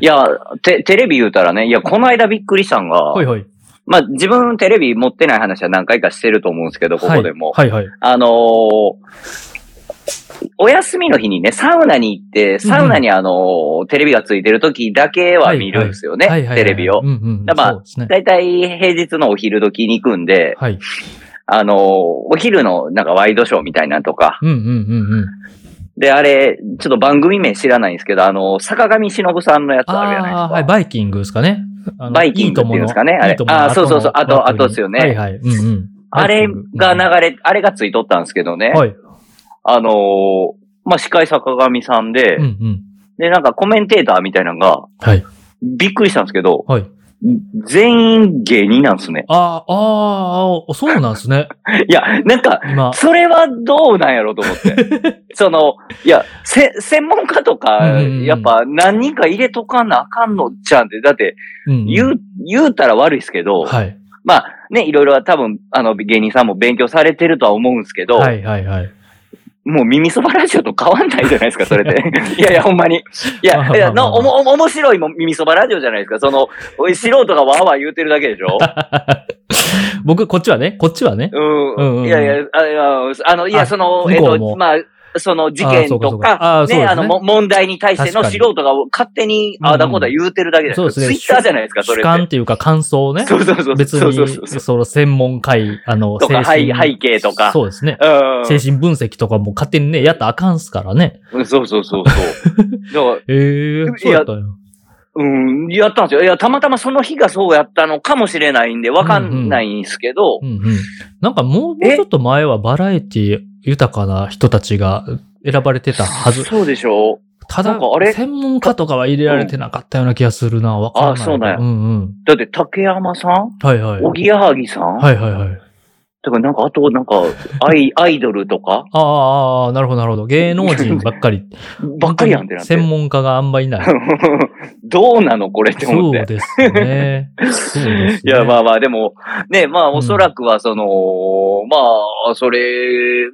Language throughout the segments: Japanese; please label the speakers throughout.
Speaker 1: や、て、テレビ言うたらね、いや、この間びっくりしたんが、
Speaker 2: はいはい。
Speaker 1: まあ、自分テレビ持ってない話は何回かしてると思うんですけど、ここでも。
Speaker 2: はいはいはい。
Speaker 1: あのーお休みの日にね、サウナに行って、サウナにあのーテレビがついてる時だけは見るんですよね、
Speaker 2: はいはいはい
Speaker 1: テレビを
Speaker 2: うん。うん。
Speaker 1: だから
Speaker 2: そうですね。
Speaker 1: だいたい平日のお昼時に行くんで、
Speaker 2: はい。
Speaker 1: あのーお昼のなんかワイドショーみたいなんとか、
Speaker 2: うんうんうんうん。
Speaker 1: で、あれ、ちょっと番組名知らないんですけど、あのー坂上忍さんのやつあるじゃないです
Speaker 2: あ
Speaker 1: か。
Speaker 2: あー、はい、バイキングですかね。あの
Speaker 1: バイキングっていうんですかねあれ
Speaker 2: いいともの
Speaker 1: あーそうそうそう
Speaker 2: 後の
Speaker 1: あとあとですよね
Speaker 2: はいはい。うんうん。
Speaker 1: あれが
Speaker 2: な
Speaker 1: 流れ、あれがついとったんですけどね、
Speaker 2: はい。
Speaker 1: あのーまあ、司会坂上さんで、
Speaker 2: うんうん。
Speaker 1: で、なんかコメンテーターみたいなのが、
Speaker 2: はい。
Speaker 1: びっくりしたんですけど、
Speaker 2: はい。
Speaker 1: 全員芸人なんですね。
Speaker 2: あーあー、そうなんで すね。
Speaker 1: いや、なんか、
Speaker 2: 今。
Speaker 1: それはどうなんやろうと思って。 その、いや、せ、専門家とか、
Speaker 2: うんうんうん
Speaker 1: やっぱ何人か入れとかなあかんのじゃんって、だって、
Speaker 2: うん
Speaker 1: 言う、言うたら悪いですけど、
Speaker 2: はい。
Speaker 1: まあね、いろいろ多分、あの、芸人さんも勉強されてるとは思うんですけど、
Speaker 2: はいはいはい。
Speaker 1: もう耳そばラジオと変わんないじゃないで すか、それで。いやいや、ほんまに。い
Speaker 2: まあ
Speaker 1: や、
Speaker 2: まあまあ
Speaker 1: いや、の、おも、おも面白いも耳そばラジオじゃないですか。その、おい素人がわーわー言うてるだけでし ょ
Speaker 2: 僕、こっちはね、こっちはね。うん
Speaker 1: う。
Speaker 2: うんん
Speaker 1: いやいや、あいやあの、い
Speaker 2: あ
Speaker 1: や、その、えっ
Speaker 2: 向ことう、も
Speaker 1: まあ、その事件とか、
Speaker 2: あーそうかそうかあーそうですね
Speaker 1: ね、あの、も問題に対しての
Speaker 2: 確か
Speaker 1: 素
Speaker 2: に
Speaker 1: 人が勝手に、ああだこうだ言うてるだけじゃないです
Speaker 2: う
Speaker 1: か。
Speaker 2: んうんそう
Speaker 1: ツ
Speaker 2: で
Speaker 1: イ
Speaker 2: す
Speaker 1: ッ
Speaker 2: ね
Speaker 1: ターじゃないですか、そ
Speaker 2: 主
Speaker 1: れ
Speaker 2: 観
Speaker 1: って。
Speaker 2: っていうか感想をね。
Speaker 1: そうそうそう。
Speaker 2: 別
Speaker 1: そうそうそう
Speaker 2: に、その専門会、あの、
Speaker 1: とか、
Speaker 2: 精神
Speaker 1: 背背景とか。
Speaker 2: そうですね。
Speaker 1: うん
Speaker 2: 精神分析とかも勝手にね、やったらあかんすからね。
Speaker 1: うんそうそう そうそう。だから、
Speaker 2: ええ
Speaker 1: いや
Speaker 2: そうやったんや。
Speaker 1: うん、やったんですよ。いや、たまたまその日がそうやったのかもしれないんで、わかんないんですけど、
Speaker 2: うんうん。なんかもう、もう
Speaker 1: え
Speaker 2: ちょっと前はバラエティ豊かな人たちが選ばれてたはず。
Speaker 1: そうでしょ
Speaker 2: た
Speaker 1: な
Speaker 2: だ
Speaker 1: んかあ、れ
Speaker 2: 専門家とかは入れられてなかったような気がするな。わからない。
Speaker 1: あそうなんや
Speaker 2: うんうん。
Speaker 1: だって、竹山さん
Speaker 2: はいはい。
Speaker 1: おぎやはぎさん
Speaker 2: はいはいはい。
Speaker 1: とか、なんか、あと、なんか、アイ、アイドルとか
Speaker 2: ああああ、なるほどなるほど。芸能人ばっかり。
Speaker 1: ばっかりやんってなって。
Speaker 2: 専門家があんまい ない。
Speaker 1: どうなのこれって思
Speaker 2: そ
Speaker 1: っ
Speaker 2: う
Speaker 1: て。
Speaker 2: です ね。そうですね。
Speaker 1: いや、まあまあ、でも、ね、まあ、
Speaker 2: うん
Speaker 1: おそらくは、その、まあ、それ、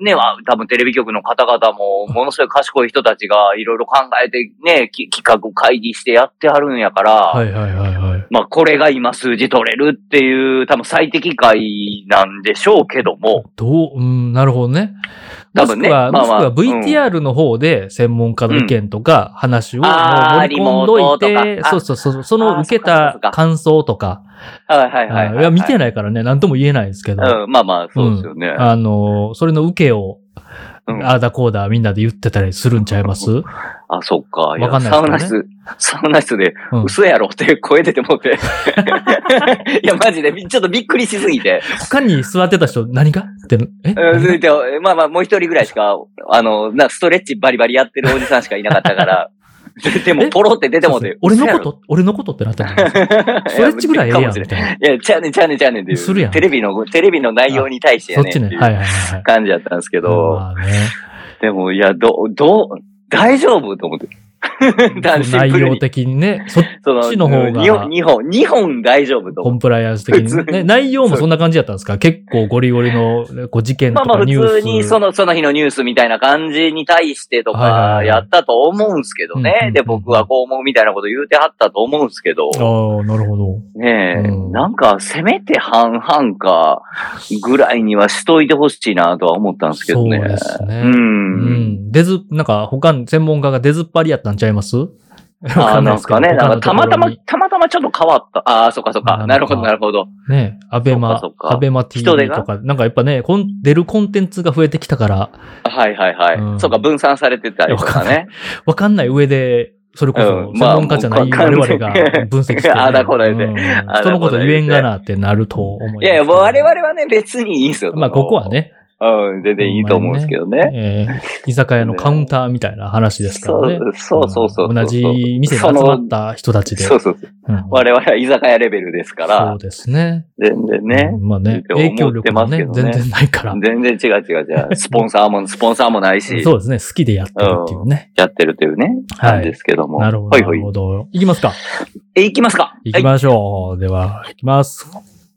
Speaker 1: ね、あ多分テレビ局の方々も、ものすごい賢い人たちが、いろいろ考えて、ね、き企画会議してやってはるんやから、
Speaker 2: はいはいはいはい。
Speaker 1: まあ、これが今数字取れるっていう、多分最適解なんでしょうけども、
Speaker 2: どう、うん、なるほどね。
Speaker 1: 多分ね
Speaker 2: もしくは、
Speaker 1: まあまあ
Speaker 2: もしくは VTR の方で専門家の意見とか話をもう
Speaker 1: あー
Speaker 2: 盛り込んどい
Speaker 1: リモー
Speaker 2: て、
Speaker 1: トとか
Speaker 2: そう
Speaker 1: あ
Speaker 2: そうそう、その
Speaker 1: あー
Speaker 2: 受け
Speaker 1: そっかそ
Speaker 2: た
Speaker 1: っか
Speaker 2: 感想とか、
Speaker 1: はいはいはいはい、
Speaker 2: あーいや、見てないからね、なんとも言えないですけど、
Speaker 1: うん、まあまあ、そうですよね。
Speaker 2: あのー、それの受けを、
Speaker 1: うん
Speaker 2: あーだこうだみんなで言ってたりするんちゃいますう
Speaker 1: あ、そっか。や
Speaker 2: わかん
Speaker 1: サウ
Speaker 2: ない
Speaker 1: ナ
Speaker 2: ですけ
Speaker 1: 室、サウナ室で、
Speaker 2: ん。
Speaker 1: 嘘やろって声出ても って。いや、マジで、ちょっとびっくりしすぎて。
Speaker 2: 他に座ってた人、何がって、え
Speaker 1: うん続いて、まあまあ、もう一人ぐらいしか、あの、なストレッチバリバリやってるおじさんしかいなかった から、ででも、ポロって出てもて。
Speaker 2: そうそう俺
Speaker 1: 嘘や
Speaker 2: の
Speaker 1: ろ
Speaker 2: こと俺のことってなった んじゃないですかストレッチぐらいええやん、みたいな。
Speaker 1: いや、ちゃうねんちゃうねんちゃうねんっていう。
Speaker 2: するやん
Speaker 1: テレビの、テレビの内容に対して
Speaker 2: そ
Speaker 1: や
Speaker 2: っ
Speaker 1: ねんって
Speaker 2: ち
Speaker 1: いう
Speaker 2: ね。はいはいはいはい。
Speaker 1: 感じだったんですけど、
Speaker 2: まあね
Speaker 1: でも、いや、ど、どう、大丈夫と思って。 男子
Speaker 2: 内
Speaker 1: プル
Speaker 2: 容
Speaker 1: に。
Speaker 2: 的にね、そ
Speaker 1: そ
Speaker 2: こっちの方が
Speaker 1: 日本、日本、日本大丈夫と
Speaker 2: コ
Speaker 1: 思っ
Speaker 2: ンプライアンス的に
Speaker 1: 普通
Speaker 2: ね。内容もそんな感じだったんですか結構ゴリゴリのねこう事
Speaker 1: て。
Speaker 2: 件と
Speaker 1: まあまあ
Speaker 2: か
Speaker 1: 普
Speaker 2: ニュース。
Speaker 1: 通にその、その日のニュースみたいな感じに対してと
Speaker 2: はいはい
Speaker 1: か
Speaker 2: はい
Speaker 1: やったと思うんすけど
Speaker 2: うんうんう
Speaker 1: ね
Speaker 2: ん。
Speaker 1: で、僕はこう思うみたいなこと言うてはったと思うんすけど、
Speaker 2: ああ、なるほど。
Speaker 1: ねえ、
Speaker 2: うん
Speaker 1: なんかせめて半々かぐらいにはしといてほしいなとは思ったんですけど
Speaker 2: そう
Speaker 1: ね。
Speaker 2: です
Speaker 1: う。
Speaker 2: ね。うんん。出ず、なんか他の専門家が出ずっぱりやったんちゃいます
Speaker 1: ああ、なんすかね。なんかたまた。ま
Speaker 2: わかんないですけど他のところに、
Speaker 1: たまたまちょっと変わった。ああ、そっかそっ
Speaker 2: なんか
Speaker 1: か。なるほど、なるほど。
Speaker 2: ね、アベマ
Speaker 1: そっ、かそっか
Speaker 2: アベマ TV
Speaker 1: 人手が
Speaker 2: とか、なんかやっぱね、こん出るコンテンツが増えてきたから、
Speaker 1: はいはいはい。
Speaker 2: うん
Speaker 1: そうか、分散されてたりとかね。
Speaker 2: わかんない上で、それこそ
Speaker 1: う、
Speaker 2: 専
Speaker 1: んまあ
Speaker 2: 門家じゃない
Speaker 1: もう完
Speaker 2: 我
Speaker 1: 全
Speaker 2: 々が分析して、ね。
Speaker 1: あだこだ言うて
Speaker 2: うん
Speaker 1: だ
Speaker 2: 人のこと言えんがなってなると思います。
Speaker 1: いやいや、もう我々はね、別にいいんすよ。
Speaker 2: まあ、ここは。ね、
Speaker 1: うん、全然いいと思うんですけどね。
Speaker 2: えー居酒屋のカウンターみたいな話ですからね。
Speaker 1: そうそうそうそう。
Speaker 2: 同じ店に集まった人たちで。
Speaker 1: そのそうそうそう。
Speaker 2: うん
Speaker 1: 我々は居酒屋レベルですか
Speaker 2: そ
Speaker 1: ら
Speaker 2: う、ですね。
Speaker 1: 全然ね。
Speaker 2: うんまあね、
Speaker 1: って思って
Speaker 2: 影響力も
Speaker 1: ます
Speaker 2: ね
Speaker 1: けどね
Speaker 2: 全然ないから。
Speaker 1: 全然違う違う 違う。スポンサーも、スポンサーもないし、
Speaker 2: そうですね、好きでやってるっていうね。
Speaker 1: やってるというね。
Speaker 2: はい
Speaker 1: なんですけども。
Speaker 2: なるほど。
Speaker 1: は
Speaker 2: ない
Speaker 1: は
Speaker 2: る
Speaker 1: い。
Speaker 2: ほど。いきますか。
Speaker 1: え、行きますか
Speaker 2: 行きましょう。では、行きます。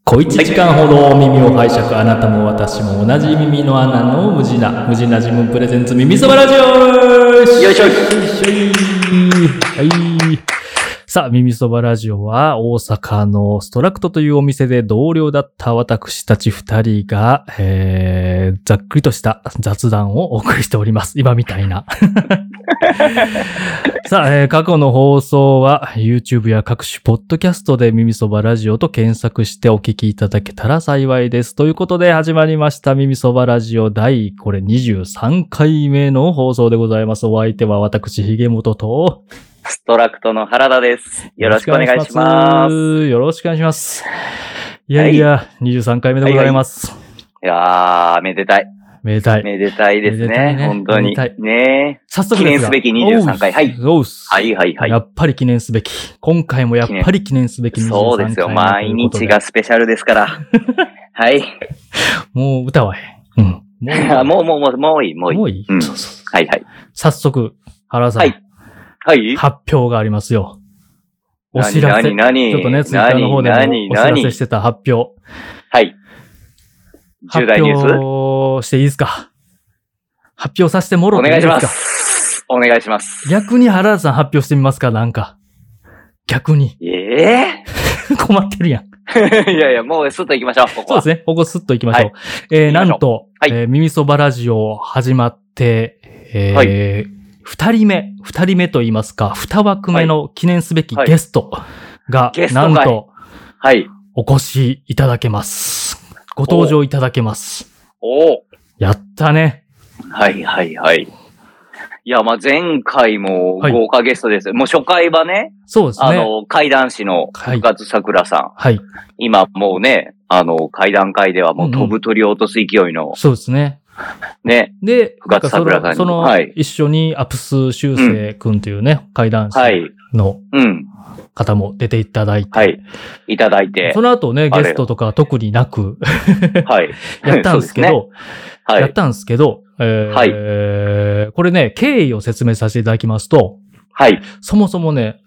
Speaker 2: 小一時間ほど耳を拝借、あなたも私も同じ耳の穴の無地な、無地な自分プレゼンツ耳そばラジオよ
Speaker 1: いしょい
Speaker 2: いしょいはい。さあ、耳そばラジオは大阪のストラクトというお店で同僚だった私たち二人が、えー、ざっくりとした雑談をお送りしております。今みたいな。さあ、えー過去の放送は YouTube や各種ポッドキャストで耳そばラジオと検索してお聞きいただけたら幸いです。ということで始まりました耳そばラジオ第これ23回目の放送でございます。お相手は私、ひげもとと、
Speaker 1: ストラクトの原田です。よろしくお願いします。
Speaker 2: す。よろしくお願いします。いやいや、23回目でございます。
Speaker 1: いやー、めでたい。
Speaker 2: めでたい。
Speaker 1: めでたいです
Speaker 2: めでたい
Speaker 1: ね。
Speaker 2: ね
Speaker 1: 本当
Speaker 2: め
Speaker 1: に
Speaker 2: でたい。
Speaker 1: ね
Speaker 2: 早速ですが
Speaker 1: 記念すべき23回はい
Speaker 2: おうっす
Speaker 1: はいはいはい
Speaker 2: や。っぱり記念すべき。今回もやっぱり記念すべき23回
Speaker 1: そうですよ。毎日が。スペシャルです から。はい。
Speaker 2: もう歌わへん。うん。も
Speaker 1: あ もうもうもう、もういい、もういい。
Speaker 2: もういい、
Speaker 1: うん
Speaker 2: そうそうそう
Speaker 1: はいはい。
Speaker 2: 早速、原さん、
Speaker 1: はいはい。
Speaker 2: 発表がありますよ。お知らせ。
Speaker 1: 何何
Speaker 2: ちょっとね、ツイッターの方でも
Speaker 1: 何
Speaker 2: お知ら
Speaker 1: 何
Speaker 2: せしてた発表。
Speaker 1: はい。重大ニュース
Speaker 2: 発表していいですか発表させてもろ
Speaker 1: お
Speaker 2: て
Speaker 1: 願いしま
Speaker 2: ですか
Speaker 1: す。お願いします。
Speaker 2: 逆に原田さん発表してみますかなんか。逆に。
Speaker 1: ええ
Speaker 2: 困ってるやん。
Speaker 1: いやいや、もうすっと行きましょう、ここ
Speaker 2: そう
Speaker 1: は。
Speaker 2: ですね。ここスッと行きましょう。えー、
Speaker 1: 行きま
Speaker 2: な
Speaker 1: しょうん
Speaker 2: と、
Speaker 1: はい
Speaker 2: えー耳そばラジオ始まって、えー
Speaker 1: は
Speaker 2: 二人目、二人目と言いますか、二枠目の記念すべき
Speaker 1: はい
Speaker 2: ゲストが、
Speaker 1: ゲスト
Speaker 2: な
Speaker 1: 会
Speaker 2: んと、
Speaker 1: はい。
Speaker 2: お越しいただけます。ご登場いただけます。
Speaker 1: おお。
Speaker 2: やったね。
Speaker 1: はいはいはい。いや、まあ、前回も
Speaker 2: はい
Speaker 1: 豪華ゲストです。もう初回はね、
Speaker 2: そうです
Speaker 1: あ
Speaker 2: ね。
Speaker 1: の、怪談師の
Speaker 2: はい
Speaker 1: 深津桜さん。
Speaker 2: はい。
Speaker 1: 今もうね、あの、怪談会ではもう飛ぶ鳥を落とす勢いの、
Speaker 2: そうですね。
Speaker 1: ね、
Speaker 2: で、
Speaker 1: 深津桜さんに
Speaker 2: その、
Speaker 1: はい
Speaker 2: 一緒にアプス修正くんというね、怪談師
Speaker 1: はい。
Speaker 2: の
Speaker 1: うん。
Speaker 2: 方も出ていただいて、
Speaker 1: はい。いただいて
Speaker 2: そ。の後ね、
Speaker 1: あ
Speaker 2: ゲ
Speaker 1: れ
Speaker 2: ストとか特になく
Speaker 1: はい。
Speaker 2: やったんですけ
Speaker 1: そう
Speaker 2: ど、
Speaker 1: ねは
Speaker 2: やっ
Speaker 1: い。
Speaker 2: たんですけど、えーこれね、経緯を説明させていただきますと、
Speaker 1: はい。
Speaker 2: そもそもね、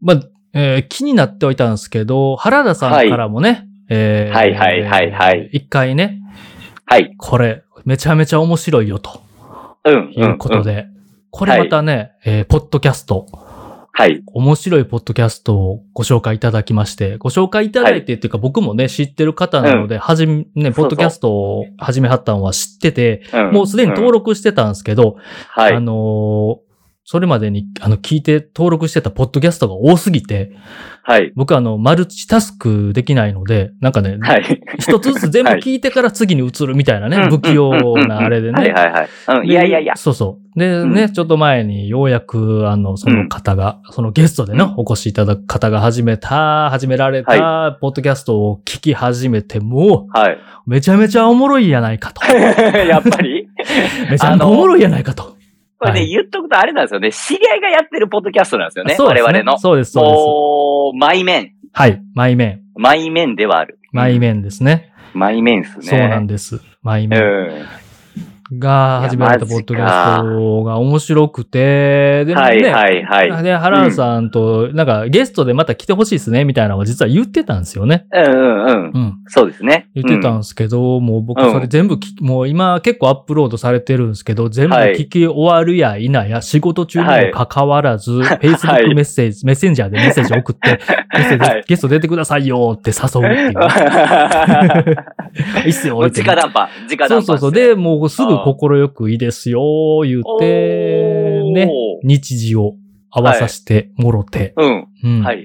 Speaker 2: まあ、えー気になってはいたんですけど、原田さんからもね、えー
Speaker 1: はいはいはいはい
Speaker 2: 一回ね、
Speaker 1: はい。
Speaker 2: これ、めちゃめちゃ面白いよ、と
Speaker 1: うん。
Speaker 2: いうこと
Speaker 1: うん。
Speaker 2: で、これまたね、えーポッドキャスト、
Speaker 1: はい。
Speaker 2: 面白いポッドキャストをご紹介いただきまして、ご紹介いただいてっていうか、僕もね、知ってる方なので、はじめ、ね、ポッドキャストを始めはったのは知ってて、
Speaker 1: うん
Speaker 2: もうすでに登録してたんですけど、
Speaker 1: うんはい
Speaker 2: あ。のーそれまでに、あの、聞いて登録してたポッドキャストが多すぎて、
Speaker 1: はい。
Speaker 2: 僕あの、マルチタスクできないので、なんかね、
Speaker 1: はい。
Speaker 2: 一つずつ全 部
Speaker 1: はい
Speaker 2: 聞いてから次に移るみたいなね、
Speaker 1: うん
Speaker 2: 不器用なあれで ね、
Speaker 1: はいはいはい。うん。いやいやいや
Speaker 2: で。そうそう。で、
Speaker 1: うん
Speaker 2: ね、ちょっと前にようやく、あの、その方が、そのゲストでのお越しいただく方が始めた、始められた、ポッドキャストを聞き始めて、も
Speaker 1: はい。
Speaker 2: う、めちゃめちゃおもろいやない かと。
Speaker 1: やっぱり。
Speaker 2: めちゃめちゃおもろいやないかと。
Speaker 1: これね、
Speaker 2: はい
Speaker 1: 言っとくとあれなんですよね。知り合いがやってるポッドキャストなんですよね。
Speaker 2: そうです
Speaker 1: 我々の。
Speaker 2: そうです、そう
Speaker 1: もう、前面。
Speaker 2: です。はい。マイメン。
Speaker 1: 前面ではある。
Speaker 2: マイメンですね。
Speaker 1: 前面っすね。
Speaker 2: そうなん
Speaker 1: で
Speaker 2: です。マイメン
Speaker 1: うん。
Speaker 2: が始められた
Speaker 1: い
Speaker 2: ポ
Speaker 1: や
Speaker 2: ッドキャストが面白くて、で、
Speaker 1: はい
Speaker 2: ね、
Speaker 1: はいはい。
Speaker 2: で、原田さんと、なんか、ゲストでまた来てほしいですね、みたいなのは実は言ってたんですよね。
Speaker 1: うんうんうん。
Speaker 2: うん。
Speaker 1: そうですね。
Speaker 2: 言ってた んですけど、もう僕それ全部き、もう今結構アップロードされてるんですけど、全部
Speaker 1: はい
Speaker 2: 聞き終わるや否や、仕事中に
Speaker 1: はい
Speaker 2: もかかわらず、
Speaker 1: は
Speaker 2: Facebook
Speaker 1: い
Speaker 2: メッセージ、メッセンジャーでメッセージ送って、メッセ ージ
Speaker 1: はい
Speaker 2: ゲスト出てくださいよって誘うって
Speaker 1: うん。
Speaker 2: いう。いいっすよ、
Speaker 1: もう
Speaker 2: みたい
Speaker 1: 直
Speaker 2: な
Speaker 1: 談判。直談判。
Speaker 2: そうそうそう。、で、もうすぐ心よくいいですよ、言って、ね、。日時を合わさしてもろて。
Speaker 1: うん。
Speaker 2: うん
Speaker 1: はい。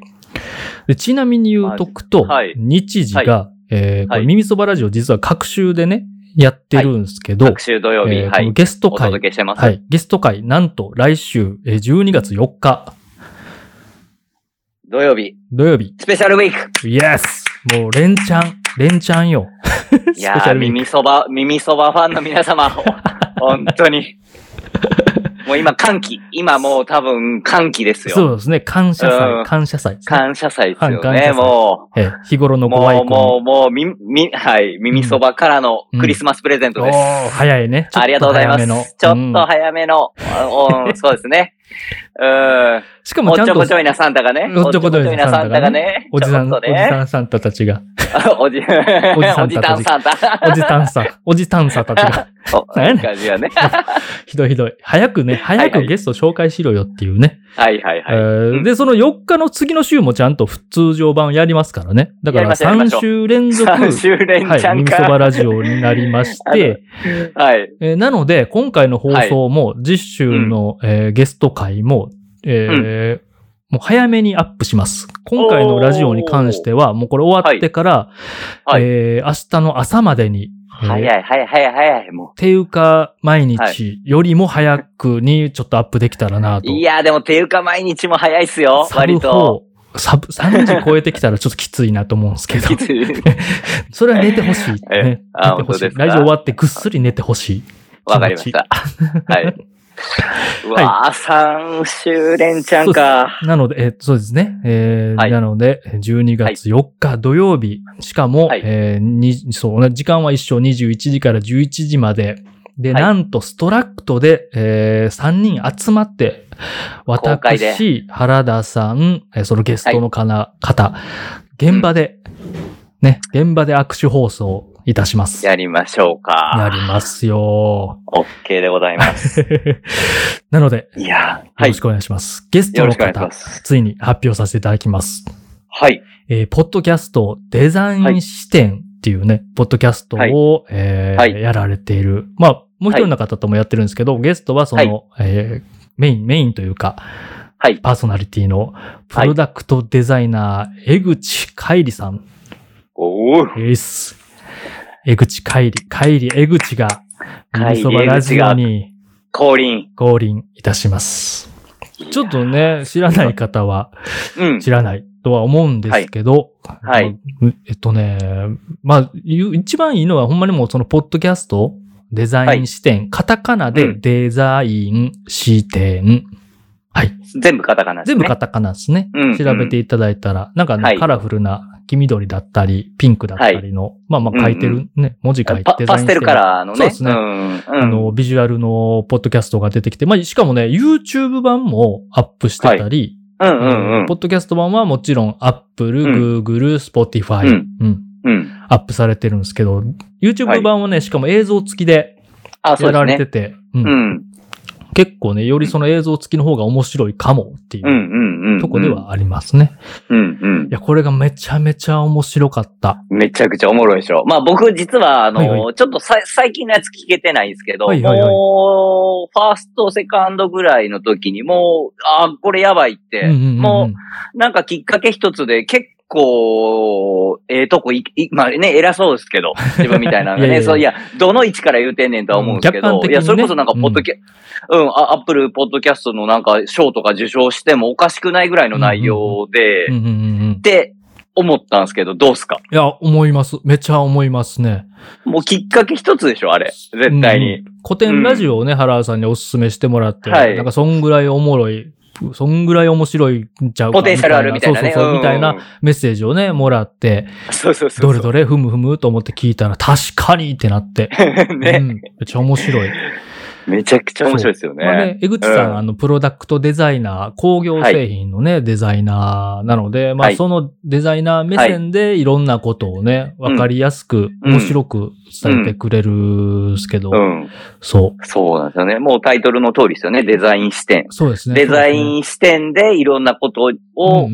Speaker 2: でちなみに言うとくと、
Speaker 1: はい
Speaker 2: 日時が、えーこ
Speaker 1: は
Speaker 2: れ
Speaker 1: い
Speaker 2: 耳そばラジオ実は各週でね、やってるんですけど、
Speaker 1: 各週土曜日、
Speaker 2: えー
Speaker 1: は
Speaker 2: この
Speaker 1: い。
Speaker 2: ゲスト
Speaker 1: お
Speaker 2: 会、
Speaker 1: 届けしてます。
Speaker 2: はい、ゲスト会、なんと来週、えー12月4日
Speaker 1: 土曜日、
Speaker 2: 土曜日、
Speaker 1: スペシャルウィーク。
Speaker 2: イエスもう連チャン、連チャンよ。
Speaker 1: い
Speaker 2: スペシ
Speaker 1: や
Speaker 2: ャ
Speaker 1: ー、
Speaker 2: ルウィーク
Speaker 1: 耳そば、耳そばファンの皆 様、本当に。もう今、歓喜。今もう多分、歓喜ですよ。
Speaker 2: そうですね、感謝
Speaker 1: う
Speaker 2: 祭、
Speaker 1: ん
Speaker 2: 感謝祭ですね、
Speaker 1: 感謝祭ですよ
Speaker 2: 感謝祭
Speaker 1: ね、も
Speaker 2: えー日頃
Speaker 1: う。
Speaker 2: のご愛
Speaker 1: も
Speaker 2: 顧
Speaker 1: う、もう、もう、み、み、はい、耳そばからのクリスマスプレゼント
Speaker 2: お
Speaker 1: です。
Speaker 2: ー早いね。ちょっ
Speaker 1: ありがとうございま
Speaker 2: 早めの
Speaker 1: す。ちょ
Speaker 2: う
Speaker 1: っ
Speaker 2: ん
Speaker 1: と早めの、おおそうですね。うん。
Speaker 2: しか
Speaker 1: お
Speaker 2: も
Speaker 1: っ
Speaker 2: ちゃん
Speaker 1: ちょ
Speaker 2: と
Speaker 1: こちょいなサンタがね。
Speaker 2: おっちょこちょいなサンタがね
Speaker 1: おっちょこちょいなサンタがね。
Speaker 2: おじさ
Speaker 1: ち
Speaker 2: ん、
Speaker 1: ょこっと
Speaker 2: おじ
Speaker 1: ね。
Speaker 2: さんサンタたちが
Speaker 1: おじ、おじ
Speaker 2: さんたち
Speaker 1: たんさんた。
Speaker 2: おじた んさん、おじたんさたちが、
Speaker 1: お
Speaker 2: なんやねん
Speaker 1: 感じや ね。
Speaker 2: ひどいひどい。早くね、早くゲスト紹介しろよっていうね。
Speaker 1: はいはい
Speaker 2: え
Speaker 1: はい。
Speaker 2: ー
Speaker 1: うん
Speaker 2: で、その4日の次の週もちゃんと通常版やりますからね。だから
Speaker 1: やりましょうやりましょ
Speaker 2: 3
Speaker 1: う
Speaker 2: 週連続、
Speaker 1: 三週連チ
Speaker 2: はい、
Speaker 1: ャン
Speaker 2: 耳
Speaker 1: か。
Speaker 2: そばラジオになりまし
Speaker 1: あ
Speaker 2: て、
Speaker 1: はい。
Speaker 2: えーなので、今回の放送も、実週の、えーゲスト会も、えーもう早めにアップします。今回のラジオに関しては、もうこれ終わってから、
Speaker 1: はいはい
Speaker 2: えー明日の朝までに、えー
Speaker 1: 早い早い早い早い、も
Speaker 2: ていうか、毎
Speaker 1: は
Speaker 2: 日よりも早くにちょっとアップできたらな
Speaker 1: う。
Speaker 2: と。
Speaker 1: いや、でも、ていうか毎日も早いっすよ、
Speaker 2: サブ
Speaker 1: 割 と。
Speaker 2: 4サブ、3時超えてきたらちょっときついなと思うんですけど
Speaker 1: き、つい。
Speaker 2: それは寝てほしい。 ね、
Speaker 1: あ
Speaker 2: 寝てほ
Speaker 1: 本当
Speaker 2: しい。
Speaker 1: で
Speaker 2: ラ
Speaker 1: すか
Speaker 2: ジオ終わってぐっすり寝てほしい。
Speaker 1: わかりました。 はい。うわぁ、3週連チャンか。
Speaker 2: なので、えーそうですね。えー
Speaker 1: はい
Speaker 2: なので、12月4日土曜日、しかも、
Speaker 1: はい
Speaker 2: えーにそうね、時間は一緒21時から11時まで。で、
Speaker 1: はい
Speaker 2: なんと、ストラクトで、え3人集まって、
Speaker 1: 公開で
Speaker 2: 私、原田さん、えーそのゲストのかな、方、現場で、ね、現場で握手放送いたします。
Speaker 1: やりましょう
Speaker 2: や
Speaker 1: か。
Speaker 2: りますよ。
Speaker 1: OK でございます。
Speaker 2: なので、
Speaker 1: いやー
Speaker 2: よ
Speaker 1: は
Speaker 2: ろ
Speaker 1: い
Speaker 2: し。くお願いします。ゲスト
Speaker 1: よろ
Speaker 2: の
Speaker 1: しくお願いし
Speaker 2: 方
Speaker 1: ま、す。
Speaker 2: ついに発表させていただきます。
Speaker 1: はい。
Speaker 2: えーポッドキャストデザイン視点っていうね、ポッドキャストを、
Speaker 1: はい
Speaker 2: えー
Speaker 1: はい
Speaker 2: やられている。まあ、もう一人の方ともやってるんですけど、ゲストはその、えーメイン、メインというか、
Speaker 1: はい。
Speaker 2: パーソナリティのプロダクトデザイナー、江口海里さん
Speaker 1: おー。
Speaker 2: です。江口海里、海里江口が、
Speaker 1: 海里
Speaker 2: 耳そばラジオに
Speaker 1: 降臨。
Speaker 2: 降臨いたします。ちょっとね、知らない方は、
Speaker 1: うん。
Speaker 2: 知らないとは思うんですけど、
Speaker 1: はいはい
Speaker 2: うんえっとね、まあ、言う一番いいのはほんまにもうそのポッドキャスト、デザイン視点、カタカナ
Speaker 1: う
Speaker 2: で
Speaker 1: ん
Speaker 2: デザイン視点。はい。
Speaker 1: 全部カタカナです
Speaker 2: 全
Speaker 1: ね。
Speaker 2: 部カタカナですね。
Speaker 1: うん
Speaker 2: 調べていただいたら、なんかね、
Speaker 1: はい
Speaker 2: カラフルな黄緑だったり、ピンクだったりの、まあまあ書いて
Speaker 1: う
Speaker 2: るね、文字書いて
Speaker 1: パパステルカラーのね。
Speaker 2: そうですね
Speaker 1: ん。うん
Speaker 2: あの、ビジュアルのポッドキャストが出てきて、まあ、しかもね、YouTube 版もアップしてたり、
Speaker 1: うんうんうん
Speaker 2: ポッドキャスト版はもちろん Apple、Google、Spotify、
Speaker 1: うん
Speaker 2: うん
Speaker 1: うん。
Speaker 2: アップされてるんですけど、
Speaker 1: は
Speaker 2: YouTube
Speaker 1: い
Speaker 2: 版はね、しかも映像付きで
Speaker 1: あ、そ
Speaker 2: や
Speaker 1: うで
Speaker 2: ら
Speaker 1: す
Speaker 2: れて
Speaker 1: ね。
Speaker 2: て、うん
Speaker 1: うん。
Speaker 2: 結構ね、よりその映像付きの方が面白いかもっていううん
Speaker 1: うんうん。
Speaker 2: とこで。はありますね。
Speaker 1: うんうん
Speaker 2: い。や、これがめちゃめちゃ面白かった。
Speaker 1: めちゃくちゃおもろいでしょ。まあ僕実は、あの、
Speaker 2: はいは
Speaker 1: ちょっとさ最近のやつ聞けてないんですけど、
Speaker 2: はいはいはい
Speaker 1: もう、ファースト、セカンドぐらいの時に、もう、あ、これやばいって、
Speaker 2: うんうんうんうん
Speaker 1: もう、なんかきっかけ一つで結構、ええとこい、いまあね、偉そうですけ ど、自分みたいなのが
Speaker 2: いやいやい
Speaker 1: ね、
Speaker 2: や
Speaker 1: そういや、どの位置から言うてんねんとは思うんですけ
Speaker 2: うん客観
Speaker 1: ど、
Speaker 2: 的
Speaker 1: い
Speaker 2: にね
Speaker 1: や、それこそなんか、ポッドキャ、うん、あアップルポッドキャストのなんか、賞とか受賞してもおかしくないぐらいの内容で、
Speaker 2: うんうんうんうん。
Speaker 1: って思ったんですけど、どうっすか
Speaker 2: いや、思います。めちゃ思いますね。
Speaker 1: もうきっかけ一つでしょ、あれ。絶対に。
Speaker 2: うん古典ラジオをね、原田さんにお勧めしてもらって、
Speaker 1: はい
Speaker 2: なんかそんぐらいおもろい、そんぐらい面白いんちゃうか
Speaker 1: ポテンシャルあるみたいなね。
Speaker 2: そうそうそう、みたい
Speaker 1: うん
Speaker 2: な。メッセージをね、もらって、
Speaker 1: そうそうそうそう。
Speaker 2: どれどれ、ふむふむと思って聞いたら、確かにってなって。う
Speaker 1: ね、
Speaker 2: ん、めっちゃ面白い。
Speaker 1: めちゃくちゃ面白いですよね。
Speaker 2: まあね、江口さん、
Speaker 1: うん
Speaker 2: あの、プロダクトデザイナー、工業製品のね、デザイナーなので、ま
Speaker 1: は
Speaker 2: あ、
Speaker 1: い
Speaker 2: そのデザイナー目線でいろんなことをね、わ、
Speaker 1: うん
Speaker 2: かりやすく、
Speaker 1: うん
Speaker 2: 面白く伝えてくれるんですけど、
Speaker 1: うん。
Speaker 2: そう。
Speaker 1: そうなんですよね。もうタイトルの通りですよね。デザイン視点。
Speaker 2: そうですね。
Speaker 1: デザイン視点でいろんなことを語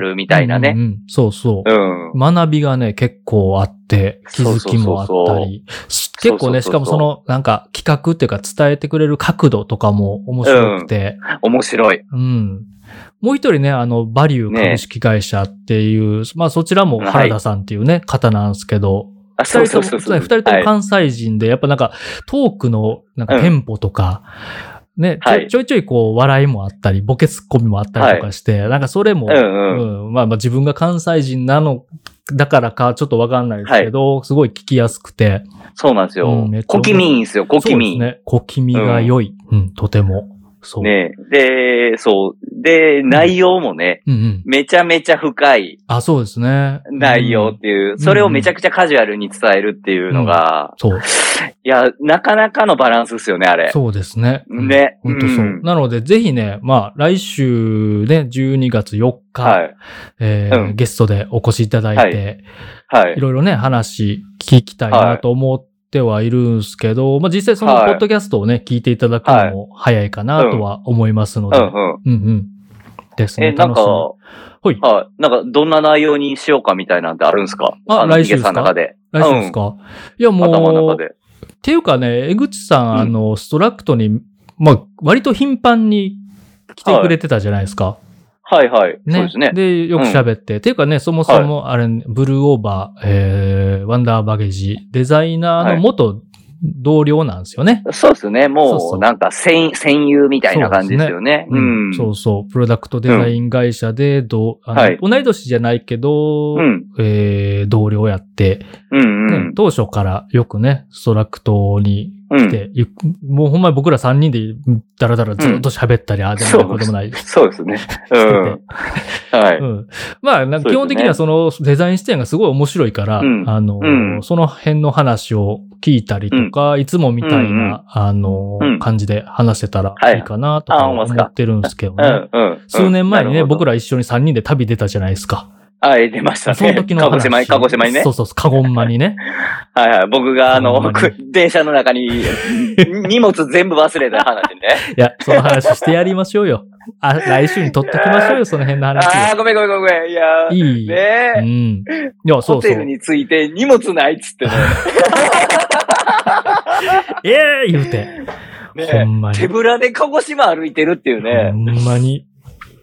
Speaker 1: るみ
Speaker 2: み
Speaker 1: たいなね。
Speaker 2: そうそう
Speaker 1: う。ん。
Speaker 2: 学びがね、結構あって、気づきもあったり。し結構ね、し
Speaker 1: そうそうそうそう
Speaker 2: かもその、なんか企画っていうか伝えてくれる角度とかも面白くて、
Speaker 1: 面白い。
Speaker 2: うん。もう一人ね、あの、バリュー株式会社っていう、まあそちらも原田さんっていうね、方なんですけど、
Speaker 1: あ、
Speaker 2: 二
Speaker 1: そう
Speaker 2: 人
Speaker 1: そ
Speaker 2: と
Speaker 1: うそ
Speaker 2: も、
Speaker 1: う
Speaker 2: そ
Speaker 1: そうう。
Speaker 2: 二人と
Speaker 1: は
Speaker 2: も
Speaker 1: い
Speaker 2: 関西人で、やっぱなんか、トークの、なんか
Speaker 1: うん
Speaker 2: テンポとか、ね、ちょ
Speaker 1: はいい
Speaker 2: ちょいちょいこう、笑いもあったり、ボケツッコミもあったりとかして、なんかそれも、
Speaker 1: うんうん。
Speaker 2: うんまあまあ自分が関西人なの、だからかちょっとわかんないですけど、すごい聞きやすくて。
Speaker 1: そうなんです
Speaker 2: う
Speaker 1: よ
Speaker 2: んめっち。ゃ
Speaker 1: 小気味いいんですよ、小気味いい
Speaker 2: そう。ですね。小気味が良い。うん、とても。そう。
Speaker 1: ねで、そう。で、内容もね、
Speaker 2: うんうん。
Speaker 1: めちゃめちゃ深い
Speaker 2: あ、そうですね。
Speaker 1: 内容っていう、それをめちゃくちゃカジュアルに伝えるっていうのが、
Speaker 2: そう。
Speaker 1: いや、なかなかのバランスですよね、あれ。
Speaker 2: そうですね。
Speaker 1: ね
Speaker 2: 本当そう。
Speaker 1: うん
Speaker 2: なので、ぜひね、まあ、来週ね、12月4日、
Speaker 1: はい。
Speaker 2: えー
Speaker 1: うん
Speaker 2: ゲストでお越しいただいて、
Speaker 1: はいい。
Speaker 2: ろいろね、話聞きたいなと思ってはいるんですけど、まあ実際そのポ
Speaker 1: はい
Speaker 2: ッドキャストをね、聞いていただくのも早いかなとは思いますの
Speaker 1: う
Speaker 2: で。うん
Speaker 1: んうん。
Speaker 2: うん。です
Speaker 1: え、
Speaker 2: ね。
Speaker 1: なん
Speaker 2: 楽し
Speaker 1: か、
Speaker 2: み。ほい。
Speaker 1: はい。なんか、どんな内容にしようかみたいなんてあるんですかの
Speaker 2: あ来週
Speaker 1: ヒゲさんの中で。
Speaker 2: 来週ですか、いや
Speaker 1: 頭の
Speaker 2: も
Speaker 1: 中
Speaker 2: う、っ
Speaker 1: で。
Speaker 2: ていうかね、江口さん、
Speaker 1: うん
Speaker 2: あの、ストラクトに、まあ、割と頻繁に来てくれてたじゃないですか。
Speaker 1: はいはい。そうですね。
Speaker 2: で、よく喋って。っていうかね、そもそも、あれ、ブルーオーバー、えー、ワンダーバゲージ、デザイナーの元同僚なんですよね。
Speaker 1: そうですね。
Speaker 2: そう
Speaker 1: も
Speaker 2: そう
Speaker 1: う、なんか、戦戦友みたいな感じですよね。う
Speaker 2: うん
Speaker 1: ん。
Speaker 2: そうそう。プロダクトデザイン会社で、どうあの
Speaker 1: はい
Speaker 2: 同い年じゃないけど、
Speaker 1: うん。
Speaker 2: えー同僚やって、
Speaker 1: うんう
Speaker 2: ね
Speaker 1: ん。
Speaker 2: 当初からよくね、ストラクトに
Speaker 1: う
Speaker 2: 来
Speaker 1: ん。
Speaker 2: て、ゆっもうほんまに僕ら3人でダラダラずっと喋ったり、ああでもないこうでもない。
Speaker 1: そう ですね。うん。はい。
Speaker 2: うんまあ、なん
Speaker 1: そうですね
Speaker 2: か基本的にはそのデザイン視点がすごい面白いから、
Speaker 1: うん
Speaker 2: あの、
Speaker 1: うん
Speaker 2: その辺の話を聞いたりとか、いつもみたいな、
Speaker 1: うんうん
Speaker 2: あの、
Speaker 1: うん
Speaker 2: 感じで話せたら
Speaker 1: はい
Speaker 2: いいかなとか
Speaker 1: あほんま
Speaker 2: 思
Speaker 1: っすか
Speaker 2: ってるんですけど
Speaker 1: う
Speaker 2: ね。
Speaker 1: んうん。
Speaker 2: 数年前にね、
Speaker 1: うん
Speaker 2: 僕。ら一緒に3人で旅出たじゃないですか。
Speaker 1: なるほどはい、出ましたね。
Speaker 2: その時の
Speaker 1: 鹿
Speaker 2: 話。
Speaker 1: 児島に、鹿児島にね
Speaker 2: そ。うそうそう、カゴンマにね。
Speaker 1: はいはい。僕が、あ
Speaker 2: ほん
Speaker 1: の、
Speaker 2: まに
Speaker 1: く電車の中に、 荷物全部忘れた話ね。
Speaker 2: いや、その話してやりましょうよ。あ、来週に取っときましょうよ、その辺の話
Speaker 1: ああ、ごめんごめんごめん。いや
Speaker 2: は。
Speaker 1: ー
Speaker 2: いい。
Speaker 1: ね
Speaker 2: う
Speaker 1: え。
Speaker 2: ん。いや、そ
Speaker 1: ホ
Speaker 2: うそう。
Speaker 1: テルに着いて荷物ないっつってね。
Speaker 2: ええ言うて。ほ
Speaker 1: ね
Speaker 2: んまに。
Speaker 1: 手ぶらで鹿児島歩いてるっていうね
Speaker 2: ほ。んまに。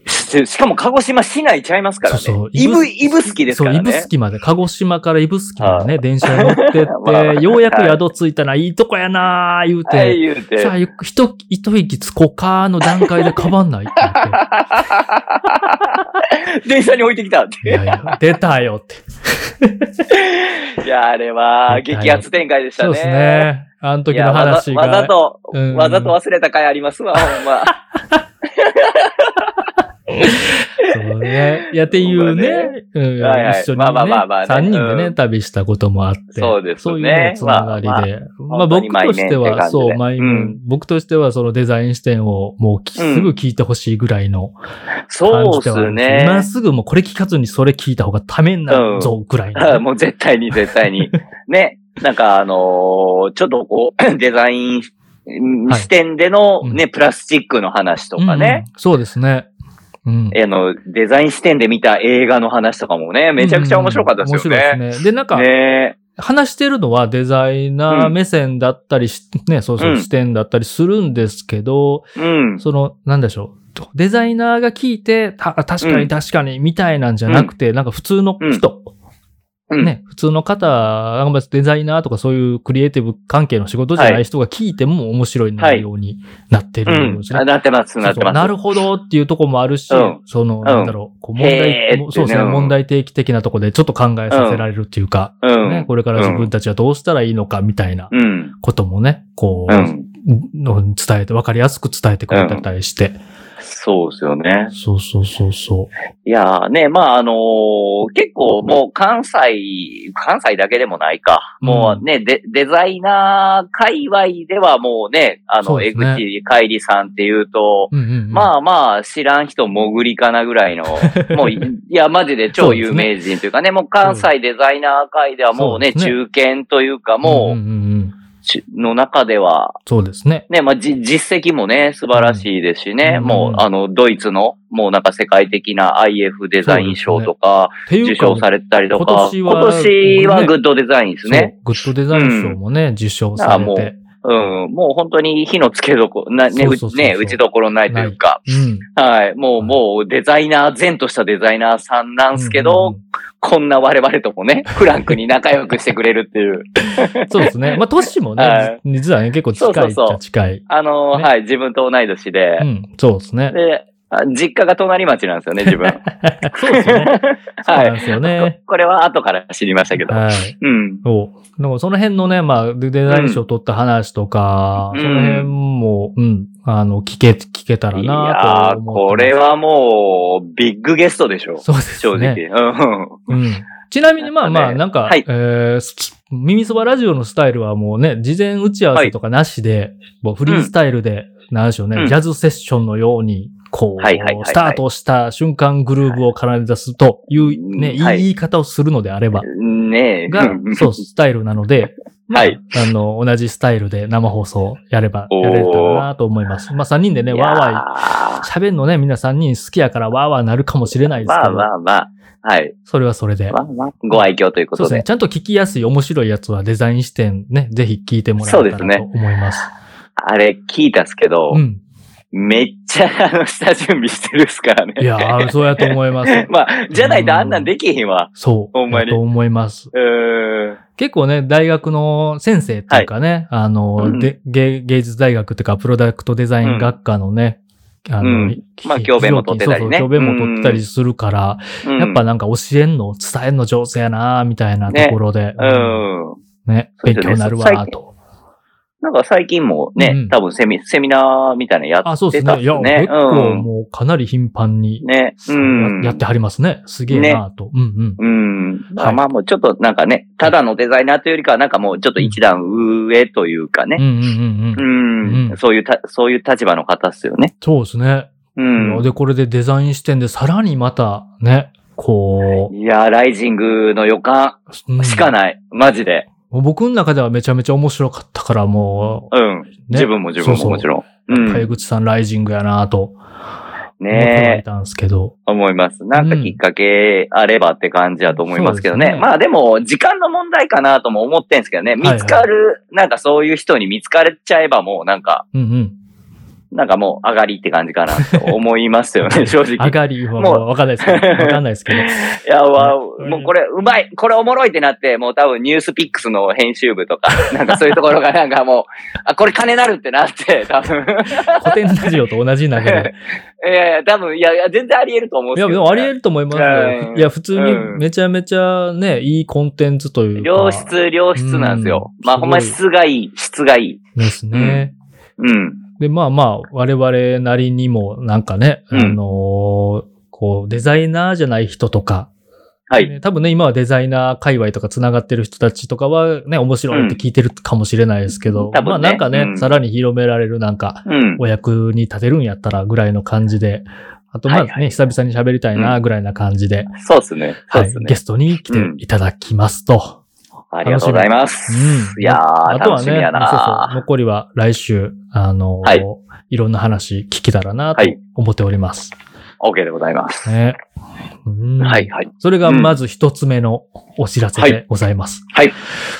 Speaker 1: ししかも鹿児島市内ちゃいますからね。
Speaker 2: そうそう
Speaker 1: イブ、イブスキですから
Speaker 2: そう、指
Speaker 1: ね。
Speaker 2: 宿まで、鹿児島から指宿までね、電車に乗ってっ
Speaker 1: まあ
Speaker 2: て、ようやく宿着いたな、いいとこやなー言う
Speaker 1: はい、
Speaker 2: て、
Speaker 1: 言うて。
Speaker 2: さあ、ゆっく一、一息つこうかーの段階でかばんないって言っ
Speaker 1: 電車に 置いてきたって
Speaker 2: て、いやいや、出たよって。
Speaker 1: いや、あれは、激アツ展開でした
Speaker 2: そ
Speaker 1: ね。
Speaker 2: うですね。あの時の話
Speaker 1: いやわざわざ
Speaker 2: が。
Speaker 1: と、
Speaker 2: うん
Speaker 1: わざと忘れた回ありますわ、ほんま。
Speaker 2: そうね。いや、っていうね。うん
Speaker 1: はいはい
Speaker 2: 一緒に
Speaker 1: まあまあまあまあね
Speaker 2: ね、三人で
Speaker 1: う
Speaker 2: ね、
Speaker 1: ん
Speaker 2: 旅したこともあって。
Speaker 1: そうですね
Speaker 2: そういうねつながり
Speaker 1: まあ
Speaker 2: で。まあ
Speaker 1: 本当
Speaker 2: 僕
Speaker 1: に毎
Speaker 2: と
Speaker 1: 年
Speaker 2: して
Speaker 1: って感
Speaker 2: は、
Speaker 1: じで
Speaker 2: そう、毎
Speaker 1: う
Speaker 2: 分
Speaker 1: ん
Speaker 2: 僕としてはそのデザイン視点をもうき
Speaker 1: うん
Speaker 2: すぐ聞いてほしいぐらいの 感
Speaker 1: そう
Speaker 2: じ
Speaker 1: っ
Speaker 2: ではあ
Speaker 1: す
Speaker 2: るんですよ今
Speaker 1: ね。
Speaker 2: すぐもうこれ聞かずにそれ聞いた方がためになるぞぐらい の。
Speaker 1: もう絶対に絶対に。ね。なんかあのーちょっとこう、 デザインうん
Speaker 2: はい
Speaker 1: 視点での
Speaker 2: うん
Speaker 1: ね、プラスチックの話とかね
Speaker 2: う。んうんそうですね。うん。
Speaker 1: あの、デザイン視点で見た映画の話とかもね、めちゃくちゃ面白かったですよね。
Speaker 2: うんうん面白いですね。で、なんか、
Speaker 1: ね
Speaker 2: 話してるのはデザイナー目線だったりし、ね、そうそうう、
Speaker 1: ん
Speaker 2: 視点だったりするんですけど、
Speaker 1: うん。
Speaker 2: その、なんでしょう。デザイナーが聞いて、た確か
Speaker 1: う
Speaker 2: に
Speaker 1: ん
Speaker 2: 確かに、みたいなんじゃなくて、なんか普通の人、
Speaker 1: うん
Speaker 2: ね、普通の方、あんまりデザイナーとかそういうクリエイティブ関係の仕事じゃない人が聞いても面白い内容になって
Speaker 1: う
Speaker 2: るん
Speaker 1: ん
Speaker 2: ですね。
Speaker 1: あなってます、なって
Speaker 2: そうそ
Speaker 1: ま
Speaker 2: う
Speaker 1: す。
Speaker 2: なるほどっていうとこもあるし、
Speaker 1: うん
Speaker 2: その、
Speaker 1: ん
Speaker 2: なんだろう、こう問
Speaker 1: へーって
Speaker 2: 題、
Speaker 1: ね
Speaker 2: そうですね、
Speaker 1: うん
Speaker 2: 問題提起的なとこでちょっと考えさせられるっていうか、
Speaker 1: うん。
Speaker 2: ね、これから自分たちはどうしたらいいのかみたいな
Speaker 1: うん。
Speaker 2: こともね、こう、
Speaker 1: うん。
Speaker 2: の伝えて、わかりやすく伝えてくれたりして、
Speaker 1: そうですよね。
Speaker 2: そうそうそうそ
Speaker 1: いやーね、まあ、あのー結構もう関西、関西だけでもないか。
Speaker 2: うん
Speaker 1: もうね、デデザイナー界隈ではもうね、あ
Speaker 2: そう
Speaker 1: の、
Speaker 2: で
Speaker 1: 江
Speaker 2: すね
Speaker 1: 口海里さんっていうと、
Speaker 2: う。うんうんうん、
Speaker 1: まあまあ、知らん人潜りかなぐらいの、 もうい、いや、マジで超有名人というかね、もう関西デザイナー界ではもうね、
Speaker 2: そうですね
Speaker 1: 中堅というか、
Speaker 2: う
Speaker 1: も
Speaker 2: んうんうんうん
Speaker 1: う、ちの中では、
Speaker 2: そうですね。
Speaker 1: ね、まあ、じ、実績もね、素晴らしいですしね、
Speaker 2: うん
Speaker 1: もう、あの、ドイツの、もうなんか世界的な IF デザイン賞とか、
Speaker 2: っていう
Speaker 1: 受
Speaker 2: か、
Speaker 1: 賞されたりとか、
Speaker 2: 今年は
Speaker 1: 今年は
Speaker 2: ね
Speaker 1: グッドデザインですね。
Speaker 2: そうグッドデザイン賞もね、受賞され
Speaker 1: だか
Speaker 2: て。
Speaker 1: うん、もう本当に火のつけどこ、な、ね、
Speaker 2: そう
Speaker 1: う
Speaker 2: そうそうそう
Speaker 1: ね、打ちどころないというか、
Speaker 2: うん。
Speaker 1: はい、もう、
Speaker 2: はい
Speaker 1: もう、デザイナー、前としたデザイナーさんなんですけ
Speaker 2: う
Speaker 1: ど
Speaker 2: ん、
Speaker 1: こんな我々ともね、フランクに仲良くしてくれるって いう。
Speaker 2: うんうんそうですね。まあ、都市も
Speaker 1: は
Speaker 2: ね、じ実はね、結構近いっち
Speaker 1: そうそうそ
Speaker 2: ゃ
Speaker 1: う
Speaker 2: 近い。
Speaker 1: あの、
Speaker 2: ね
Speaker 1: はい、自分と同い年で
Speaker 2: う、ん、そうですね。
Speaker 1: で、あ実家が隣町なんですよね、自分。
Speaker 2: そうです ね。そうなんですよね。
Speaker 1: ここれは後から知りましたけど。
Speaker 2: はい。
Speaker 1: うん。
Speaker 2: そう。でもその辺のね、まあ、デデザイン賞取った話とか、
Speaker 1: うん
Speaker 2: その辺も、うん、あの、聞け、聞けたら
Speaker 1: い
Speaker 2: な
Speaker 1: や
Speaker 2: と
Speaker 1: ー、
Speaker 2: 思ってます
Speaker 1: これはもう、ビッグゲストでしょ。
Speaker 2: そうです
Speaker 1: 正
Speaker 2: ね。
Speaker 1: 直。うん。
Speaker 2: うん。ちなみにまあまあ、なんか、
Speaker 1: はい
Speaker 2: えーす耳そばラジオのスタイルはもうね、事前打ち合わせとかなしで、もうフリースタイルで、なんでしょうね、
Speaker 1: うん
Speaker 2: ジャズセッションのように、こう、
Speaker 1: はいはいはいはい
Speaker 2: スタートした瞬間グルーブを奏で出すというね、
Speaker 1: はい
Speaker 2: いい言い方をするのであれば、
Speaker 1: ねえ。
Speaker 2: が、そう、
Speaker 1: す。
Speaker 2: スタイルなので、 まあ
Speaker 1: はい
Speaker 2: あの、同じスタイルで生放送やれば、
Speaker 1: おー
Speaker 2: やれたらなと思います。まあ3人でね、わーわー
Speaker 1: わ
Speaker 2: 喋るのね、みんな3人好きやからわーわーなるかもしれないですけ
Speaker 1: まあ
Speaker 2: ど、
Speaker 1: まあまあ。はい。
Speaker 2: それはそれで。
Speaker 1: まあまあ。ご愛嬌というこ
Speaker 2: そう
Speaker 1: と
Speaker 2: ですね。
Speaker 1: で。
Speaker 2: ちゃんと聞きやすい、面白いやつはデザイン視点ね、ぜひ聞いてもらえた
Speaker 1: そうで
Speaker 2: ら
Speaker 1: す
Speaker 2: と
Speaker 1: ね
Speaker 2: 思 います。
Speaker 1: あれ、聞いたっすけど
Speaker 2: う、ん。
Speaker 1: めっちゃ、あの、下準備してるっすからね。
Speaker 2: いやー、そうやと思いま す。
Speaker 1: まあ、じゃないとあんなんできへんわ。
Speaker 2: そう。
Speaker 1: ほんまに
Speaker 2: やと思います。
Speaker 1: うーん。
Speaker 2: 結構ね、大学の先生っていうかね、あの、
Speaker 1: うん
Speaker 2: で芸芸術大学っていうか、プロダクトデザイン学科のね、あの、
Speaker 1: うんまあ教鞭も取ってたりね
Speaker 2: そうそう、教鞭も取ってたりするから、
Speaker 1: うん
Speaker 2: やっぱ、なんか教えんの、伝えんの上手やなみたいなところで、
Speaker 1: うん。
Speaker 2: ね、
Speaker 1: そう
Speaker 2: 勉
Speaker 1: ですよね
Speaker 2: 強になるわ
Speaker 1: 最近
Speaker 2: と。
Speaker 1: なんか最近もね、
Speaker 2: うん
Speaker 1: 多分セミ、セミナーみたいなのや
Speaker 2: あ、
Speaker 1: っ
Speaker 2: そうで
Speaker 1: て
Speaker 2: す
Speaker 1: た
Speaker 2: ね。
Speaker 1: っ
Speaker 2: いや、
Speaker 1: すね。
Speaker 2: 結構もうかなり頻繁に
Speaker 1: うん。ね。うん。
Speaker 2: ややってはりますね。すげえなぁと。うん
Speaker 1: うん。
Speaker 2: はい
Speaker 1: まあもうちょっとなんかね、ただのデザイナーというよりかはなんかもうちょっと一段上というか
Speaker 2: うん。うん
Speaker 1: ね。う
Speaker 2: うんうんうん。
Speaker 1: ん。
Speaker 2: うん
Speaker 1: そういうた、そういう立場の方っすよね。
Speaker 2: そうですね。
Speaker 1: う
Speaker 2: いや
Speaker 1: ん。
Speaker 2: で、これでデザイン視点でさらにまたね、こ
Speaker 1: いやー、ライジングの予感
Speaker 2: う、うん
Speaker 1: しかない。マジで。
Speaker 2: もう僕の中ではめちゃめちゃ面白かったから、も
Speaker 1: うん。
Speaker 2: う、ね、
Speaker 1: 自分も自分
Speaker 2: そうそ
Speaker 1: も
Speaker 2: う
Speaker 1: もちろん。う
Speaker 2: 早
Speaker 1: ん。
Speaker 2: 口さんライジングやなぁと思ってはい
Speaker 1: ねえ、
Speaker 2: たんですけど。
Speaker 1: 思います。なんかきっかけあればって感じだと思いますけど
Speaker 2: そう
Speaker 1: ね。
Speaker 2: ですね
Speaker 1: まあでも、時間の問題かなとも思ってんすけどね。見つかる、なんかそういう人に見つかれちゃえばもうなんか、
Speaker 2: うんうん。
Speaker 1: なんかもう上がりって感じかなと思いますよ ね、正直。
Speaker 2: 上がりは
Speaker 1: もう
Speaker 2: わかんないですけ ど。わかんないですけど。
Speaker 1: いや、わ、
Speaker 2: うん
Speaker 1: もうこれうまい、これおもろいってなって、もう多分ニュースピックスの編集部とか、 なんかそういうところがなんかもう、あ、これ金なるってなって、 多分。
Speaker 2: 古典ラジオと同じ流れ。
Speaker 1: いやいや、多分、いやいや、全然あり得ると思うん
Speaker 2: い
Speaker 1: です
Speaker 2: や、
Speaker 1: け
Speaker 2: で
Speaker 1: ど、
Speaker 2: もあり得ると思いますよ
Speaker 1: う。ん
Speaker 2: いや、普通に
Speaker 1: うん
Speaker 2: めちゃめちゃね、いいコンテンツというか。
Speaker 1: 良質、良質なんですよ。
Speaker 2: うん
Speaker 1: まあ、
Speaker 2: すご
Speaker 1: ほ
Speaker 2: い
Speaker 1: んま質がいい、質がいい。
Speaker 2: ですね。
Speaker 1: うん。
Speaker 2: で、まあまあ、我々なりにも、なんかね、
Speaker 1: うん
Speaker 2: あのーこう、デザイナーじゃない人とか、
Speaker 1: はい。
Speaker 2: ね多分ね、今はデザイナー界隈とか繋がってる人たちとかはね、面白いって聞いてるかもしれないですけど、
Speaker 1: うん多分ね
Speaker 2: まあなんかね、
Speaker 1: うん
Speaker 2: さらに広められるなんか、
Speaker 1: うん。
Speaker 2: お役に立てるんやったらぐらいの感じで、あとまあね、
Speaker 1: はいは
Speaker 2: 久々に喋りたいなぐらいな感じで、
Speaker 1: そうですね。そう
Speaker 2: は
Speaker 1: で
Speaker 2: い
Speaker 1: す、ね
Speaker 2: ゲ。ストに来ていただきますと。
Speaker 1: ありがとうございます。
Speaker 2: うん
Speaker 1: いや
Speaker 2: あ
Speaker 1: ー、
Speaker 2: と
Speaker 1: 楽
Speaker 2: はね、
Speaker 1: しみやな。
Speaker 2: そうそう、残りは来週、あの、
Speaker 1: はい
Speaker 2: い、ろんな話聞けたらなと
Speaker 1: はい
Speaker 2: 思っております。
Speaker 1: OK でございます。
Speaker 2: ね。うん
Speaker 1: はい、。はい。
Speaker 2: それがまず一つ目のお知らせ
Speaker 1: は
Speaker 2: でございます。
Speaker 1: はい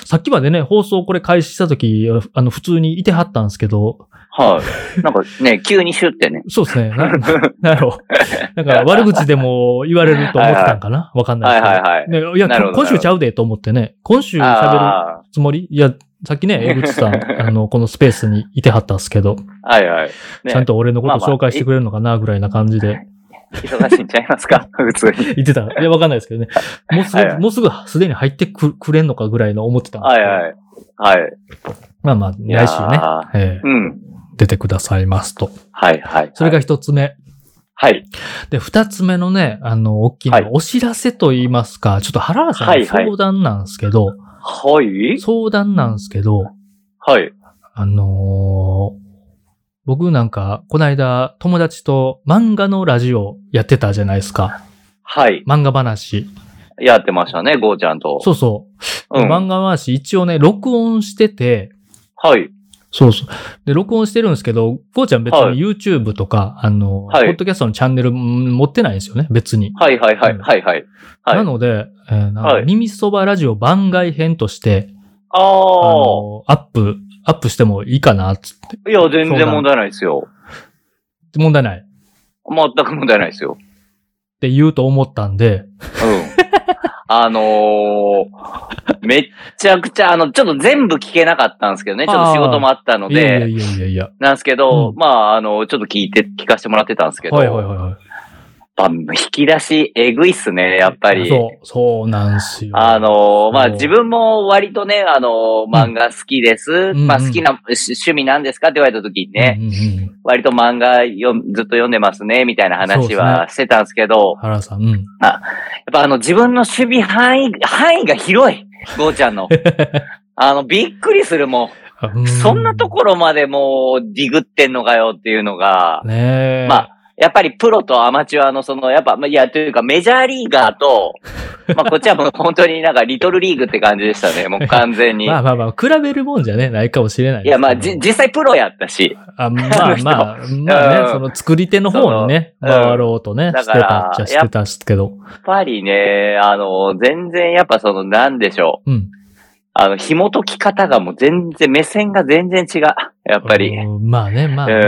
Speaker 2: さっきまでね、放送これ開始した時、あの、普通にいてはったんですけど、
Speaker 1: はい。なんかね、急にシュってね。
Speaker 2: そうですね。 ななんやろう。なんか悪口でも言われると思ってたんかなわかんな
Speaker 1: はいい
Speaker 2: ですけど。
Speaker 1: はいはい。
Speaker 2: ねいや、
Speaker 1: なるほど
Speaker 2: 今週ちゃうでと思ってね、今週喋る
Speaker 1: あ
Speaker 2: つもりいや、さっ きね、江口さん、あの、このスペースにいてはったんですけど、
Speaker 1: あ、はいはい。ね
Speaker 2: ちゃんと俺のこ
Speaker 1: まあ
Speaker 2: と
Speaker 1: まあ
Speaker 2: 紹介してくれるのかな、ぐらいな感じで
Speaker 1: 忙しいんちゃいます か普通に。
Speaker 2: 言ってた。いや、わかんないですけ どね。もうす
Speaker 1: はいは
Speaker 2: ぐ、
Speaker 1: い
Speaker 2: もうすぐすでに入ってくくれんのかぐらいの思ってたんです
Speaker 1: は
Speaker 2: け
Speaker 1: い
Speaker 2: ど。
Speaker 1: はい。はい。
Speaker 2: まあまあ、来週ね、ええ
Speaker 1: うん。
Speaker 2: 出てくださいますと。
Speaker 1: はいはい。
Speaker 2: それが、一つ目。
Speaker 1: はい。
Speaker 2: で、二つ目のね、あの、大き
Speaker 1: は
Speaker 2: ないお知らせと言いますか、ちょっと原原さ
Speaker 1: は
Speaker 2: んの
Speaker 1: いはい
Speaker 2: 相談なんですけど、
Speaker 1: はい。
Speaker 2: 相談なんですけど、
Speaker 1: はい。
Speaker 2: あのー僕なんか、こないだ友達と漫画のラジオやってたじゃないですか。
Speaker 1: はい。
Speaker 2: 漫画話。
Speaker 1: やってましたね、ゴーちゃんと。
Speaker 2: そうそう。
Speaker 1: うん。
Speaker 2: 漫画話、一応ね、録音してて、
Speaker 1: はい。
Speaker 2: そうそう。で、録音してるんですけど、ゴーちゃん別
Speaker 1: はい
Speaker 2: に YouTube とか、あの、
Speaker 1: はい
Speaker 2: ポッドキャストのチャンネルん持ってないんですよね、別に。
Speaker 1: はいはいは
Speaker 2: う
Speaker 1: い。
Speaker 2: ん
Speaker 1: はいはい。はい。
Speaker 2: なので、えーなんか
Speaker 1: はい
Speaker 2: 耳そばラジオ番外編として、
Speaker 1: あ
Speaker 2: あ
Speaker 1: あ
Speaker 2: の、アップ、アップしてもいいかなっつって。
Speaker 1: いや、全然問題ないですよ。
Speaker 2: 問題ない。っ
Speaker 1: 全く問題ないですよ。
Speaker 2: て言うと思ったんで、
Speaker 1: うん。 あのー、めっちゃくちゃ、あの、ちょっと全部聞けなかったんですけどね、ちょっと仕事もあったの
Speaker 2: いやいや
Speaker 1: で、
Speaker 2: いやいやいや。
Speaker 1: なんですけど、
Speaker 2: うん
Speaker 1: まあ、あの、ちょっと聞いて、聞かせてもらってたんですけど、
Speaker 2: はいはいはいはい。
Speaker 1: やっぱ引き出し、えぐいっすね、やっぱり。
Speaker 2: そう、そうなんすよ。
Speaker 1: あのーまあ
Speaker 2: そう
Speaker 1: 自分も割とね、あのー漫画好きです。
Speaker 2: ん
Speaker 1: まあ
Speaker 2: うん
Speaker 1: 好きなし趣味なんですかって言われた時にね、
Speaker 2: うんうんうん。
Speaker 1: 割と漫画よずっと読んでますね、みたいな話はしてたんですけど、
Speaker 2: 原さん、うん。
Speaker 1: っぱあの、自分の守備範囲、範囲が広い。ゴーちゃ んの。あの、びっくりするもん。そんなところまでもう、ディグってんのかよっていうのが、
Speaker 2: ねえ。
Speaker 1: まあ、やっぱりプロとアマチュアのその、やっぱ、まあいや、というかメジャーリーガーと、まあこっちはもう本当になんかリ トルリーグって感じでしたね、もう完全に。
Speaker 2: まあまあまあ、比べるもんじゃね、ないかもしれない
Speaker 1: い
Speaker 2: です
Speaker 1: や、
Speaker 2: けど
Speaker 1: まあ、じ、実際プロやったし。
Speaker 2: あまあまあ、まあ
Speaker 1: う
Speaker 2: ね、
Speaker 1: ん
Speaker 2: その作り手の方にね、
Speaker 1: その
Speaker 2: 回ろうとね、
Speaker 1: だ
Speaker 2: して
Speaker 1: か
Speaker 2: た
Speaker 1: ら
Speaker 2: っちゃしてたっすけど。
Speaker 1: やっぱりね、あの、全然やっぱその、なんでしょう。
Speaker 2: うん。
Speaker 1: あの、紐解き方がもう全然、目線が全然違う。やっぱり。
Speaker 2: うん。まあね、まあね。
Speaker 1: う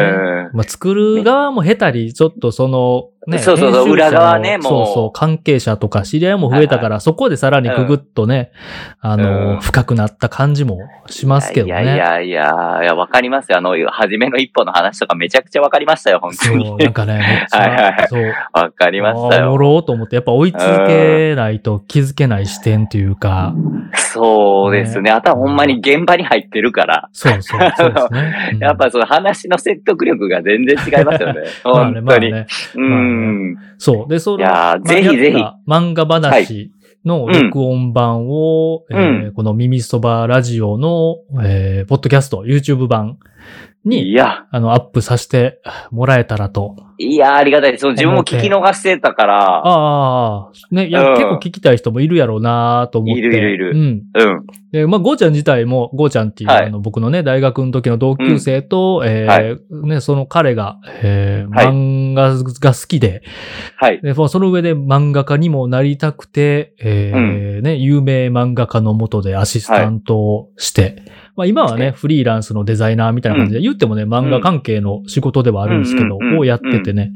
Speaker 1: ん。
Speaker 2: まあ、作る側も下手り、ちょっとその、ね、
Speaker 1: そうそうそう
Speaker 2: 編集者
Speaker 1: 裏
Speaker 2: の
Speaker 1: 側ねもう
Speaker 2: そうそう、関係者とか知り合いも増えたから、そこでさらにくぐっとね、あ
Speaker 1: う
Speaker 2: の、
Speaker 1: ん
Speaker 2: 深くなった感じもしますけどね。
Speaker 1: いやいやいや、いや、わかりますよ。あの、初めの一歩の話とかめちゃくちゃわかりましたよ、本当
Speaker 2: そう、
Speaker 1: に。
Speaker 2: なんかね、めっちゃ、
Speaker 1: はいはいはい
Speaker 2: そう、
Speaker 1: わかりました
Speaker 2: あーおも
Speaker 1: よ。
Speaker 2: ろうと思って、やっぱ追い続けないと気づけない視点というか、
Speaker 1: そうですね。あとはほんまに現場に入ってるから。
Speaker 2: そうそう、そうですね。うん
Speaker 1: やっぱその話の説得力が全然違いますよね。
Speaker 2: まあ
Speaker 1: 本
Speaker 2: ね、まあ
Speaker 1: 当に。
Speaker 2: ね。
Speaker 1: うん。
Speaker 2: そう。で、そ
Speaker 1: い
Speaker 2: の、
Speaker 1: やーぜひぜひ。
Speaker 2: 漫画話の録音版を、
Speaker 1: うん
Speaker 2: えーこの耳そばラジオの、えーポッドキャスト、YouTube 版
Speaker 1: い
Speaker 2: に、
Speaker 1: や、
Speaker 2: あの、アップさせてもらえたらと。
Speaker 1: いやー、ありがたいです。その自分も聞き逃してたから、
Speaker 2: ああ、ね、いや、
Speaker 1: うん
Speaker 2: 結構聞きたい人もいるやろうなと思って。
Speaker 1: いるいるいる
Speaker 2: うん。
Speaker 1: うん。
Speaker 2: で、まあ、ゴーちゃん自体も、ゴーちゃんっていう、
Speaker 1: はい
Speaker 2: あの、僕のね、大学の時の同級生と、えー
Speaker 1: はい
Speaker 2: ね、その彼が、えー
Speaker 1: はい
Speaker 2: 漫画が好きで、
Speaker 1: はい。
Speaker 2: で、もうその上で漫画家にもなりたくて、えーね、有名漫画家のもとでアシスタントをして、まあ今はね、フリーランスのデザイナーみたいな感じで、言ってもね、漫画関係の仕事ではあるんですけ
Speaker 1: うんう
Speaker 2: ど、
Speaker 1: んうんうん
Speaker 2: をやっててね、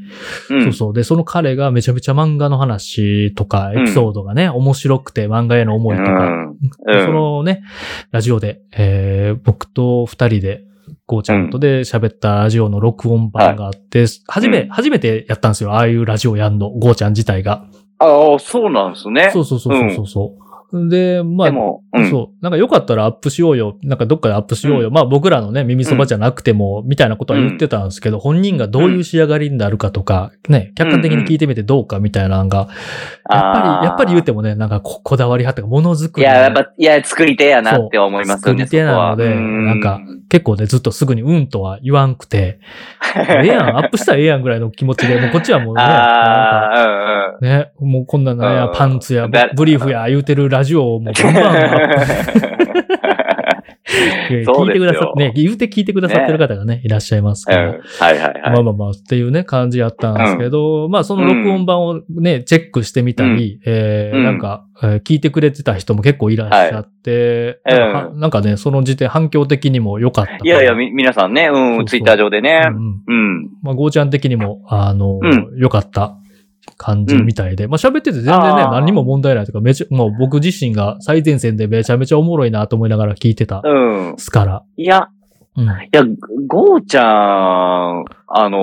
Speaker 1: うん。
Speaker 2: そうそう。で、その彼がめちゃめちゃ漫画の話とか、エピソードがね、面白くて漫画への思いとか、
Speaker 1: うん。うん
Speaker 2: そのね、ラジオで、えー僕と二人で、ゴーちゃんとで喋ったラジオの録音版があって、初め、
Speaker 1: うん
Speaker 2: 初めてやったんですよ。ああいうラジオやんの、ゴーちゃん自体が。
Speaker 1: ああ、そうなんですね。
Speaker 2: そうそうそうそうそう。で、まあ、
Speaker 1: でも、うん。
Speaker 2: そう。なんかよかったらアップしようよ。なんかどっかでアップしようよ。まあ僕らのね、耳そばじゃなくても、みたいなことは言ってたんですけど、本人がどういう仕上がりになるかとか、ね、客観的に聞いてみてどうかみたいなのが、やっ
Speaker 1: あ
Speaker 2: ぱ
Speaker 1: ー
Speaker 2: り、やっぱり言うてもね、なんかここだわり派とか、ものづく
Speaker 1: い
Speaker 2: りの
Speaker 1: や、
Speaker 2: ね。
Speaker 1: やっぱ、いや、作り手やなって思いますよね。
Speaker 2: そう作り手なので
Speaker 1: そこはうん
Speaker 2: なんか結構ね、ずっとすぐにうんとは言わんくて、ええやん、アップしたらええやんぐらいの気持ちで、もうこっちはもうね、なんか、
Speaker 1: ああ、
Speaker 2: ね、もうこんなんなんや、
Speaker 1: うん
Speaker 2: パンツや
Speaker 1: だ
Speaker 2: ブリーフや言うてるラジオをもうバンバンアップして、
Speaker 1: そ
Speaker 2: 聞
Speaker 1: うで
Speaker 2: い
Speaker 1: すよ
Speaker 2: てくださって、ね、言うて聞いてくださってる方がね、いらっしゃいます
Speaker 1: うん。
Speaker 2: か
Speaker 1: う
Speaker 2: ら。
Speaker 1: ん。はいはい
Speaker 2: ま
Speaker 1: は
Speaker 2: あ
Speaker 1: い。
Speaker 2: まあまあっていうね、感じやったんですけど、まあその録音版をね、チェックしてみたり、えー
Speaker 1: うん
Speaker 2: なんか、えー聞いてくれてた人も結構いらっしゃって、
Speaker 1: はい
Speaker 2: なんか
Speaker 1: う
Speaker 2: なんかね、その時点反響的にも良かったから。
Speaker 1: いやいや、み、皆さんね、
Speaker 2: そう
Speaker 1: う、
Speaker 2: そうん
Speaker 1: ツイッター上でね
Speaker 2: う。んうん
Speaker 1: うん。
Speaker 2: まあ、ゴーちゃん的にも、あの、
Speaker 1: う
Speaker 2: 良かった感じみたいで、まあ喋ってて全然ね、
Speaker 1: あー
Speaker 2: 何も問題ないというか、めちゃ、もう僕自身が最前線でめちゃめちゃおもろいなと思いながら聞いてたっ
Speaker 1: うん。
Speaker 2: すから。
Speaker 1: いや、
Speaker 2: うん。
Speaker 1: いや、ゴーちゃん、あのー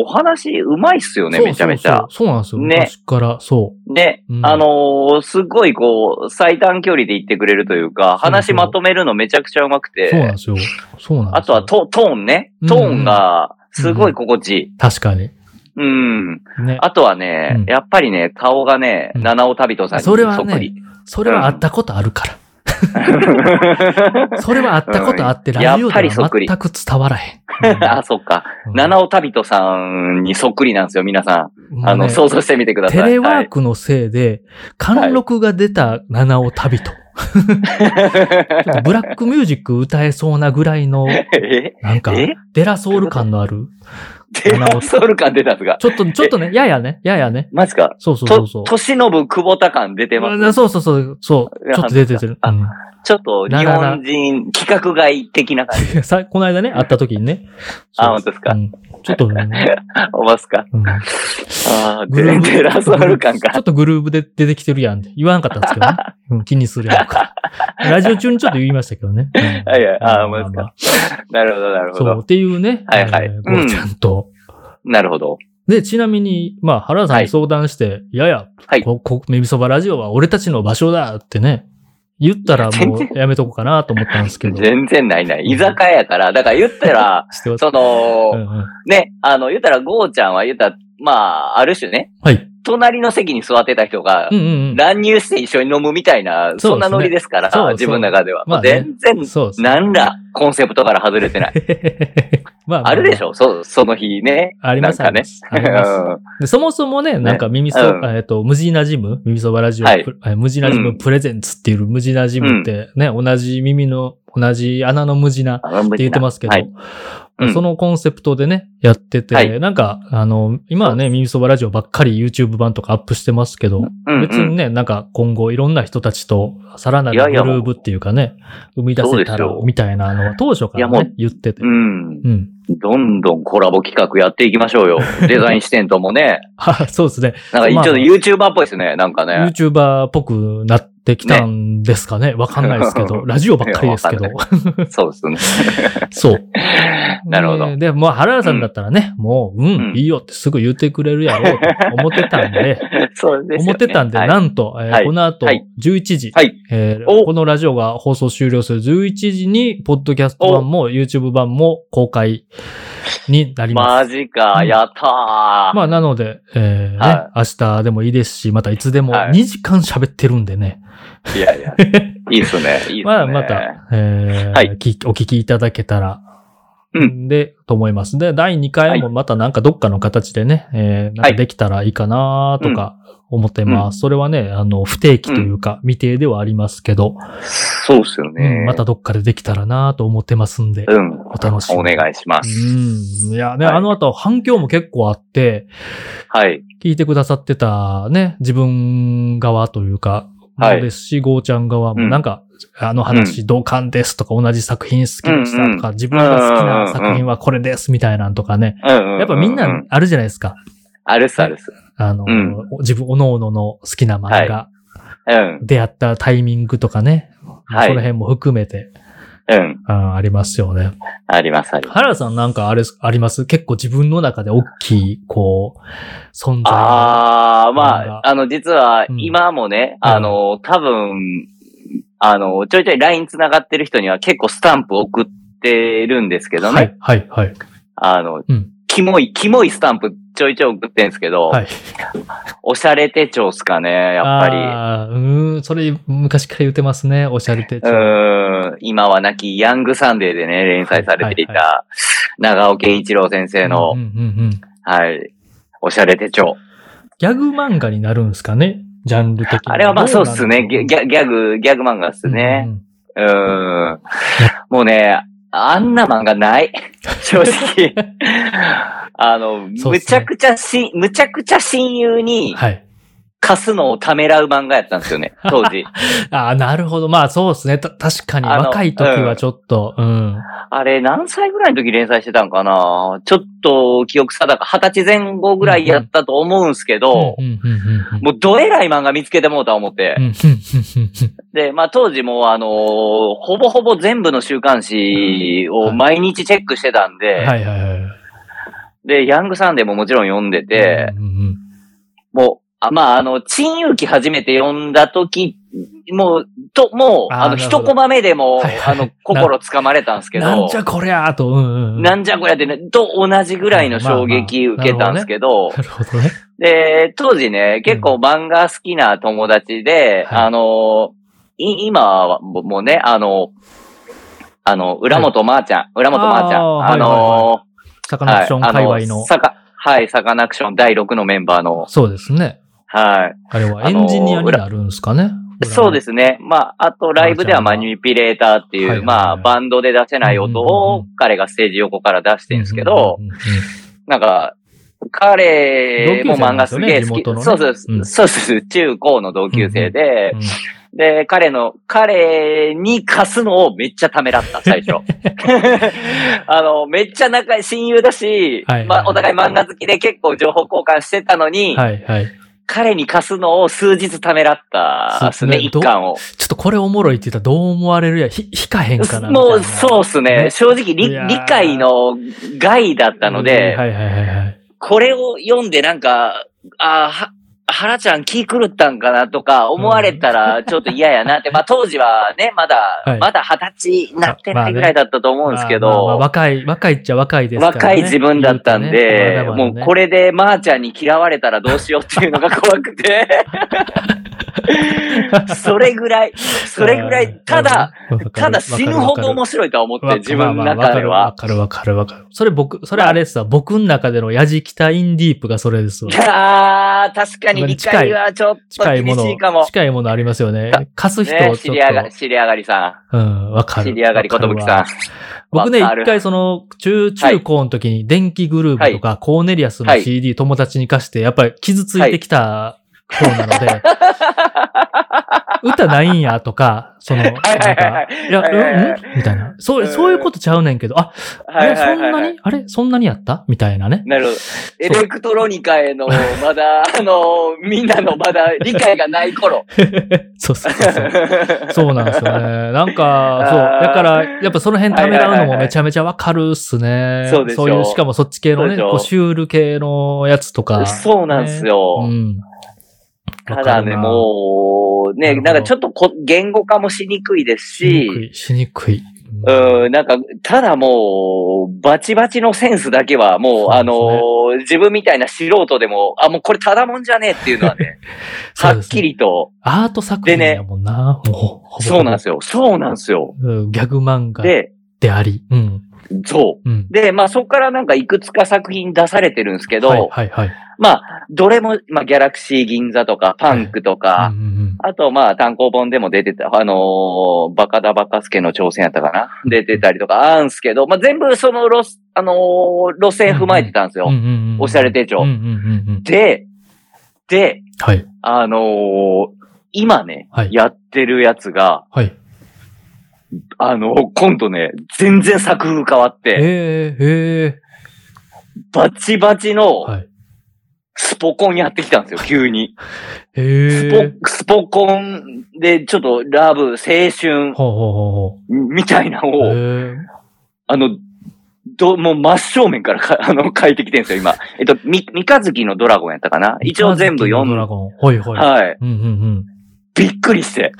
Speaker 1: お話うまいっすよね、
Speaker 2: そう
Speaker 1: めちゃめちゃ。
Speaker 2: そうそうそうなんですよ。
Speaker 1: ね
Speaker 2: 昔から、そ
Speaker 1: ね、
Speaker 2: うん
Speaker 1: あのーすごいこう、最短距離で言ってくれるというか、話まとめるのめちゃくちゃうまく
Speaker 2: う。そうなん
Speaker 1: て、
Speaker 2: ですよ。そうなんですよ。
Speaker 1: あとはトトーンね
Speaker 2: うん。
Speaker 1: トーンが、すごい心地いい。
Speaker 2: 確かに。
Speaker 1: うん。
Speaker 2: ね。
Speaker 1: あとはね、
Speaker 2: うん
Speaker 1: やっぱりね、顔がね、
Speaker 2: うん
Speaker 1: 七尾旅人さんにそ
Speaker 2: そ
Speaker 1: っ
Speaker 2: れは
Speaker 1: く
Speaker 2: ね
Speaker 1: り。、
Speaker 2: それは会ったことある から。それは会ったことあって、
Speaker 1: うん
Speaker 2: ラジ
Speaker 1: や
Speaker 2: オ
Speaker 1: っぱ
Speaker 2: で
Speaker 1: りそ
Speaker 2: は
Speaker 1: っくり
Speaker 2: 全く伝わらへん。うん
Speaker 1: あ、そっか。
Speaker 2: うん
Speaker 1: 七尾旅人さんにそっくりなんですよ、皆さん。
Speaker 2: も
Speaker 1: あ
Speaker 2: うね
Speaker 1: の、想像してみてください。
Speaker 2: テレワ
Speaker 1: は
Speaker 2: ー
Speaker 1: い
Speaker 2: クのせいで、貫禄が出た七尾 旅と。ちょっとブラックミュージック歌えそうなぐらいの、
Speaker 1: え
Speaker 2: なんか、
Speaker 1: え
Speaker 2: デラソウル感のある。
Speaker 1: テレワークソウル感出たんですが。
Speaker 2: ちょっと、ちょっとね、ややね、ややね。
Speaker 1: マジか。
Speaker 2: そうそうそ
Speaker 1: と、
Speaker 2: うそう。
Speaker 1: としのぶ久保田感出てます。
Speaker 2: うんそうそうそう、そう、ちょっと出ててる。
Speaker 1: あ
Speaker 2: うん
Speaker 1: ちょっと日本人規格外的な感じ。
Speaker 2: さこの間ね、会った時にね。
Speaker 1: あ、
Speaker 2: そう
Speaker 1: 本当ですか
Speaker 2: う。んちょっと ね、
Speaker 1: おますか。
Speaker 2: うん
Speaker 1: ああ、
Speaker 2: グル
Speaker 1: デ
Speaker 2: ー
Speaker 1: デラソール感
Speaker 2: ちょ
Speaker 1: か。
Speaker 2: っとグルーブで出てきてるやんって言わなかったんですけどね。うん気にするやん とか。ラジオ中にちょっと言いましたけどね。うん
Speaker 1: はいはいあー
Speaker 2: まま
Speaker 1: まあなるほど、なるほ
Speaker 2: そう、
Speaker 1: ど。
Speaker 2: っていうね。
Speaker 1: はいはい
Speaker 2: えーゴーちゃんと。
Speaker 1: なるほど。
Speaker 2: で、ちなみに、まあ、原田さんに相談して、いやや、
Speaker 1: はい
Speaker 2: こ、こ、耳そばラジオは俺たちの場所だってね、言ったらも
Speaker 1: 全
Speaker 2: う
Speaker 1: 然
Speaker 2: やめとこうかなと思ったんですけど。、
Speaker 1: 全然ないない。居酒屋やから、だから言ったら
Speaker 2: してます
Speaker 1: そ
Speaker 2: うん
Speaker 1: の、
Speaker 2: うん
Speaker 1: ね、あの、言ったら、ゴーちゃんは言ったら、まあ、ある種ね、
Speaker 2: はい。
Speaker 1: 隣の席に座ってた人が
Speaker 2: う、んうん
Speaker 1: 乱入して一緒に飲むみたいな、
Speaker 2: すね
Speaker 1: そんなノリですから、
Speaker 2: そうそう
Speaker 1: 自分の中では。
Speaker 2: まあね
Speaker 1: 全
Speaker 2: うん。
Speaker 1: 然、
Speaker 2: そうですね。
Speaker 1: なん ら、コンセプトから外れてない。
Speaker 2: ま
Speaker 1: あるでし
Speaker 2: ょ
Speaker 1: ょそう、その日ね。
Speaker 2: あります
Speaker 1: なんかね。
Speaker 2: ありますあり
Speaker 1: うん
Speaker 2: ますでそもそもね、なんか耳そ、
Speaker 1: うん
Speaker 2: えっと、無地なジム、耳そばラジオ、
Speaker 1: はい
Speaker 2: プえ無地なジム
Speaker 1: うん
Speaker 2: プレゼンツっていう無地なジムってね、同じ耳の、同じ穴の無地な
Speaker 1: あの
Speaker 2: って言ってますけど、
Speaker 1: はいうん
Speaker 2: そのコンセプトでね、やってて、
Speaker 1: はい
Speaker 2: なんか、あの、今はね、耳そばラジオばっかり YouTube 版とかアップしてますけど、
Speaker 1: うん
Speaker 2: 別にね、なんか今後いろんな人たちとさらなる
Speaker 1: いやいや
Speaker 2: グルーブっていうかね、生み出
Speaker 1: そう
Speaker 2: せ
Speaker 1: で
Speaker 2: た
Speaker 1: す
Speaker 2: ら
Speaker 1: よ
Speaker 2: みたいなのを当初か
Speaker 1: い
Speaker 2: ら
Speaker 1: やも
Speaker 2: ね
Speaker 1: う、
Speaker 2: 言ってて。
Speaker 1: う。
Speaker 2: うんん。
Speaker 1: どんどんコラボ企画やっていきましょう よ。デザイン視点ともね。
Speaker 2: はそうですね。
Speaker 1: なんか、ち
Speaker 2: まあ
Speaker 1: ょっと YouTuber っぽいですね。なんかね。
Speaker 2: YouTuber っぽくなってきたんですかね。わ、かんないですけ ど。ラジオばっかりですけど
Speaker 1: いや。そうですね。
Speaker 2: そう。
Speaker 1: なるほど
Speaker 2: ねで、もう原田さんだったらね、もう、うん、
Speaker 1: うん
Speaker 2: いいよってすぐ言ってくれるやろうと思ってたんで、
Speaker 1: そうですよね。
Speaker 2: 思ってたんで、
Speaker 1: はい
Speaker 2: なんと、えー
Speaker 1: はい
Speaker 2: この後
Speaker 1: はい
Speaker 2: 11時、
Speaker 1: はい
Speaker 2: えー
Speaker 1: お
Speaker 2: このラジオが放送終了する11時に、ポッドキャスト版も YouTube 版も公開になりま
Speaker 1: マ
Speaker 2: す。
Speaker 1: ジか、やったー。
Speaker 2: まあ、なので、えーね
Speaker 1: は
Speaker 2: 明日でもいいですし、またいつでも
Speaker 1: はい
Speaker 2: 2時間喋ってるんでね。
Speaker 1: いやいや。いいっすね。いいっすね。
Speaker 2: まあ、また、えー
Speaker 1: はい
Speaker 2: きお聞きいただけたら、
Speaker 1: う
Speaker 2: で、と思います。で、第2回もまたなんかどっかの形でね、えーなんかできたらいいかなとか思ってます、それはね、あの、不定期というか、未定ではありますけど、
Speaker 1: そうっすよ
Speaker 2: う
Speaker 1: ね
Speaker 2: ん。またどっかでできたらなと思ってますんで、
Speaker 1: うん。
Speaker 2: お楽しみ
Speaker 1: お
Speaker 2: に。
Speaker 1: 願いします。
Speaker 2: うん。いや、ね、
Speaker 1: はい
Speaker 2: あの後反響も結構あって、
Speaker 1: はい。
Speaker 2: 聞いてくださってたね、自分側というか、
Speaker 1: はい
Speaker 2: もですし、ゴーちゃん側も
Speaker 1: うん
Speaker 2: なんか、あの話同感ですとか、同じ作品好きでしたとか、自分が好きな作品はこれですみたいなんとかね、
Speaker 1: うんうんうんうん
Speaker 2: やっぱみんなあるじゃないですか。
Speaker 1: あるっす、あるっす。
Speaker 2: あの、
Speaker 1: うん
Speaker 2: 自分、おのおのの好きな漫画、
Speaker 1: うん。
Speaker 2: 出会ったタイミングとかね、
Speaker 1: はい
Speaker 2: その辺も含めて、
Speaker 1: うん。
Speaker 2: うんありますよね。
Speaker 1: あります、あります。
Speaker 2: 原田さんなんかあれ、あります結構自分の中で大きい、こう、存在が。
Speaker 1: あー、ま
Speaker 2: なん
Speaker 1: あ、あの、実は
Speaker 2: うん、
Speaker 1: 今もね、
Speaker 2: うん
Speaker 1: あの、多分、あの、ちょいちょい LINE 繋がってる人には結構スタンプ送ってるんですけどね。
Speaker 2: はい、はい、はい。
Speaker 1: あの、
Speaker 2: うん
Speaker 1: キモい、キモいスタンプちょいちょい送ってんですけど、
Speaker 2: はい。
Speaker 1: おしゃれ手帳っすかね、やっぱり。
Speaker 2: あーうーん、それ昔から言ってますね、おしゃれ手
Speaker 1: う
Speaker 2: 帳。
Speaker 1: ーん今は亡きヤングサンデーでね、連載されてい
Speaker 2: はい
Speaker 1: た、長尾健一郎先生の、
Speaker 2: うんうんうん
Speaker 1: はい、おしゃれ手帳。
Speaker 2: ギャグ漫画になるんですかねジャンル的に。
Speaker 1: あれはまあそうっすね。ギャ
Speaker 2: どう
Speaker 1: ギャギャグ、ギャグ漫画っす
Speaker 2: な
Speaker 1: ね。
Speaker 2: んだろ
Speaker 1: う
Speaker 2: う。
Speaker 1: ーん。もうね、あんな漫画ない。 正直。 あの、
Speaker 2: そうっ
Speaker 1: む
Speaker 2: す
Speaker 1: ち
Speaker 2: ね
Speaker 1: ゃくちゃし、むちゃくちゃ親友
Speaker 2: うん
Speaker 1: に
Speaker 2: はい。
Speaker 1: 貸すのをためらう漫画やったんですよ ね、当時。
Speaker 2: ああ、なるほど。まあそうですね。た、確かに
Speaker 1: あの
Speaker 2: 若い時はちょっと、うん。
Speaker 1: あれ、何歳ぐらいの時連載してたんかなちょっと記憶定か、二十歳前後ぐらいやったと思うんすけど、
Speaker 2: うんうんうんうん
Speaker 1: もうどえらい漫画見つけてもうた思って
Speaker 2: う。んうんうん
Speaker 1: で、まあ当時もうあのーほぼほぼ全部の週刊誌を毎日チェックしてたん
Speaker 2: うん
Speaker 1: で、
Speaker 2: はいはいはい。
Speaker 1: で、ヤングサンデーももちろん読んでて、
Speaker 2: うんうん
Speaker 1: もう、あまああの、珍遊記初めて読んだ時、もう、と、もう、あの、
Speaker 2: あーなるほど
Speaker 1: 一コマ目でも、
Speaker 2: はいは
Speaker 1: あ
Speaker 2: い
Speaker 1: の、心つかまれたんです
Speaker 2: う
Speaker 1: け
Speaker 2: ん
Speaker 1: ど、
Speaker 2: なんじゃこりゃーと、うんうんうん。
Speaker 1: なんじゃこりゃってね、と同じぐらいの衝撃受けたんですけど、
Speaker 2: なるほどね。
Speaker 1: で、当時ね、結構漫画好きな友達で、
Speaker 2: はい
Speaker 1: あの、い今はももうね、あの、あの、浦本まーちゃん、浦本まーちゃん、
Speaker 2: あー
Speaker 1: あの、
Speaker 2: サカナクション界
Speaker 1: は
Speaker 2: 隈
Speaker 1: い、あ
Speaker 2: の
Speaker 1: の、。サカ、はい、サカナクション第6のメンバーの、
Speaker 2: そうですね。
Speaker 1: は
Speaker 2: あれはエンジニアになるんですかね。。
Speaker 1: い。そうですすね。まあ、あとライブでは
Speaker 2: まー
Speaker 1: マ
Speaker 2: ちゃんが
Speaker 1: ニュピレーターっていう、
Speaker 2: はいはいはい
Speaker 1: まあ、バンドで出せない音
Speaker 2: うんうん
Speaker 1: を
Speaker 2: う
Speaker 1: 彼がステージ横から出してるんですけど、
Speaker 2: うんうんうんうん、
Speaker 1: なんか、彼も漫画すげえ好き。
Speaker 2: 同級生なんですよね地元のね
Speaker 1: そうそう、そ
Speaker 2: うん
Speaker 1: うそう、中高の同級生で、
Speaker 2: うん
Speaker 1: で、彼の、彼に貸すのをめっちゃためらった、 最初。あの、めっちゃ仲、親友だし、
Speaker 2: はいはい
Speaker 1: まあ、お互い漫画好きで結構情報交換してたのに、
Speaker 2: はいはい。
Speaker 1: 彼に貸すのを数日ためらったですね、
Speaker 2: そうです
Speaker 1: 一
Speaker 2: ね
Speaker 1: 巻を。
Speaker 2: ちょっとこれおもろいって言ったらどう思われるや、ひ、引かへんかなみたいな。
Speaker 1: もう、そうっす
Speaker 2: ね
Speaker 1: ね。正直、理
Speaker 2: いやー
Speaker 1: 理解の外だったので、
Speaker 2: はいはいはいはい。
Speaker 1: これを読んでなんか、あーは原ちゃん気狂ったんかなとか思われたらちょっと嫌やな って、まあ当時はね、まだ、
Speaker 2: はい
Speaker 1: まだ二十歳になってないぐらいだったと思うんですけ
Speaker 2: まあまあまあ
Speaker 1: ど、
Speaker 2: 若い、若いっちゃ若いですからね。
Speaker 1: 若い自分だったんで、もうこ
Speaker 2: れ。
Speaker 1: れでまーちゃんに嫌われたらどうしようっていうのが怖く て、それぐらい、それぐらい、ただ、
Speaker 2: わかる、
Speaker 1: ただ死ぬほど面白いとは思って、自分の中で
Speaker 2: わ
Speaker 1: は。
Speaker 2: かるわかるわかる。それ僕、それあれですわ。僕の中でのヤジキタインディープがそれ ですわ。
Speaker 1: あー、確かに理解はちょっと
Speaker 2: 近いも
Speaker 1: 厳し
Speaker 2: の
Speaker 1: いか、も。
Speaker 2: 近いものありますよね
Speaker 1: た。
Speaker 2: 貸す人
Speaker 1: ね
Speaker 2: を、
Speaker 1: 知
Speaker 2: ちょっ
Speaker 1: り上がり、
Speaker 2: と。
Speaker 1: 知り上がりさ
Speaker 2: うん、わか
Speaker 1: ん。
Speaker 2: る。
Speaker 1: 知り上がりことぶきさん。
Speaker 2: 僕ね、
Speaker 1: わかる
Speaker 2: 一回その、中、中高の時に電気グループとか、コーネリアスの
Speaker 1: はい
Speaker 2: CD 友達に貸して、やっぱり傷ついてきた方なので、 歌ないんやとか、その、なんか、
Speaker 1: はいはいはい
Speaker 2: や、
Speaker 1: は
Speaker 2: う
Speaker 1: いはいはい
Speaker 2: んみたいな。そう、
Speaker 1: うん
Speaker 2: そういうことちゃうねんけど、あ、あ
Speaker 1: はい
Speaker 2: れ、
Speaker 1: は
Speaker 2: そ
Speaker 1: い
Speaker 2: ん
Speaker 1: はいは
Speaker 2: ないに。あれ、そんなにやったみたいなね。
Speaker 1: なるほど。エレクトロニカへの、まだ、あの、みんなのまだ理解がない頃。
Speaker 2: そうそうそうそう。そうなんですよ ね。なんか、そう。
Speaker 1: あー
Speaker 2: だから、やっぱその辺ためらうのもめちゃめちゃわかるっすね。
Speaker 1: そうでしょ
Speaker 2: いう、しかもそっち系の
Speaker 1: そうで
Speaker 2: ね、
Speaker 1: しょ
Speaker 2: こうシュール系のやつとか。
Speaker 1: そうなんですよ。
Speaker 2: うん。
Speaker 1: ただね、もう、ね、
Speaker 2: なるほど
Speaker 1: なんかちょっとこ言語化もしにくいです
Speaker 2: う。しにく
Speaker 1: し、
Speaker 2: い、しにくい。
Speaker 1: うん、なんか、ただもう、バチバチのセンスだけは、もう、
Speaker 2: そうですね
Speaker 1: あの、自分みたいな素人でも、あ、もうこれただもんじゃねえっていうのはね、
Speaker 2: そ
Speaker 1: は
Speaker 2: うで
Speaker 1: っ
Speaker 2: すね
Speaker 1: き。りと、
Speaker 2: アート作品やもんな。もうほぼ、。
Speaker 1: そうなんですすよ。そうなんですよ。
Speaker 2: うんギャグ漫画
Speaker 1: で、
Speaker 2: であり。うん。
Speaker 1: そう。
Speaker 2: うん。
Speaker 1: で、まあそこからなんかいくつか作品出されてるんですけど、
Speaker 2: はいはいはい。
Speaker 1: まあ、どれも、まあギャラクシー銀座とか、パンクとか
Speaker 2: う、んうんうん
Speaker 1: あと、まあ、単行本でも出てた、あのーバカダバカスケの挑戦やったかな出てたりとか、あんすけど、まあ、全部その路、あのー路線踏まえてたんですよ。
Speaker 2: うんうんうん。
Speaker 1: おしゃれ手帳
Speaker 2: うんうんうんうん。
Speaker 1: で、で、
Speaker 2: はい。
Speaker 1: あのー今ね、
Speaker 2: はい
Speaker 1: やってるやつが、
Speaker 2: はい。
Speaker 1: あのー今度ね、全然作風変わって、
Speaker 2: ええ、え
Speaker 1: バチバチ
Speaker 2: え。は
Speaker 1: の
Speaker 2: い。
Speaker 1: スポコンやってきたんですよ、急に。ス
Speaker 2: へえ。
Speaker 1: ポ、スポコンで、ちょっとラブ、青春、
Speaker 2: ほうほうほ
Speaker 1: みたいなの
Speaker 2: うほう。
Speaker 1: を、
Speaker 2: へえ
Speaker 1: あの、ど、もう真正面から か、あの、書いてきてるんですよ、今。えっと、み、三日月のドラゴンやったかな一応全部読
Speaker 2: ド
Speaker 1: ん
Speaker 2: ラゴン。ほいほい。
Speaker 1: はい。
Speaker 2: うんうん
Speaker 1: びっくり して。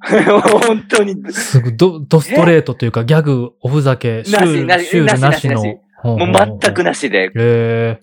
Speaker 1: 本当に、
Speaker 2: うん。すぐド、ドストレートというか、ギャグ、おふざけ、シュー
Speaker 1: な
Speaker 2: ル、
Speaker 1: し
Speaker 2: シュールな
Speaker 1: なし
Speaker 2: し
Speaker 1: なしなし
Speaker 2: の。ほほ
Speaker 1: も
Speaker 2: ほ
Speaker 1: う全く。なしで、
Speaker 2: へえ。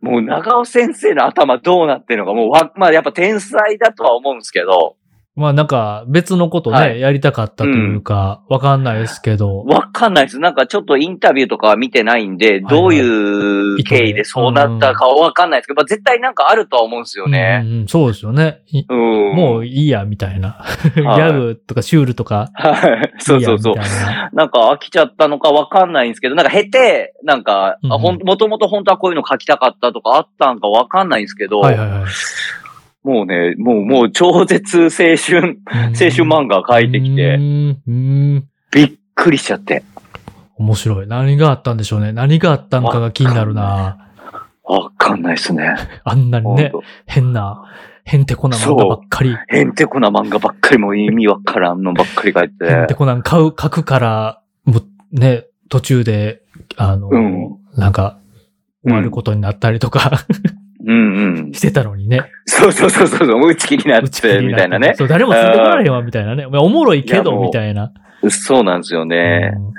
Speaker 1: もう長尾先生の頭どうなってるのか、もうわ、まあやっぱ天才だとは思うんですけど、
Speaker 2: まあなんか、別のこと
Speaker 1: は
Speaker 2: ね、
Speaker 1: い
Speaker 2: やりたかったというか、わかんないですけど。
Speaker 1: わかんないです。なんかちょっとインタビューとかは見てないんで、
Speaker 2: はい
Speaker 1: どういう経緯でそうなったかはわかんないですけど、まあ絶対なんかあるとは思うんですよね。
Speaker 2: うんうんうんそうですよね。い
Speaker 1: うん。
Speaker 2: も
Speaker 1: う、
Speaker 2: ういいや、みたいな。ギャグとかシュールとか。
Speaker 1: はい。そうそうそう
Speaker 2: いい。やみたいな
Speaker 1: なんか飽きちゃったのかわかんないんですけど、なんか減って、なんか、
Speaker 2: うん
Speaker 1: あほん、もともと本当はこういうの書きたかったとかあったんかわかんないんですけど、
Speaker 2: はいはいはい。
Speaker 1: もうね、もう、もう超絶青春、青
Speaker 2: 青
Speaker 1: 春漫画書いてき
Speaker 2: う
Speaker 1: て、
Speaker 2: ーんうーん。
Speaker 1: びっくりしちゃって。
Speaker 2: 面白い。何があったんでしょうね。何があったんかが気になるな。
Speaker 1: わかんないですね。
Speaker 2: あんなに
Speaker 1: ほん
Speaker 2: ね、
Speaker 1: と
Speaker 2: 変な、へんてこな漫画ばっかり。
Speaker 1: へんてこな漫画ばっかりもう意味わからんのばっかり書いて。
Speaker 2: へんてこなん買う、書くから、もうね、途中で、あの、
Speaker 1: うん
Speaker 2: なんか、
Speaker 1: うん
Speaker 2: 終わることになったりとか
Speaker 1: うんうん。
Speaker 2: してたのにね。
Speaker 1: そうそうそうそうそう、打ち切りになっ
Speaker 2: 打ち切り
Speaker 1: て、
Speaker 2: に
Speaker 1: み
Speaker 2: な
Speaker 1: たいなね。
Speaker 2: そう、誰もついてこられへんわ、みたいなね。おもろいけ
Speaker 1: いや
Speaker 2: ど、
Speaker 1: もう
Speaker 2: みたいな。
Speaker 1: そうなんですよね。
Speaker 2: うん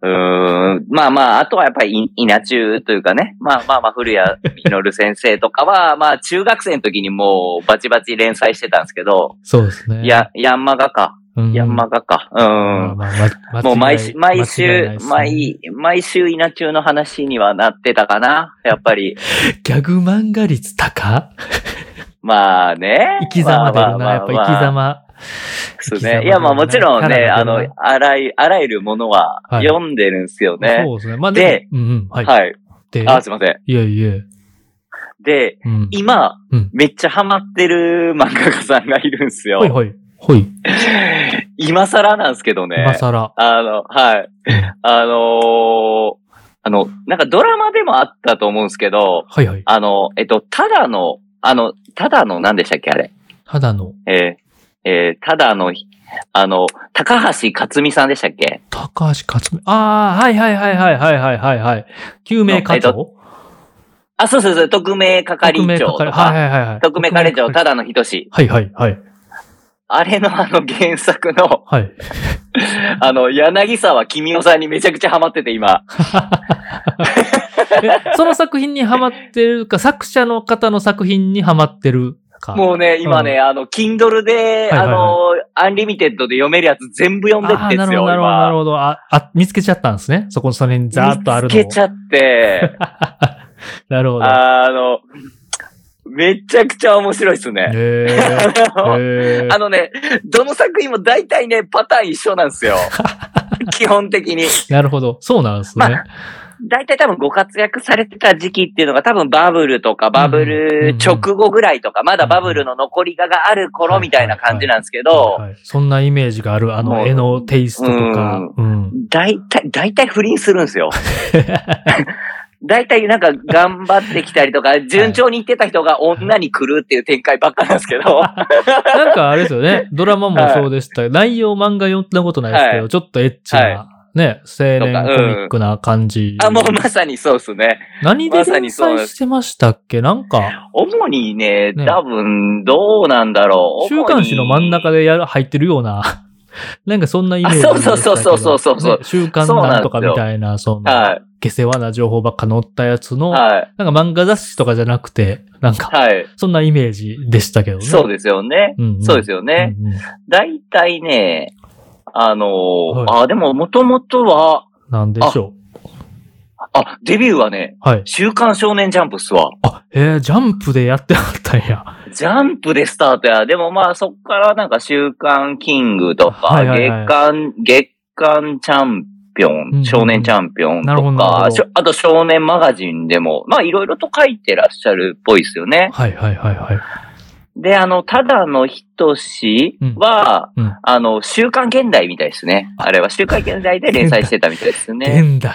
Speaker 1: うーんまあまあ、あとはやっぱりい稲中というかね、まあまあまあ、古谷実先生とかは、まあ中学生の時にもうバチバチ連載してたんですけど、
Speaker 2: そうですね。
Speaker 1: や、ヤンマガか、
Speaker 2: うん、
Speaker 1: ヤンマガか、う
Speaker 2: まあ
Speaker 1: ん。
Speaker 2: まあま
Speaker 1: もう
Speaker 2: 間違
Speaker 1: 毎
Speaker 2: い
Speaker 1: 週、毎
Speaker 2: 間違い
Speaker 1: 週毎、毎
Speaker 2: ないで、すね
Speaker 1: 週稲中の話にはなってたかな、やっぱり。
Speaker 2: ギャグ漫画率高
Speaker 1: まあね。
Speaker 2: 生き様出るな、やっぱ生き
Speaker 1: まあ。
Speaker 2: 様。
Speaker 1: そう
Speaker 2: 生き様
Speaker 1: ね。いや、まあもちろん
Speaker 2: 出る
Speaker 1: ね、
Speaker 2: な
Speaker 1: あの、あらゆ、あらゆるものは
Speaker 2: はい
Speaker 1: 読んでるんですよね。
Speaker 2: そうですね。まあ
Speaker 1: で
Speaker 2: もうんうん、はい。
Speaker 1: はい。
Speaker 2: で、
Speaker 1: あ、すいません。
Speaker 2: いやいや、
Speaker 1: で、
Speaker 2: うん。
Speaker 1: 今、
Speaker 2: うん
Speaker 1: めっちゃハマってる漫画家さんがいるんすよ。
Speaker 2: ほいほい、ほい、
Speaker 1: 今更なんですけど
Speaker 2: 今
Speaker 1: ね。
Speaker 2: 更。
Speaker 1: あの、はい。あのーあの、なんかドラマでもあったと思うんですけど、
Speaker 2: はいはい。
Speaker 1: あの、えっと、ただの、あの、ただの、何でしたっけ、あれ。
Speaker 2: ただの、
Speaker 1: えーえーただの、あの、高橋克実さんでしたっけ
Speaker 2: 高橋克美。ああ、はいはいはいはいはいはいはいはい。救命活動
Speaker 1: あ、そうそうそう、匿名係長と
Speaker 2: 係
Speaker 1: か、
Speaker 2: はいはいはいはい。
Speaker 1: 匿名係長、ただの人志。
Speaker 2: はいはいはい。
Speaker 1: あれのあの原作の、
Speaker 2: はい。
Speaker 1: あの、柳沢君夫さんにめちゃくちゃハマってて、今。
Speaker 2: えその作品にハマってるか、作者の方の作品にハマってるか。
Speaker 1: もうね、今ね、あの、Kindle で、
Speaker 2: はいはいはい
Speaker 1: あの、アンリミテッドで読めるやつ全部読んで
Speaker 2: あ
Speaker 1: っ
Speaker 2: ー
Speaker 1: てん
Speaker 2: な
Speaker 1: す
Speaker 2: るほ
Speaker 1: よ、
Speaker 2: ど、なるほど、なる
Speaker 1: 今。
Speaker 2: ほど。あ、あ、見つけちゃったんですね。そこ、それにザーッとあるのを。
Speaker 1: 見つけちゃ って、
Speaker 2: なるほど。
Speaker 1: あの、めちゃくちゃ面白いっすね。
Speaker 2: へー
Speaker 1: あの
Speaker 2: へー
Speaker 1: あのね、どの作品も大体ね、パターン一緒なん ですよ。基本的に。
Speaker 2: なるほど。そうなんですね。
Speaker 1: 大体多分ご活躍されてた時期っていうのが多分バブルとかバブル直後ぐらいとか、まだバブルの残りががある頃みたいな感じなんですけど、
Speaker 2: はいはいそんなイメージがある、あ
Speaker 1: も
Speaker 2: の
Speaker 1: う
Speaker 2: 絵のテイストとか。うん。
Speaker 1: 大体、大体不倫するん ですよ。大体なんか頑張ってきたりとか、順調にいってた人が女に来るっていう展開ばっかなんですけど、
Speaker 2: なんかあれです よね。ドラマもそうでした。内容漫画読んだことないですけど、
Speaker 1: は
Speaker 2: ちょっとエッチな、
Speaker 1: はい
Speaker 2: ね、青年コ
Speaker 1: とかうん
Speaker 2: ミックな感じ。
Speaker 1: あ、もうまさにそうですね。
Speaker 2: 何で
Speaker 1: まさに
Speaker 2: 連
Speaker 1: そうで
Speaker 2: 載
Speaker 1: す
Speaker 2: してましたっけなんか、
Speaker 1: 主にね、
Speaker 2: ね
Speaker 1: 多分どうなんだろう。
Speaker 2: 週刊誌の真ん中
Speaker 1: で。
Speaker 2: でやる入ってるような、 なんかそんなイメージでしたけど。
Speaker 1: あそうそうそうそうそうそう
Speaker 2: ね週刊なんとかみたいな、その、
Speaker 1: はい。
Speaker 2: 下世話な情報ばっか載ったやつの、
Speaker 1: はい。
Speaker 2: なんか漫画雑誌とかじゃなくて、なん か、
Speaker 1: はい。
Speaker 2: そんなイメージでしたけどね。
Speaker 1: そうですよね。
Speaker 2: うんうん
Speaker 1: そうですよね。
Speaker 2: うんうん
Speaker 1: 大体ね、あのー
Speaker 2: は
Speaker 1: あ、でももともとは、
Speaker 2: なんでしょう。
Speaker 1: あ、デビューはね、
Speaker 2: はい。
Speaker 1: 週刊少年ジャンプっすわ。
Speaker 2: あ、えー、ジャンプでやってあったんや。
Speaker 1: ジャンプでスタートや。でもまあそっからなんか週刊キングとか、
Speaker 2: はいはいは
Speaker 1: 月
Speaker 2: い
Speaker 1: 刊、月刊チャンピオ
Speaker 2: うんうん
Speaker 1: ン、少年チャンピオン
Speaker 2: なるほど
Speaker 1: と
Speaker 2: なるほ
Speaker 1: か
Speaker 2: ど、
Speaker 1: しょあと少年マガジンでも、まあいろいろと書いてらっしゃるっぽいですよね。
Speaker 2: はいはいはいはい。
Speaker 1: で、あの、ただのひとしは、
Speaker 2: うんうん
Speaker 1: あの、週刊現代みたいですね。あれは週刊現代で連載してたみたいです ね。
Speaker 2: 現代。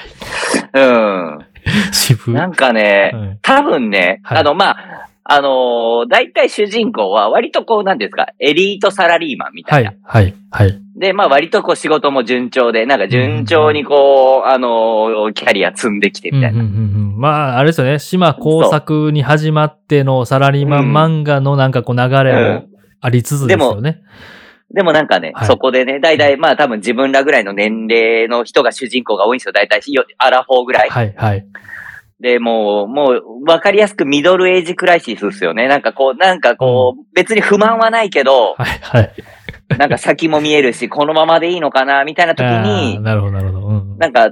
Speaker 1: うん。
Speaker 2: 渋い。
Speaker 1: なんかね、
Speaker 2: はい
Speaker 1: 多分ね、
Speaker 2: はい
Speaker 1: あの、まあ、あのー大体主人公は割とこう、なんていうんですか、エリートサラリーマンみた
Speaker 2: はい
Speaker 1: な。
Speaker 2: いはいはい。
Speaker 1: で、まあ割とこう仕事も順調で、なんか順調にこう、あのーキャリア積んできてみたいな。
Speaker 2: うんうんうんうんまあ、あれですよね。島工作に始まってのサラリーマン漫画のなんかこう流れもありつつですよね。
Speaker 1: でもなんかね、
Speaker 2: はい
Speaker 1: そこでね、大体まあ多分自分らぐらいの年齢の人が主人公が多いんですよ。大体よアラフォーぐらい。
Speaker 2: はいはい。
Speaker 1: で、もう、もう、わかりやすくミドルエイジクライシスですよね。なんかこう、なんかこう、別に不満はないけど、
Speaker 2: はいはい。
Speaker 1: なんか先も見えるし、このままでいいのかな、みたいな時
Speaker 2: あー
Speaker 1: に、
Speaker 2: なるほどなるほど。うん
Speaker 1: なんか、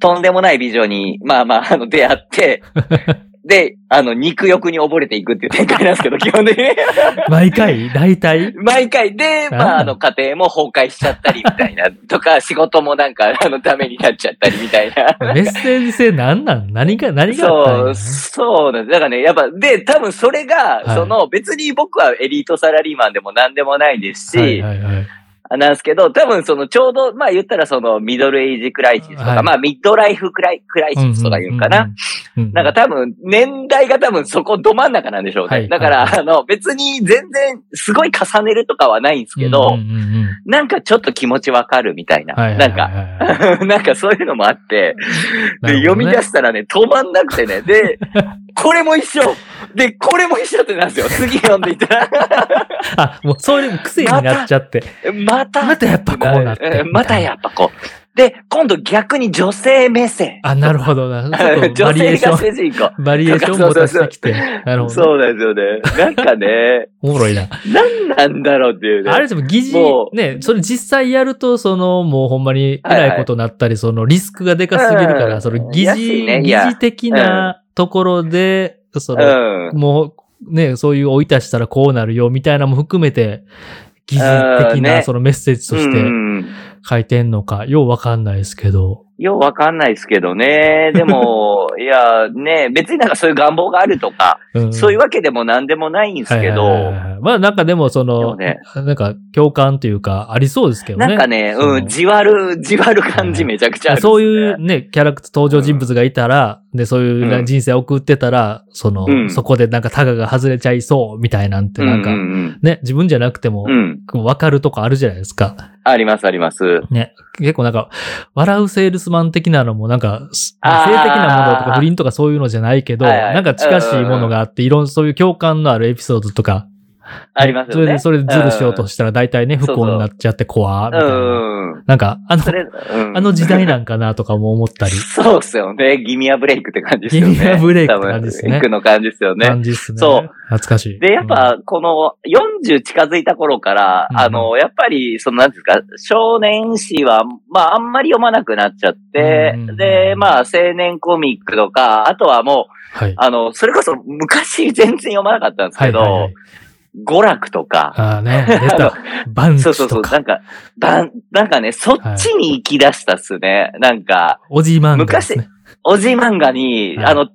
Speaker 1: とんでもない美女に、まあまあ、あの、出会 って、で、あの、肉欲に溺れていくっていう展開なんですけど、基本的に。
Speaker 2: 毎回大体
Speaker 1: 毎回、で、まあ、あの、家庭も崩壊しちゃったり、みたいな、と か、仕事もなんか、あの、ダメになっちゃったり、みたいな。
Speaker 2: メッセージ性何なん何が、何があったん
Speaker 1: そう、
Speaker 2: や
Speaker 1: そうなんです。だからね、やっぱ、で、多分それが、
Speaker 2: はい
Speaker 1: その、別に僕はエリートサラリーマンでも何でもないですし、
Speaker 2: はいはいはい。
Speaker 1: なんですけど、多分その、ちょうど、まあ言ったらその、ミドルエイジクライシスとか、
Speaker 2: はい
Speaker 1: まあミッドライフクライクライシスとか言うんかな。
Speaker 2: うんうんうん。
Speaker 1: なんか
Speaker 2: か、
Speaker 1: 多分、年代が多分そこど真ん中なんでしょうね。
Speaker 2: はい
Speaker 1: だから、
Speaker 2: は
Speaker 1: あの、別に全然、すごい重ねるとかはないんですけど、
Speaker 2: うんうんうん
Speaker 1: なんかちょっと気持ちわかるみたいな。
Speaker 2: はいはい
Speaker 1: な
Speaker 2: はい
Speaker 1: んか、
Speaker 2: はい。
Speaker 1: なんか そういうのもあって、
Speaker 2: なる
Speaker 1: で、
Speaker 2: ほ
Speaker 1: 読
Speaker 2: ど
Speaker 1: み
Speaker 2: ね
Speaker 1: 出したらね、止まんなくてね、で、これも一緒で、これも一緒ってなんですよ。次読んでいたら、
Speaker 2: あ、もうそれ癖になっちゃって。
Speaker 1: また、
Speaker 2: またやっぱこうなって
Speaker 1: うん。またやっぱこう。で、今度逆に女性目線。
Speaker 2: あ、なるほどな。 ちょっとバ
Speaker 1: 女
Speaker 2: リエ
Speaker 1: 性
Speaker 2: ーシ
Speaker 1: が
Speaker 2: ョ
Speaker 1: 主人公。
Speaker 2: ン、バリエーション
Speaker 1: そ
Speaker 2: 持
Speaker 1: うそ
Speaker 2: た
Speaker 1: うそ
Speaker 2: せ
Speaker 1: う
Speaker 2: てきて。なるほど。
Speaker 1: そうなんですよね。なんか ね、
Speaker 2: おもろいな。
Speaker 1: 何なんだろうっていうね。
Speaker 2: あれでも疑
Speaker 1: も
Speaker 2: 似、ね、それ実際やると、その、もうほんまに、えらいことになったり、その、リスクがでかすぎるか
Speaker 1: う
Speaker 2: ら、
Speaker 1: ん
Speaker 2: その、疑
Speaker 1: 安い
Speaker 2: 似、
Speaker 1: ねい
Speaker 2: 疑
Speaker 1: や
Speaker 2: 似的なところで、その、
Speaker 1: うん。
Speaker 2: もう、ね、そういう追い足したらこうなるよ、みたいなのも含めて、疑似
Speaker 1: う
Speaker 2: 的
Speaker 1: ん
Speaker 2: な、
Speaker 1: ね
Speaker 2: そのメッセージとし
Speaker 1: う
Speaker 2: て
Speaker 1: ん
Speaker 2: 書いてんのか、ようわかんないですけど。
Speaker 1: ようわかんないですけどね。で も、いや、ね、別になんかそういう願望があるとか、
Speaker 2: うん
Speaker 1: そういうわけでも何でもないんですけど、
Speaker 2: はいはいはいはいまあなんかでもそ
Speaker 1: で
Speaker 2: の、
Speaker 1: もね
Speaker 2: なんか共感というかありそうですけどね。
Speaker 1: なんかね、
Speaker 2: その
Speaker 1: うん、じわる、じわる感じめちゃくちゃある、
Speaker 2: そういう。ね、キャラクター、登場人物がいたら、で、そういうな
Speaker 1: うん
Speaker 2: 人生を送ってたら、その、
Speaker 1: うん
Speaker 2: そこでなんかタガが外れちゃいそうみたいなんて、
Speaker 1: うん
Speaker 2: な
Speaker 1: うん
Speaker 2: か、
Speaker 1: ん
Speaker 2: ね、自分じゃなくても
Speaker 1: うん。う、ん。
Speaker 2: わかるとこあるじゃないですか。
Speaker 1: あります、あります。
Speaker 2: ね。結構なんか、笑うセールスマン的なのもなんか、す性的
Speaker 1: あー
Speaker 2: なものとか不倫とかそういうのじゃないけど、
Speaker 1: はいはい
Speaker 2: なんか近しいものがあって、いろんなそういう共感のあるエピソードとか、
Speaker 1: ありますよね。
Speaker 2: それで、それでズルしようとしたら大体ね、不
Speaker 1: そうそう
Speaker 2: 幸になっちゃって怖、みたいな。
Speaker 1: うん。
Speaker 2: なんか、あの
Speaker 1: そ、れ、うん
Speaker 2: あの時代なんかなとかも思ったり。
Speaker 1: そうっすよね。ギミアブレイクって感じですよね。
Speaker 2: ギミアブレイクって感じですね
Speaker 1: 多分ギミアブレイクの感じですよね。
Speaker 2: 感じっすね。
Speaker 1: そう。
Speaker 2: 懐かしい。
Speaker 1: で、やっぱ、この40近づいた頃から、
Speaker 2: うん
Speaker 1: あの、やっぱり、その、なんていうんですか、少年誌は、まあ、あんまり読まなくなっちゃって
Speaker 2: うん、
Speaker 1: で、まあ、青年コミックとか、あとはもう、
Speaker 2: うん、はい。
Speaker 1: あの、それこそ昔全然読まなかったんです
Speaker 2: は
Speaker 1: け
Speaker 2: い
Speaker 1: ど、
Speaker 2: はいはい。
Speaker 1: 娯楽とか、
Speaker 2: ああね、出た。バンチ
Speaker 1: そうそうそ
Speaker 2: と
Speaker 1: う、
Speaker 2: か、
Speaker 1: なんか、だんなんかね、そっちに行き出したっすね。なんか、
Speaker 2: おじい漫画ですね。
Speaker 1: おじ漫画に、
Speaker 2: はい
Speaker 1: あの、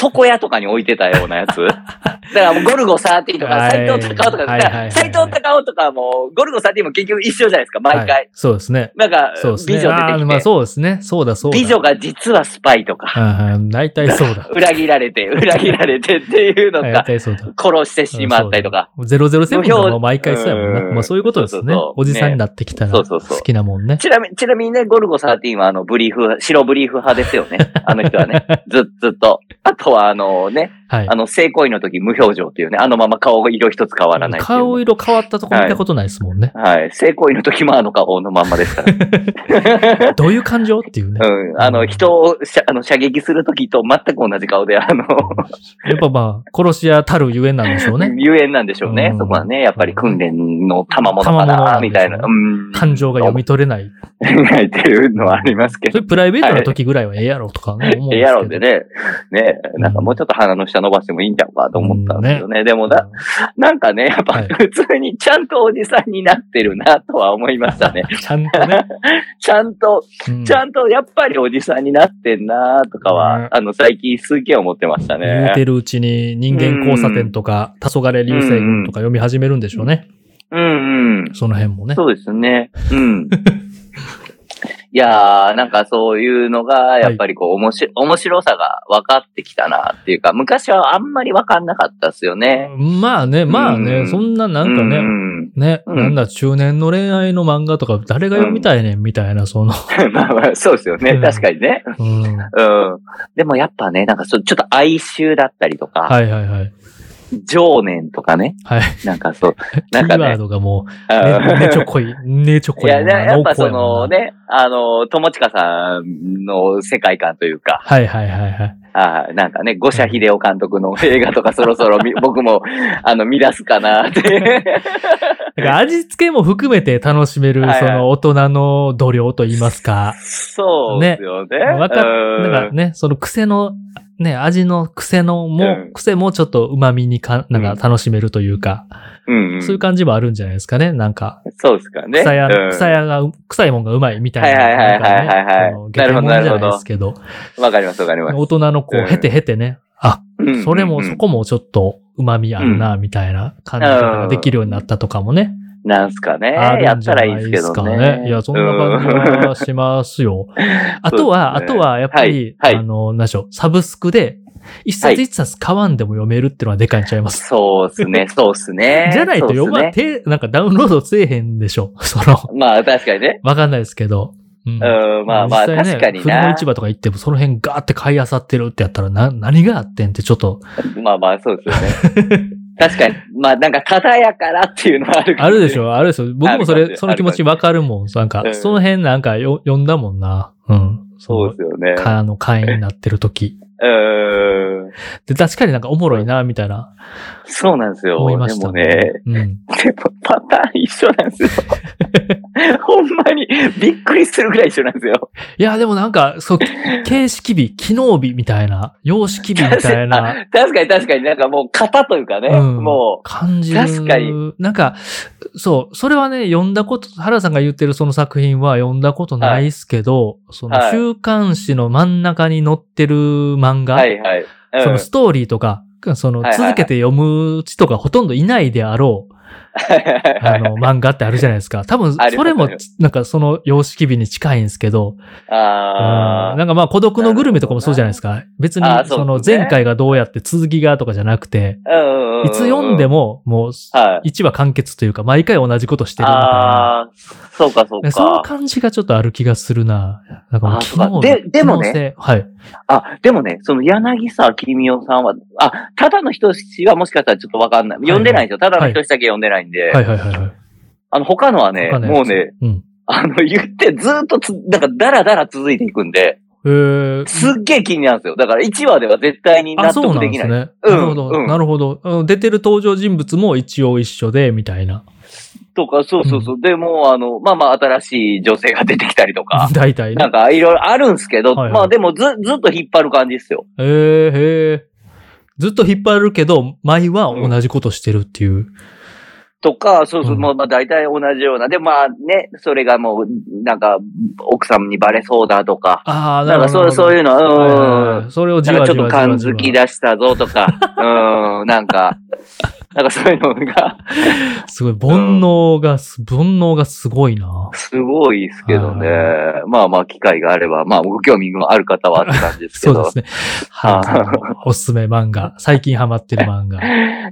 Speaker 1: 床屋とかに置いてたようなや つ。だからもうゴルゴ13と
Speaker 2: は
Speaker 1: か、
Speaker 2: い
Speaker 1: 斎藤隆夫とか、
Speaker 2: は
Speaker 1: だ
Speaker 2: い
Speaker 1: か
Speaker 2: はいはい
Speaker 1: ら斎藤隆夫とかも、ゴルゴ13も結局一緒じゃないですか、毎
Speaker 2: は
Speaker 1: 回。
Speaker 2: い。そうですね。
Speaker 1: なんか、
Speaker 2: そうですね。
Speaker 1: 美女
Speaker 2: あ
Speaker 1: 出
Speaker 2: ーまあ
Speaker 1: てきて、
Speaker 2: そうですね。そうだそうだ。
Speaker 1: 美女が実はスパイとか、
Speaker 2: ああ、大体そうだ。
Speaker 1: 裏切られて、裏切られてっていうの
Speaker 2: 大
Speaker 1: が、
Speaker 2: 体そうだ。
Speaker 1: 殺してしまったりとか。
Speaker 2: ゼロゼロセブンも毎回そうやもんな。
Speaker 1: うん
Speaker 2: まあそういうことです
Speaker 1: そう
Speaker 2: ね
Speaker 1: そうそう。
Speaker 2: おじさんになってきたら
Speaker 1: ねそうそうそう
Speaker 2: 好きなもんね。
Speaker 1: ちなみに、ちなみにね、ゴルゴ13はあの、ブリーフ、白ブリーフ派ですよね。あの人は ね。ずっずっと。あとはあのね、
Speaker 2: はい
Speaker 1: あ。の、性行為の時無表情っていうね、あのまま顔色一つ変わらないっていうね。
Speaker 2: 顔色変わったとこ見たことないですもんね。
Speaker 1: はい。性行為の時もあの顔のまんまです から。
Speaker 2: どういう感情っていうね。
Speaker 1: うん。あの、人をしゃあの射撃する時と全く同じ顔で、あの、
Speaker 2: やっぱまあ、殺し屋たるゆえんなんでしょうね。
Speaker 1: ゆえんなんでしょうね
Speaker 2: う。ん
Speaker 1: そこはね、やっぱり訓練の賜物か
Speaker 2: 賜物な
Speaker 1: な、
Speaker 2: んでしょうね
Speaker 1: みたいな。うん。
Speaker 2: 感 情が読み取れない。
Speaker 1: ないっていうのはありますけ
Speaker 2: そ
Speaker 1: ど。
Speaker 2: れプライベートの時ぐらいはええやろとかね思うんですけど。
Speaker 1: ええやろうでね。ね、なんかもうちょっと鼻の下伸ばしてもいいんちゃうかと思ったんですよね。で
Speaker 2: う
Speaker 1: も
Speaker 2: ん。
Speaker 1: だ、なんかね、やっ
Speaker 2: は
Speaker 1: ぱ
Speaker 2: い
Speaker 1: 普通にちゃんとおじさんになってるなとは思いま したね。
Speaker 2: ちゃんとね。
Speaker 1: ちゃんと
Speaker 2: うん
Speaker 1: ちゃんとやっぱりおじさんになってんなとかは、
Speaker 2: ね
Speaker 1: あの、最近すげえ思ってました
Speaker 2: 言う
Speaker 1: ね。
Speaker 2: てるうちに人間交差点とか、黄昏流星群とか読み始めるんでしょうね。
Speaker 1: うんうん。
Speaker 2: その辺もね。
Speaker 1: そうですね。うん。 いやー、なんかそういうのが、やっぱりこう、おもし、面白さが分かってきたなっていうか、昔はあんまり分かんなかったっすよね。
Speaker 2: まあね、まあ
Speaker 1: う
Speaker 2: ね、
Speaker 1: ん
Speaker 2: そんななんか
Speaker 1: う
Speaker 2: ね、
Speaker 1: ん
Speaker 2: ね、
Speaker 1: うん
Speaker 2: なんだ、中年の恋愛の漫画とか誰が読みたいねんみたい な、その、
Speaker 1: うん。まあまあ、そうですよ
Speaker 2: う
Speaker 1: ね。
Speaker 2: ん
Speaker 1: 確かにね。
Speaker 2: うん。
Speaker 1: うん。でもやっぱね、なんかそうちょっと哀愁だったりとか、
Speaker 2: はいはいはい。
Speaker 1: 情念とかね。
Speaker 2: はい。
Speaker 1: なんかそう、
Speaker 2: キ
Speaker 1: なんか
Speaker 2: ー
Speaker 1: ね
Speaker 2: ワー ドがもう、
Speaker 1: うん
Speaker 2: ね、ねちょこい、ねちょこ
Speaker 1: い
Speaker 2: い。
Speaker 1: や、なやっぱ
Speaker 2: 濃厚
Speaker 1: そ
Speaker 2: もんな
Speaker 1: の。ね、あの、友近さんの世界観というか、
Speaker 2: はいはいはいはい。
Speaker 1: あーなんかね、五社秀夫監督の映画と かそろそろみ僕も、あの、見出すかなって。
Speaker 2: だから味付けも含めて楽しめる
Speaker 1: はいは、い
Speaker 2: その大人の度量と言いますか。
Speaker 1: そうですよね。
Speaker 2: わかっ
Speaker 1: う
Speaker 2: なんかね、その癖の、ね、味の癖のも、
Speaker 1: うん
Speaker 2: 癖もちょっと旨味にか、なん
Speaker 1: うん
Speaker 2: か楽しめるというか、
Speaker 1: うんうん
Speaker 2: そういう感じもあるんじゃないですかね、なんか。
Speaker 1: そうですかね。
Speaker 2: 草屋、
Speaker 1: うん
Speaker 2: 草屋が、臭いもんがうまいみたいな。
Speaker 1: はいはいはいはいはいはい
Speaker 2: な
Speaker 1: なんるほ
Speaker 2: かね
Speaker 1: ど
Speaker 2: ゲテモンじゃないですけど、
Speaker 1: わかりますわかります。
Speaker 2: 大人のこ
Speaker 1: う
Speaker 2: う、
Speaker 1: ん
Speaker 2: へてへてね、あ、
Speaker 1: うん
Speaker 2: それ
Speaker 1: う
Speaker 2: も、
Speaker 1: んうん
Speaker 2: そこもちょっと旨味あるな、みたいな感じができるようになったとかもね、
Speaker 1: なんすかね。
Speaker 2: あ
Speaker 1: や
Speaker 2: るん
Speaker 1: っ
Speaker 2: じゃ
Speaker 1: た
Speaker 2: な
Speaker 1: らいいです
Speaker 2: いで
Speaker 1: け
Speaker 2: す
Speaker 1: ど
Speaker 2: か
Speaker 1: ね。
Speaker 2: ね。いや、そんな感じ
Speaker 1: うん
Speaker 2: はしますよ。あと
Speaker 1: そ
Speaker 2: は、
Speaker 1: う
Speaker 2: あ
Speaker 1: です
Speaker 2: と
Speaker 1: ね
Speaker 2: は、やっぱり、
Speaker 1: はいはい
Speaker 2: あの、何でしょう、サブスクで、一冊一冊買わんでも読めるっていうのはでかいんちゃいます。
Speaker 1: そうっす ね、そうっすね。
Speaker 2: じゃないと読ま、
Speaker 1: そうっすね。
Speaker 2: て、なんかダウンロードせえへんでしょ。その、
Speaker 1: まあ確かにね。
Speaker 2: わかんないですけど。うん
Speaker 1: うん、まあまあ
Speaker 2: 実際
Speaker 1: 確かに
Speaker 2: 不動
Speaker 1: な
Speaker 2: 市。場とか行っても、その辺ガーって買い漁ってるってやったら、な、何があってんってちょっと、
Speaker 1: まあまあ、そうですよね。確かに。まあ、なんか、ただやからっていうのはあるかも
Speaker 2: あるで
Speaker 1: し
Speaker 2: し
Speaker 1: れない。
Speaker 2: ょ、あるで しょ。僕もそ
Speaker 1: あるか
Speaker 2: れ、
Speaker 1: も
Speaker 2: その気持ちわかるもん。なんか
Speaker 1: う、ん
Speaker 2: その辺なんかよ読んだもんな。うん。
Speaker 1: そう
Speaker 2: の
Speaker 1: ですよね。
Speaker 2: かあの、会員になってる時。
Speaker 1: うーん。
Speaker 2: で、確かになんかおもろいな、みたいな、
Speaker 1: そうなんですよ。
Speaker 2: 思いました
Speaker 1: でもね、
Speaker 2: うん。
Speaker 1: でもパターン一緒なん ですよ。ほんまに、びっくりするぐらい一緒なんですよ。
Speaker 2: いや、でもなんか、 そう、形式日、機能日みたいな、様式日みたいな
Speaker 1: 確かに確かになんかもう型というかね、
Speaker 2: うん
Speaker 1: も
Speaker 2: 感じる。
Speaker 1: 確かに。
Speaker 2: なんか、そう、それはね、読んだこと、原さんが言ってるその作品は読んだことないっすけど、その
Speaker 1: はい
Speaker 2: 週刊誌の真ん中に載ってる漫
Speaker 1: う、
Speaker 2: 画、
Speaker 1: はいはい。うん
Speaker 2: そのストーリーとか、その
Speaker 1: はいはいはい
Speaker 2: 続けて読む人がほとんどいないであろう、あの、漫画ってあるじゃないですか。多分、
Speaker 1: あります
Speaker 2: それも
Speaker 1: ありま、
Speaker 2: なんかその様式美に近いんですけど、
Speaker 1: あ
Speaker 2: う
Speaker 1: ー
Speaker 2: んなんかまあ、孤独のグルメとかもそうじゃないですか。別に
Speaker 1: あー、そう
Speaker 2: その
Speaker 1: で、すね
Speaker 2: 前回がどうやって続きがとかじゃなくて、
Speaker 1: うんうんうんうん
Speaker 2: いつ読んで、も、もう、
Speaker 1: はい。
Speaker 2: 一話完結というか、毎回同じことしてるみたいな。
Speaker 1: ああ、そうかそう
Speaker 2: でその
Speaker 1: か。
Speaker 2: 感じがちょっとある気がするな。なんかもう
Speaker 1: あー
Speaker 2: 昨日
Speaker 1: そう
Speaker 2: の
Speaker 1: かででもね
Speaker 2: 可能性はい。
Speaker 1: あ、でもね、その柳沢君雄さんは、あ、ただの人志はもしかしたらちょっとわかんない。
Speaker 2: い
Speaker 1: 読んでないんですよ。ただの人志だけ読んでないんで。
Speaker 2: はいはいはいはい。
Speaker 1: あの、他のはね、
Speaker 2: 他のやつ
Speaker 1: もうね、
Speaker 2: うん。
Speaker 1: あの、言ってずーっとつ、なんかダラダラ続いていくんで、
Speaker 2: えー、
Speaker 1: すっげえ気になるんですよ。だから1話では絶対に納
Speaker 2: あ、そう
Speaker 1: 得
Speaker 2: な
Speaker 1: で
Speaker 2: んで
Speaker 1: き
Speaker 2: す
Speaker 1: ない。
Speaker 2: ね。
Speaker 1: うん
Speaker 2: なるほど、
Speaker 1: うん
Speaker 2: なるほど。あの出てる登場人物も一応一緒で、みたいな。、
Speaker 1: とか、そうそうそう。でも、あの、まあまあ、新しい女性が出てきたりとか
Speaker 2: 大体
Speaker 1: なん
Speaker 2: ね。
Speaker 1: か、いろいろあるんすけど、
Speaker 2: はいはい
Speaker 1: まあ、でも、ず、ずっと引っ張る感じっすよ。
Speaker 2: えー、へーずっと引っ張るけど、前は同じことしてるっていう。
Speaker 1: とか、そうそう、
Speaker 2: うん
Speaker 1: まあ、まあ、大体同じような。で、まあ、ね、それがもう、なんか、奥さんにバレそうだとか、
Speaker 2: ああ、な
Speaker 1: な
Speaker 2: る
Speaker 1: ん
Speaker 2: ほ
Speaker 1: か、
Speaker 2: ど。
Speaker 1: そう、そういうの、
Speaker 2: はいは
Speaker 1: う
Speaker 2: い
Speaker 1: ん
Speaker 2: は。いそれをじ
Speaker 1: なん
Speaker 2: わ
Speaker 1: かち
Speaker 2: じ
Speaker 1: ょっと
Speaker 2: わじわ
Speaker 1: 感
Speaker 2: じわ
Speaker 1: づき出したぞとか、うん、なんか、なんかそういうのが、
Speaker 2: すごい、煩悩がす、 煩悩がすごいな。
Speaker 1: すごいですけどね
Speaker 2: は。
Speaker 1: まあまあ、機会があれば、まあ、ご興味がある方はって感じですけ
Speaker 2: そ
Speaker 1: ど。
Speaker 2: うですね。
Speaker 1: あ
Speaker 2: は
Speaker 1: ー
Speaker 2: いその。おすすめ漫画。最近ハマってる漫画。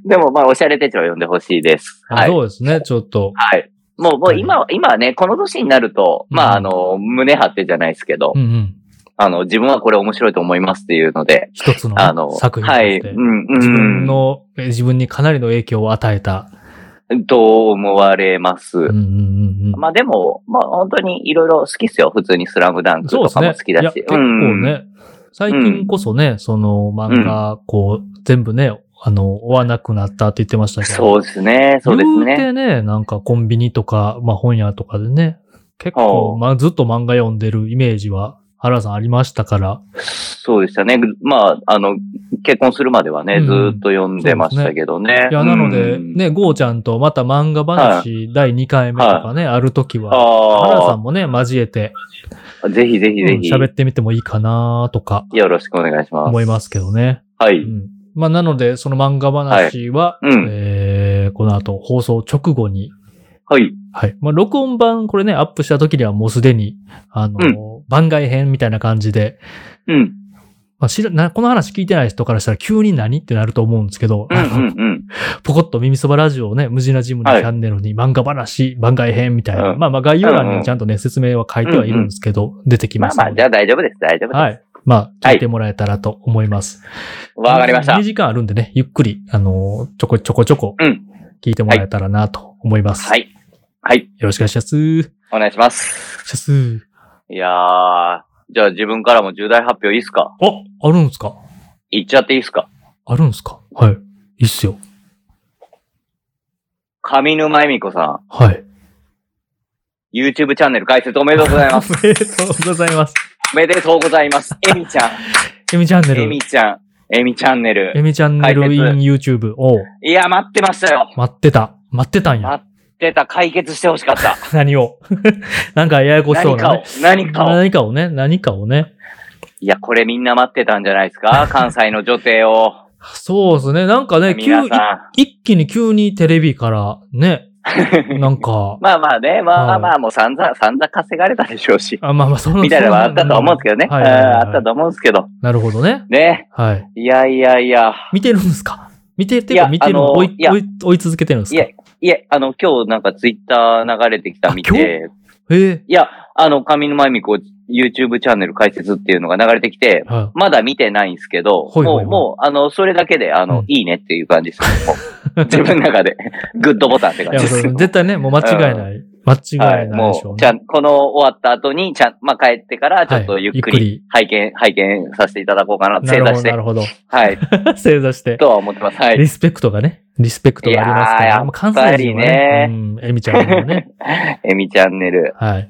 Speaker 1: でも、まあ、おしゃれ手帳を読んでほしいです。
Speaker 2: あ
Speaker 1: はい。
Speaker 2: そうですね、ちょっと。
Speaker 1: はい。もう、もう今は、今はね、この年になると、まあ、
Speaker 2: う
Speaker 1: あ
Speaker 2: ん
Speaker 1: の、胸張ってじゃないですけど
Speaker 2: う、んうん。
Speaker 1: あの、自分はこれ面白いと思いますっていうので、
Speaker 2: 一つの
Speaker 1: あの、
Speaker 2: 作品と
Speaker 1: は
Speaker 2: し
Speaker 1: い。
Speaker 2: て
Speaker 1: う。ん、うん。
Speaker 2: 自分の、え自分にかなりの影響を与えた。
Speaker 1: と思われます。
Speaker 2: うんうんうんうん。
Speaker 1: まあでも、まあ本当にいろいろ好きっすよ。普通にスラムダンク
Speaker 2: そう
Speaker 1: と
Speaker 2: で
Speaker 1: かも
Speaker 2: すね
Speaker 1: 好。きだ
Speaker 2: いや
Speaker 1: し。
Speaker 2: 結構ね、最近こそね、その漫画、こう、全部ね、あの、追わなくなったって言ってました
Speaker 1: うん。
Speaker 2: けど。
Speaker 1: そうですね。そうです
Speaker 2: 言う
Speaker 1: ね。
Speaker 2: てね、なんかコンビニとか、まあ本屋とかでね、結
Speaker 1: ほ
Speaker 2: 構、
Speaker 1: う
Speaker 2: まあずっと漫画読んでるイメージは、原さんありましたから。
Speaker 1: そうでしたね。まあ、あの、結婚するまではね、
Speaker 2: うん
Speaker 1: ずーっと読んでましたけどね。
Speaker 2: いや、なので、
Speaker 1: うん、
Speaker 2: ね、ゴーちゃんとまた漫画話第2回目とかね、あるときは、原さ
Speaker 1: あ
Speaker 2: んもね、交えて、
Speaker 1: あ、ぜひぜひ
Speaker 2: うん
Speaker 1: ぜひ、
Speaker 2: 喋ってみてもいいかなとか
Speaker 1: よろしくお願いします。
Speaker 2: 思いますけどね。
Speaker 1: は
Speaker 2: う
Speaker 1: い。
Speaker 2: ん。まあなので、その漫画話は、
Speaker 1: はいうん
Speaker 2: えーこの後放送直後に
Speaker 1: はい。
Speaker 2: はい。まあ、録音版、これね、アップした時にはもうすでに、あの、番外編みたいな感じで、
Speaker 1: うん。
Speaker 2: まあ、知らな、この話聞いてない人からしたら急に何ってなると思うんですけど、
Speaker 1: うんうん うん。
Speaker 2: ポコッと耳そばラジオをね、無事なジムの
Speaker 1: は
Speaker 2: チ
Speaker 1: い
Speaker 2: ャンネルに漫画話、番外編みたいな、
Speaker 1: うん
Speaker 2: まあまあ概要欄にちゃんとね、説明は書いてはいるんですけど、出てき
Speaker 1: ま
Speaker 2: ま
Speaker 1: あ
Speaker 2: す
Speaker 1: まあ、
Speaker 2: の
Speaker 1: じ
Speaker 2: で。
Speaker 1: ゃあ大丈夫です。大丈夫
Speaker 2: は
Speaker 1: です。
Speaker 2: い。まあ、聞いてもらえたらと思います。
Speaker 1: わ、かりました
Speaker 2: 2。時間あるんでね、ゆっくり、あの、ちょこちょこちょこ
Speaker 1: うん、
Speaker 2: 聞いてもらえたらなと思います。
Speaker 1: は。い。はい。
Speaker 2: よろしくお願いします。し
Speaker 1: お願いします。
Speaker 2: ます。
Speaker 1: いやー、じゃあ自分からも重大発表いいっすか
Speaker 2: あ、あるんですか
Speaker 1: 言っちゃっていいっすか
Speaker 2: あるんすかはい。いいっすよ。
Speaker 1: 上沼恵美子さ
Speaker 2: はい。
Speaker 1: ん、YouTube チャンネル開設おめでとうございます。
Speaker 2: おめでとうございます。
Speaker 1: おめでとうございます。えみちゃ
Speaker 2: エミチャンネ
Speaker 1: ん、え
Speaker 2: ル
Speaker 1: み。ちゃん、えみチャンネ
Speaker 2: エ
Speaker 1: ル。
Speaker 2: ミチャンネル
Speaker 1: 解
Speaker 2: in
Speaker 1: 説
Speaker 2: YouTube を
Speaker 1: いや、待ってましたよ。
Speaker 2: 待ってた。待ってたんや。
Speaker 1: 待出た、解決してほしかった。
Speaker 2: 何を。なんかややこしそう
Speaker 1: 何
Speaker 2: な
Speaker 1: か
Speaker 2: ね
Speaker 1: を。、何かを。
Speaker 2: 何かをね、何かをね。
Speaker 1: いや、これみんな待ってたんじゃないですか 関西の女帝を。
Speaker 2: そうですね。なんかね、急、
Speaker 1: 皆さん。
Speaker 2: 一気に急にテレビから ね、なんか、
Speaker 1: まあまあね、ま
Speaker 2: は
Speaker 1: あ
Speaker 2: い
Speaker 1: まあ、もう散々、散々稼がれたでしょうし。
Speaker 2: あまあまあ、その
Speaker 1: みたいなのはあったとは思うんですけどね。
Speaker 2: はいはいはい
Speaker 1: うんあったと思うんですけど。
Speaker 2: なるほどね。
Speaker 1: ね。
Speaker 2: はい。
Speaker 1: いやいやいや。
Speaker 2: 見てるんですか見て、て
Speaker 1: い
Speaker 2: か
Speaker 1: や
Speaker 2: 見てるの
Speaker 1: あの
Speaker 2: 追い
Speaker 1: いや
Speaker 2: 追い追い続けてるんですか
Speaker 1: いいえ、あの、今日なんかツイッター流れてきた見
Speaker 2: あ今
Speaker 1: て、
Speaker 2: え
Speaker 1: いや、あの、上沼恵美子 YouTube チャンネル開設っていうのが流れてきて
Speaker 2: え、は
Speaker 1: まだ見てないんですけど、
Speaker 2: ほいほいほい
Speaker 1: もう、もう、あの、それだけで、あの、
Speaker 2: うん
Speaker 1: いいねっていう感じ です。もう自分の中で、グッドボタンって
Speaker 2: い。い
Speaker 1: 感
Speaker 2: や、
Speaker 1: じで
Speaker 2: そ
Speaker 1: す
Speaker 2: う。絶対ね、もう間違いない。間違い
Speaker 1: はい、
Speaker 2: ない
Speaker 1: も
Speaker 2: でしょう
Speaker 1: う、
Speaker 2: ね
Speaker 1: ち。ゃん、この終わった後に、ちゃん、まあ、帰ってから、ちょっと
Speaker 2: はい
Speaker 1: ゆっく
Speaker 2: ゆっ
Speaker 1: り、拝見、拝見させていただこうかな、
Speaker 2: な
Speaker 1: 正
Speaker 2: る
Speaker 1: 座
Speaker 2: ほど、
Speaker 1: して
Speaker 2: な。るほど。
Speaker 1: はい、
Speaker 2: 正座して。
Speaker 1: とは思ってます。はい。
Speaker 2: リスペクトがね、リスペクトがありますか
Speaker 1: いや
Speaker 2: ら、
Speaker 1: ー
Speaker 2: まあ関西人は
Speaker 1: や
Speaker 2: ね
Speaker 1: っぱ、り
Speaker 2: うん、エミちゃんも ね、
Speaker 1: えみチャンネル。
Speaker 2: はい。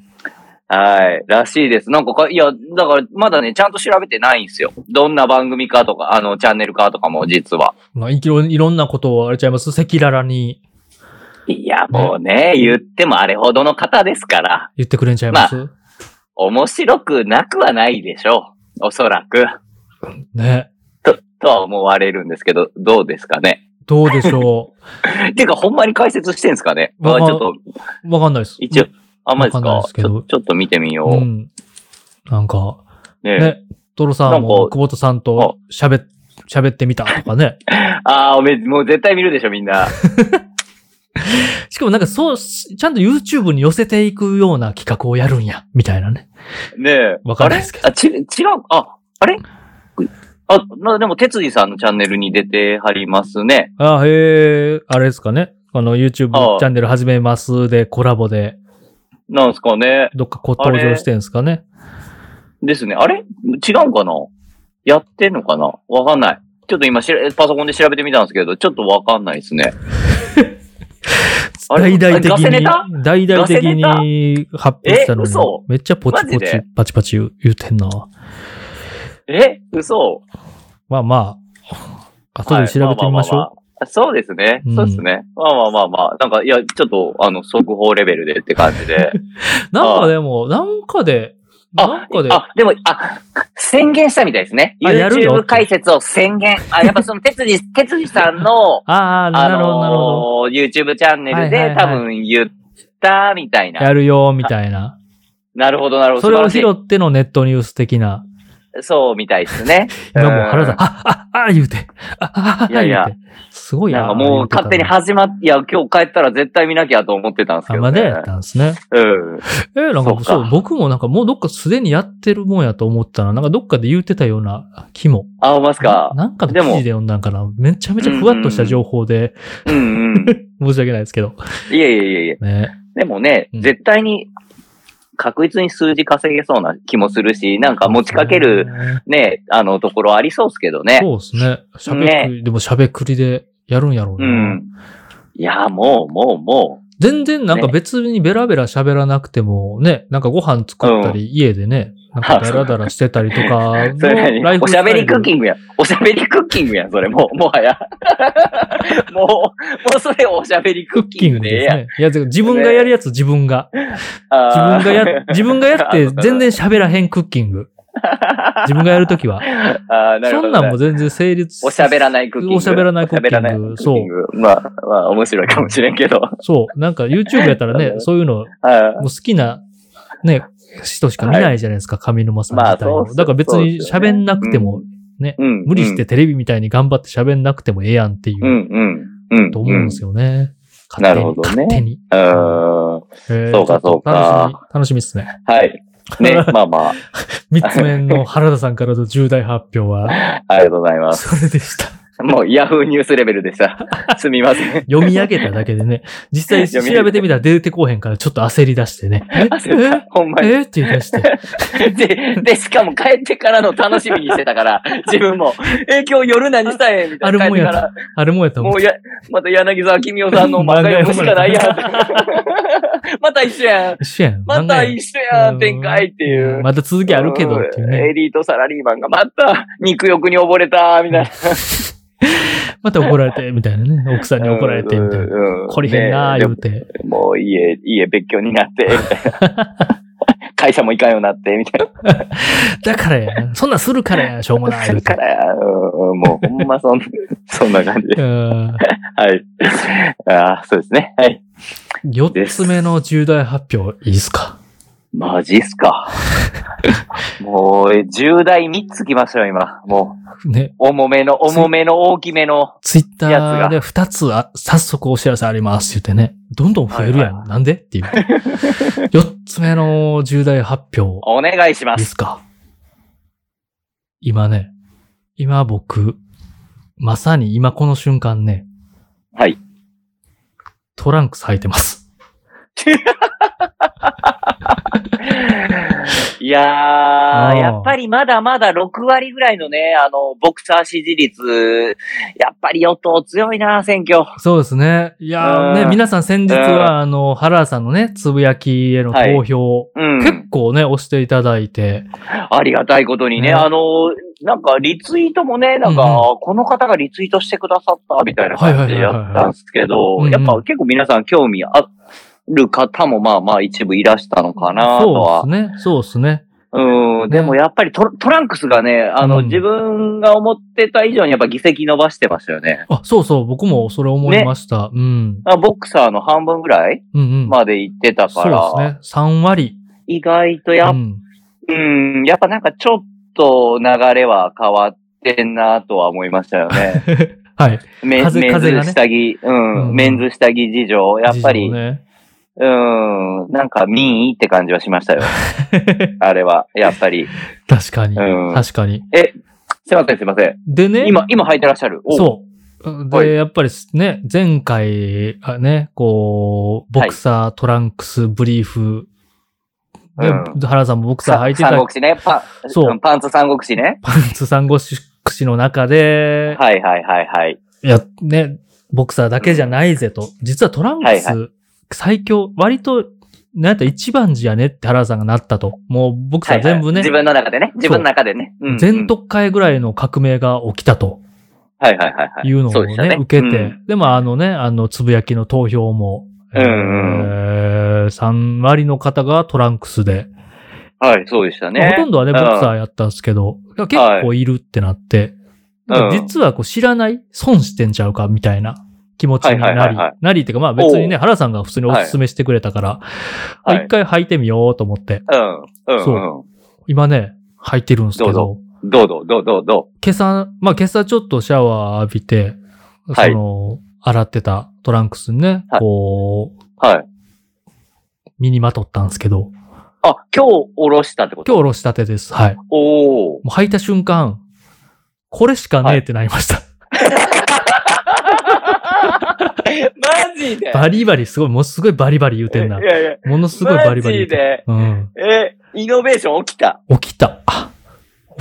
Speaker 1: はい。らしいです。なんかか、いや、だから、まだね、ちゃんと調べてないんですよ。どんな番組かとか、あの、チャンネルかとかも、実は。
Speaker 2: まあ、いろいろんなことをあれちゃいます赤裸々に
Speaker 1: いや、もうね、言ってもあれほどの方ですから、
Speaker 2: 言ってくれんちゃいます、
Speaker 1: 面白くなくはないでしょう。おそらく。
Speaker 2: ね。
Speaker 1: とは思われるんですけど、どうですかね。
Speaker 2: どうでしょ
Speaker 1: てか、ほんまに解説してんすかね
Speaker 2: わ
Speaker 1: あ
Speaker 2: か
Speaker 1: ちょっと、
Speaker 2: う。わかんないです。
Speaker 1: 一応、あんまりです
Speaker 2: わかんない
Speaker 1: か
Speaker 2: ですけ
Speaker 1: ち
Speaker 2: ど
Speaker 1: ょちょっと見てみよう。
Speaker 2: うん。なんか、
Speaker 1: ね
Speaker 2: ね、トロさん
Speaker 1: なん
Speaker 2: も
Speaker 1: か
Speaker 2: 久保田さんと喋っ、喋ってみたとか ね。
Speaker 1: ああ、おめもう絶対見るでしょ、みんな。
Speaker 2: しかもなんかそう、しちゃんと YouTube に寄せていくような企画をやるんや、みたいなね。
Speaker 1: ねえ。
Speaker 2: わかんないですけど
Speaker 1: あれあ、ち、違う、あ、あれあ、なでも、哲二さんのチャンネルに出てはりますね。
Speaker 2: あ、へえ、あれですかね。あの、YouTube チ
Speaker 1: ああ
Speaker 2: ャンネル始めますで、コラボで、
Speaker 1: なんすかね。
Speaker 2: どっかこう登場してんすかね。
Speaker 1: ですね。あれ違うんかなやってんのかなわかんない。ちょっと今しら、パソコンで調べてみたんですけど、ちょっとわかんないですね。あれ
Speaker 2: 大々的
Speaker 1: ガセネ
Speaker 2: に
Speaker 1: タ、
Speaker 2: 大々的
Speaker 1: ガ
Speaker 2: に発表したの
Speaker 1: え
Speaker 2: に
Speaker 1: 嘘、
Speaker 2: めっちゃポチポ
Speaker 1: マジ
Speaker 2: チ
Speaker 1: で、
Speaker 2: パチパチ言うてんな。
Speaker 1: え嘘
Speaker 2: まあまあ、後で調べてみまし
Speaker 1: はい
Speaker 2: ょ
Speaker 1: ああああそうですね
Speaker 2: うん。
Speaker 1: そうですね。まあまあまあまあ。なんか、いや、ちょっと、あの、速報レベルでって感じで。
Speaker 2: う。なんかでも、なんかで、なんかで、
Speaker 1: あ、でも、あ、宣言したみたいですね。
Speaker 2: あやるよ
Speaker 1: YouTube 解説を宣言。あ、やっぱ その、哲二、哲二さんの、
Speaker 2: ああ、
Speaker 1: あ
Speaker 2: なるほど、なるほど。
Speaker 1: のー、YouTube チャンネル
Speaker 2: はいはいは
Speaker 1: で
Speaker 2: い
Speaker 1: 多分言ったみたいな。
Speaker 2: やるよ、みたいな。
Speaker 1: なるほど、なるほど。
Speaker 2: それを
Speaker 1: 素晴
Speaker 2: 拾
Speaker 1: らし
Speaker 2: ってのネットニュース的な。。
Speaker 1: いそうみたいですね
Speaker 2: 今もう原田、あ、あ、あ、言うて。あ、あ、あ、
Speaker 1: いやいや
Speaker 2: 言うて。すご
Speaker 1: うん
Speaker 2: い
Speaker 1: なんかもう勝手に
Speaker 2: は
Speaker 1: 始まっいや、今日帰ったら絶対見なきゃと思ってたんですけ
Speaker 2: あ、
Speaker 1: ど
Speaker 2: ま
Speaker 1: ね。
Speaker 2: でやったんですね。
Speaker 1: うん。
Speaker 2: えーなん
Speaker 1: そう
Speaker 2: か
Speaker 1: か
Speaker 2: そう、僕もなんかもうどっかすでにやってるもんやと思ったら、なんかどっかで言うてたような気も。
Speaker 1: あ、ほんまっすか。
Speaker 2: なんかの記事で読んだんかな。めちゃめちゃふわっとした情報で、
Speaker 1: うんうん。
Speaker 2: 申し訳ないですけど。
Speaker 1: いやいやいやいや。
Speaker 2: ね。
Speaker 1: でもね、
Speaker 2: うん
Speaker 1: 絶対に確実に数字稼げそうな気もするし、なんか持ちかけるね、あのところありそうっすけどね。
Speaker 2: そうですね。しゃべくり、でもしゃべくりでやるんやろう
Speaker 1: う
Speaker 2: な。
Speaker 1: ん。いや、もう、もう、も
Speaker 2: 全然なんか別にベラベラ喋らなくてもね、なんかご飯作ったり、家でね、なんかダラダラしてたりとか
Speaker 1: う。それ
Speaker 2: のラ
Speaker 1: 何
Speaker 2: イフ
Speaker 1: お
Speaker 2: ス
Speaker 1: しゃ
Speaker 2: タイル。
Speaker 1: べりクッキングや。おしゃべりクッキングや、それ。もう、もはや。 もう、もうそれおしゃべりクッ
Speaker 2: クッ
Speaker 1: キ
Speaker 2: キ
Speaker 1: ン
Speaker 2: ン
Speaker 1: グ
Speaker 2: グ
Speaker 1: でええ
Speaker 2: で
Speaker 1: や
Speaker 2: す
Speaker 1: ん。
Speaker 2: ね。いや、自分がやるやつ自分が。自分がや、自分がやって全然喋らへんクッキング。自分がやるときは。
Speaker 1: あー なる
Speaker 2: そ
Speaker 1: ほど
Speaker 2: んなんも全然成立
Speaker 1: おしゃべらないクッキング。
Speaker 2: おしゃべらないクッキン
Speaker 1: おし
Speaker 2: グ
Speaker 1: ゃべらないクッキングまあ、まあ、面白いかもしれんけど。
Speaker 2: そう。なんか YouTube やったら ね、そういうの、も
Speaker 1: あー
Speaker 2: う好きな、ね、人しか見ないじゃないで すか、上沼さん自体
Speaker 1: まあ
Speaker 2: を。
Speaker 1: そう
Speaker 2: だから別に
Speaker 1: そうですよね
Speaker 2: 喋んなくて
Speaker 1: う
Speaker 2: も、
Speaker 1: ん
Speaker 2: 無理してテレビみたいに頑張って喋んなくてもええやんっていうう、
Speaker 1: んうん。うん。
Speaker 2: と思うんです
Speaker 1: よ。
Speaker 2: よね。
Speaker 1: うんな
Speaker 2: 勝
Speaker 1: る
Speaker 2: 手に
Speaker 1: ほどね
Speaker 2: 勝手に。
Speaker 1: うーん。
Speaker 2: へー
Speaker 1: そうか
Speaker 2: ちょっと
Speaker 1: そうか
Speaker 2: 楽しみ。楽しみっすね。
Speaker 1: はい。ね、まあまあ、
Speaker 2: 三つ目の原田さんからの重大発表 は、
Speaker 1: ありがとうございます。
Speaker 2: それでした。
Speaker 1: もう、ヤフーニュースレベルで した。すみません。
Speaker 2: 読み上げただけ でね、実際
Speaker 1: 読み上げ
Speaker 2: 調べてみたら出てこうへんからちょっと焦り出して ね。
Speaker 1: 焦った。ほんま
Speaker 2: え
Speaker 1: に。
Speaker 2: えって言い出して。
Speaker 1: で、で、しかも帰ってからの楽しみにしてた から、自分も。え、今日夜何したいみたいな。
Speaker 2: あるもん
Speaker 1: 帰って
Speaker 2: や
Speaker 1: から
Speaker 2: あれもやと思
Speaker 1: もう
Speaker 2: って。
Speaker 1: や、また柳沢君夫さんの漫画読むしかないやん。 また一緒やん。
Speaker 2: 一緒やん。
Speaker 1: ま
Speaker 2: 漫画
Speaker 1: た
Speaker 2: やん
Speaker 1: 一緒やん、展開っていう。
Speaker 2: また続きあるけどってい
Speaker 1: う
Speaker 2: う
Speaker 1: ん
Speaker 2: ね。
Speaker 1: エリートサラリーマンがまた肉欲に溺れた、みたいな。
Speaker 2: また怒られて、みたいなね。奥さんに怒られて、みたいな。
Speaker 1: うん。
Speaker 2: こりへんなー
Speaker 1: ね
Speaker 2: 言うて。
Speaker 1: でももう家、家別居になって、みたい な。会社も行かんようになって、みたい
Speaker 2: だからやな。そんなんするからや、しょうもない
Speaker 1: な。
Speaker 2: 言
Speaker 1: だ
Speaker 2: う
Speaker 1: か。
Speaker 2: て
Speaker 1: ら、うんもうほんまそん、 そんな感 じで。はい。ああ、そうですね。はい。
Speaker 2: 4つ目の重大発表、いいっすか
Speaker 1: マジっす か。もう、え重大3つ来ましたよ、今。もう、
Speaker 2: ね、
Speaker 1: 重めの、重めの、大きめの。
Speaker 2: ツイッターで2つあ、早速お知らせありますって言ってね、どんどん増えるや
Speaker 1: はいは
Speaker 2: ん。なん でっていう。4つ目の重大発表、
Speaker 1: お願いしま
Speaker 2: いいっ
Speaker 1: す。
Speaker 2: すか今ね、今僕、まさに今この瞬間ね、
Speaker 1: はい。
Speaker 2: トランクス履いてます。
Speaker 1: いやー
Speaker 2: あー、
Speaker 1: やっぱりまだまだ6割ぐらいのね、あの、ボクサー支持率、やっぱり与党強いな、選挙。
Speaker 2: そうですね。いやーね、
Speaker 1: うん
Speaker 2: 皆さん先日は、あの、原田さんのね、つぶやきへの
Speaker 1: はい
Speaker 2: 投票、
Speaker 1: うん。
Speaker 2: 結構ね、押していただいて、
Speaker 1: ありがたいことにね、
Speaker 2: ね
Speaker 1: あの、なんかリツイートもね、なんか、
Speaker 2: うん
Speaker 1: この方がリツイートしてくださったみたいな感じでやったんですけど、
Speaker 2: はいはいはいはい
Speaker 1: やっぱ結構皆さん興味ある方もまあまあ一部いらしたのかなと
Speaker 2: そう
Speaker 1: は
Speaker 2: ですね、そうですね。
Speaker 1: うん、でもやっぱりトラトランクスがね、あの、
Speaker 2: うん
Speaker 1: 自分が思ってた以上にやっぱ議席伸ばしてましたよね。
Speaker 2: あ、そうそう、僕もそれ思いました。うん。
Speaker 1: あボクサーの半分ぐらい
Speaker 2: うんうん。
Speaker 1: まで行ってた
Speaker 2: そ
Speaker 1: か
Speaker 2: う
Speaker 1: ら、
Speaker 2: ですね。3割。
Speaker 1: 意外とや
Speaker 2: う
Speaker 1: っ、
Speaker 2: ん。
Speaker 1: うん、やっぱなんかちょっと流れは変わってんなとは思いましたよね。
Speaker 2: はい。
Speaker 1: メ
Speaker 2: 風
Speaker 1: メン
Speaker 2: 風がね
Speaker 1: ズ下着、うん、
Speaker 2: うん
Speaker 1: メンズ下着事情、やっぱり、
Speaker 2: 事情ね、
Speaker 1: うん、なんか民意って感じはしました よ。あれは、やっぱり。
Speaker 2: 確かに、
Speaker 1: うん
Speaker 2: 確かに。
Speaker 1: すいません、すいません。
Speaker 2: でね。
Speaker 1: 今、今履いてらっしゃる。おう
Speaker 2: そう。で、
Speaker 1: はい
Speaker 2: やっぱりね、前回、あね、こう、ボクサー、トランクス、ブリーフ、ね、
Speaker 1: う
Speaker 2: 原さんもボクサー
Speaker 1: さ
Speaker 2: 履いて
Speaker 1: 三
Speaker 2: た
Speaker 1: 国志ね。パン、
Speaker 2: そう
Speaker 1: うんパンツ三国志ね。
Speaker 2: パンツ三国志の中で、
Speaker 1: はいはいはいはい。
Speaker 2: い、や、ね、ボクサーだけじゃないぜと。実はトランクス、
Speaker 1: はい
Speaker 2: 最強、割と、なんやったら一番じゃねって原さんがなったと。もうボクサ
Speaker 1: はい
Speaker 2: ー
Speaker 1: はい
Speaker 2: 全部ね、
Speaker 1: 自分の中でね。自分の中でね。うんうん
Speaker 2: 全特会ぐらいの革命が起きたと
Speaker 1: はいはいはいはい。
Speaker 2: いうの
Speaker 1: そ
Speaker 2: を
Speaker 1: で
Speaker 2: ね、
Speaker 1: した
Speaker 2: 受けて、
Speaker 1: うん
Speaker 2: でもあのね、あの、つぶやきの投票も、
Speaker 1: うん
Speaker 2: えー3割の方がトランクスで、
Speaker 1: はい、そうでしたね。
Speaker 2: まあほとんどはね、
Speaker 1: う
Speaker 2: ボクサーやったんですけど、結構いるってなって、
Speaker 1: はい
Speaker 2: なんか実はこう知らない、損してんちゃうかみたいな気持ちになり、
Speaker 1: はいはいはいはい
Speaker 2: なりっていうかまあ別にね、
Speaker 1: お
Speaker 2: 原さんが普通におすすめしてくれたから、
Speaker 1: はい
Speaker 2: あ一回履いてみようと思って、
Speaker 1: うん、うん、
Speaker 2: そう今ね、履いてるんですけど、
Speaker 1: どうぞん。どうぞ、どうぞ、ど
Speaker 2: 今朝、まあ今朝ちょっとシャワー浴びて、
Speaker 1: はい
Speaker 2: その、洗ってたトランクスにね、
Speaker 1: はい
Speaker 2: こう、
Speaker 1: う。はい。
Speaker 2: 身にまとったんですけど、
Speaker 1: あ、今日おろしたってこと
Speaker 2: 今日おろしたてです。はい。も
Speaker 1: おお。
Speaker 2: う履いた瞬間、これしかねえってなりました。
Speaker 1: マジで
Speaker 2: バリバリ、すごい、もうすごいバリバリ言うてんな。
Speaker 1: いやいや、
Speaker 2: ものすごいバリバリ言うてん
Speaker 1: マ
Speaker 2: うん。
Speaker 1: ジで。え、イノベーション起きた。
Speaker 2: 起きた。あ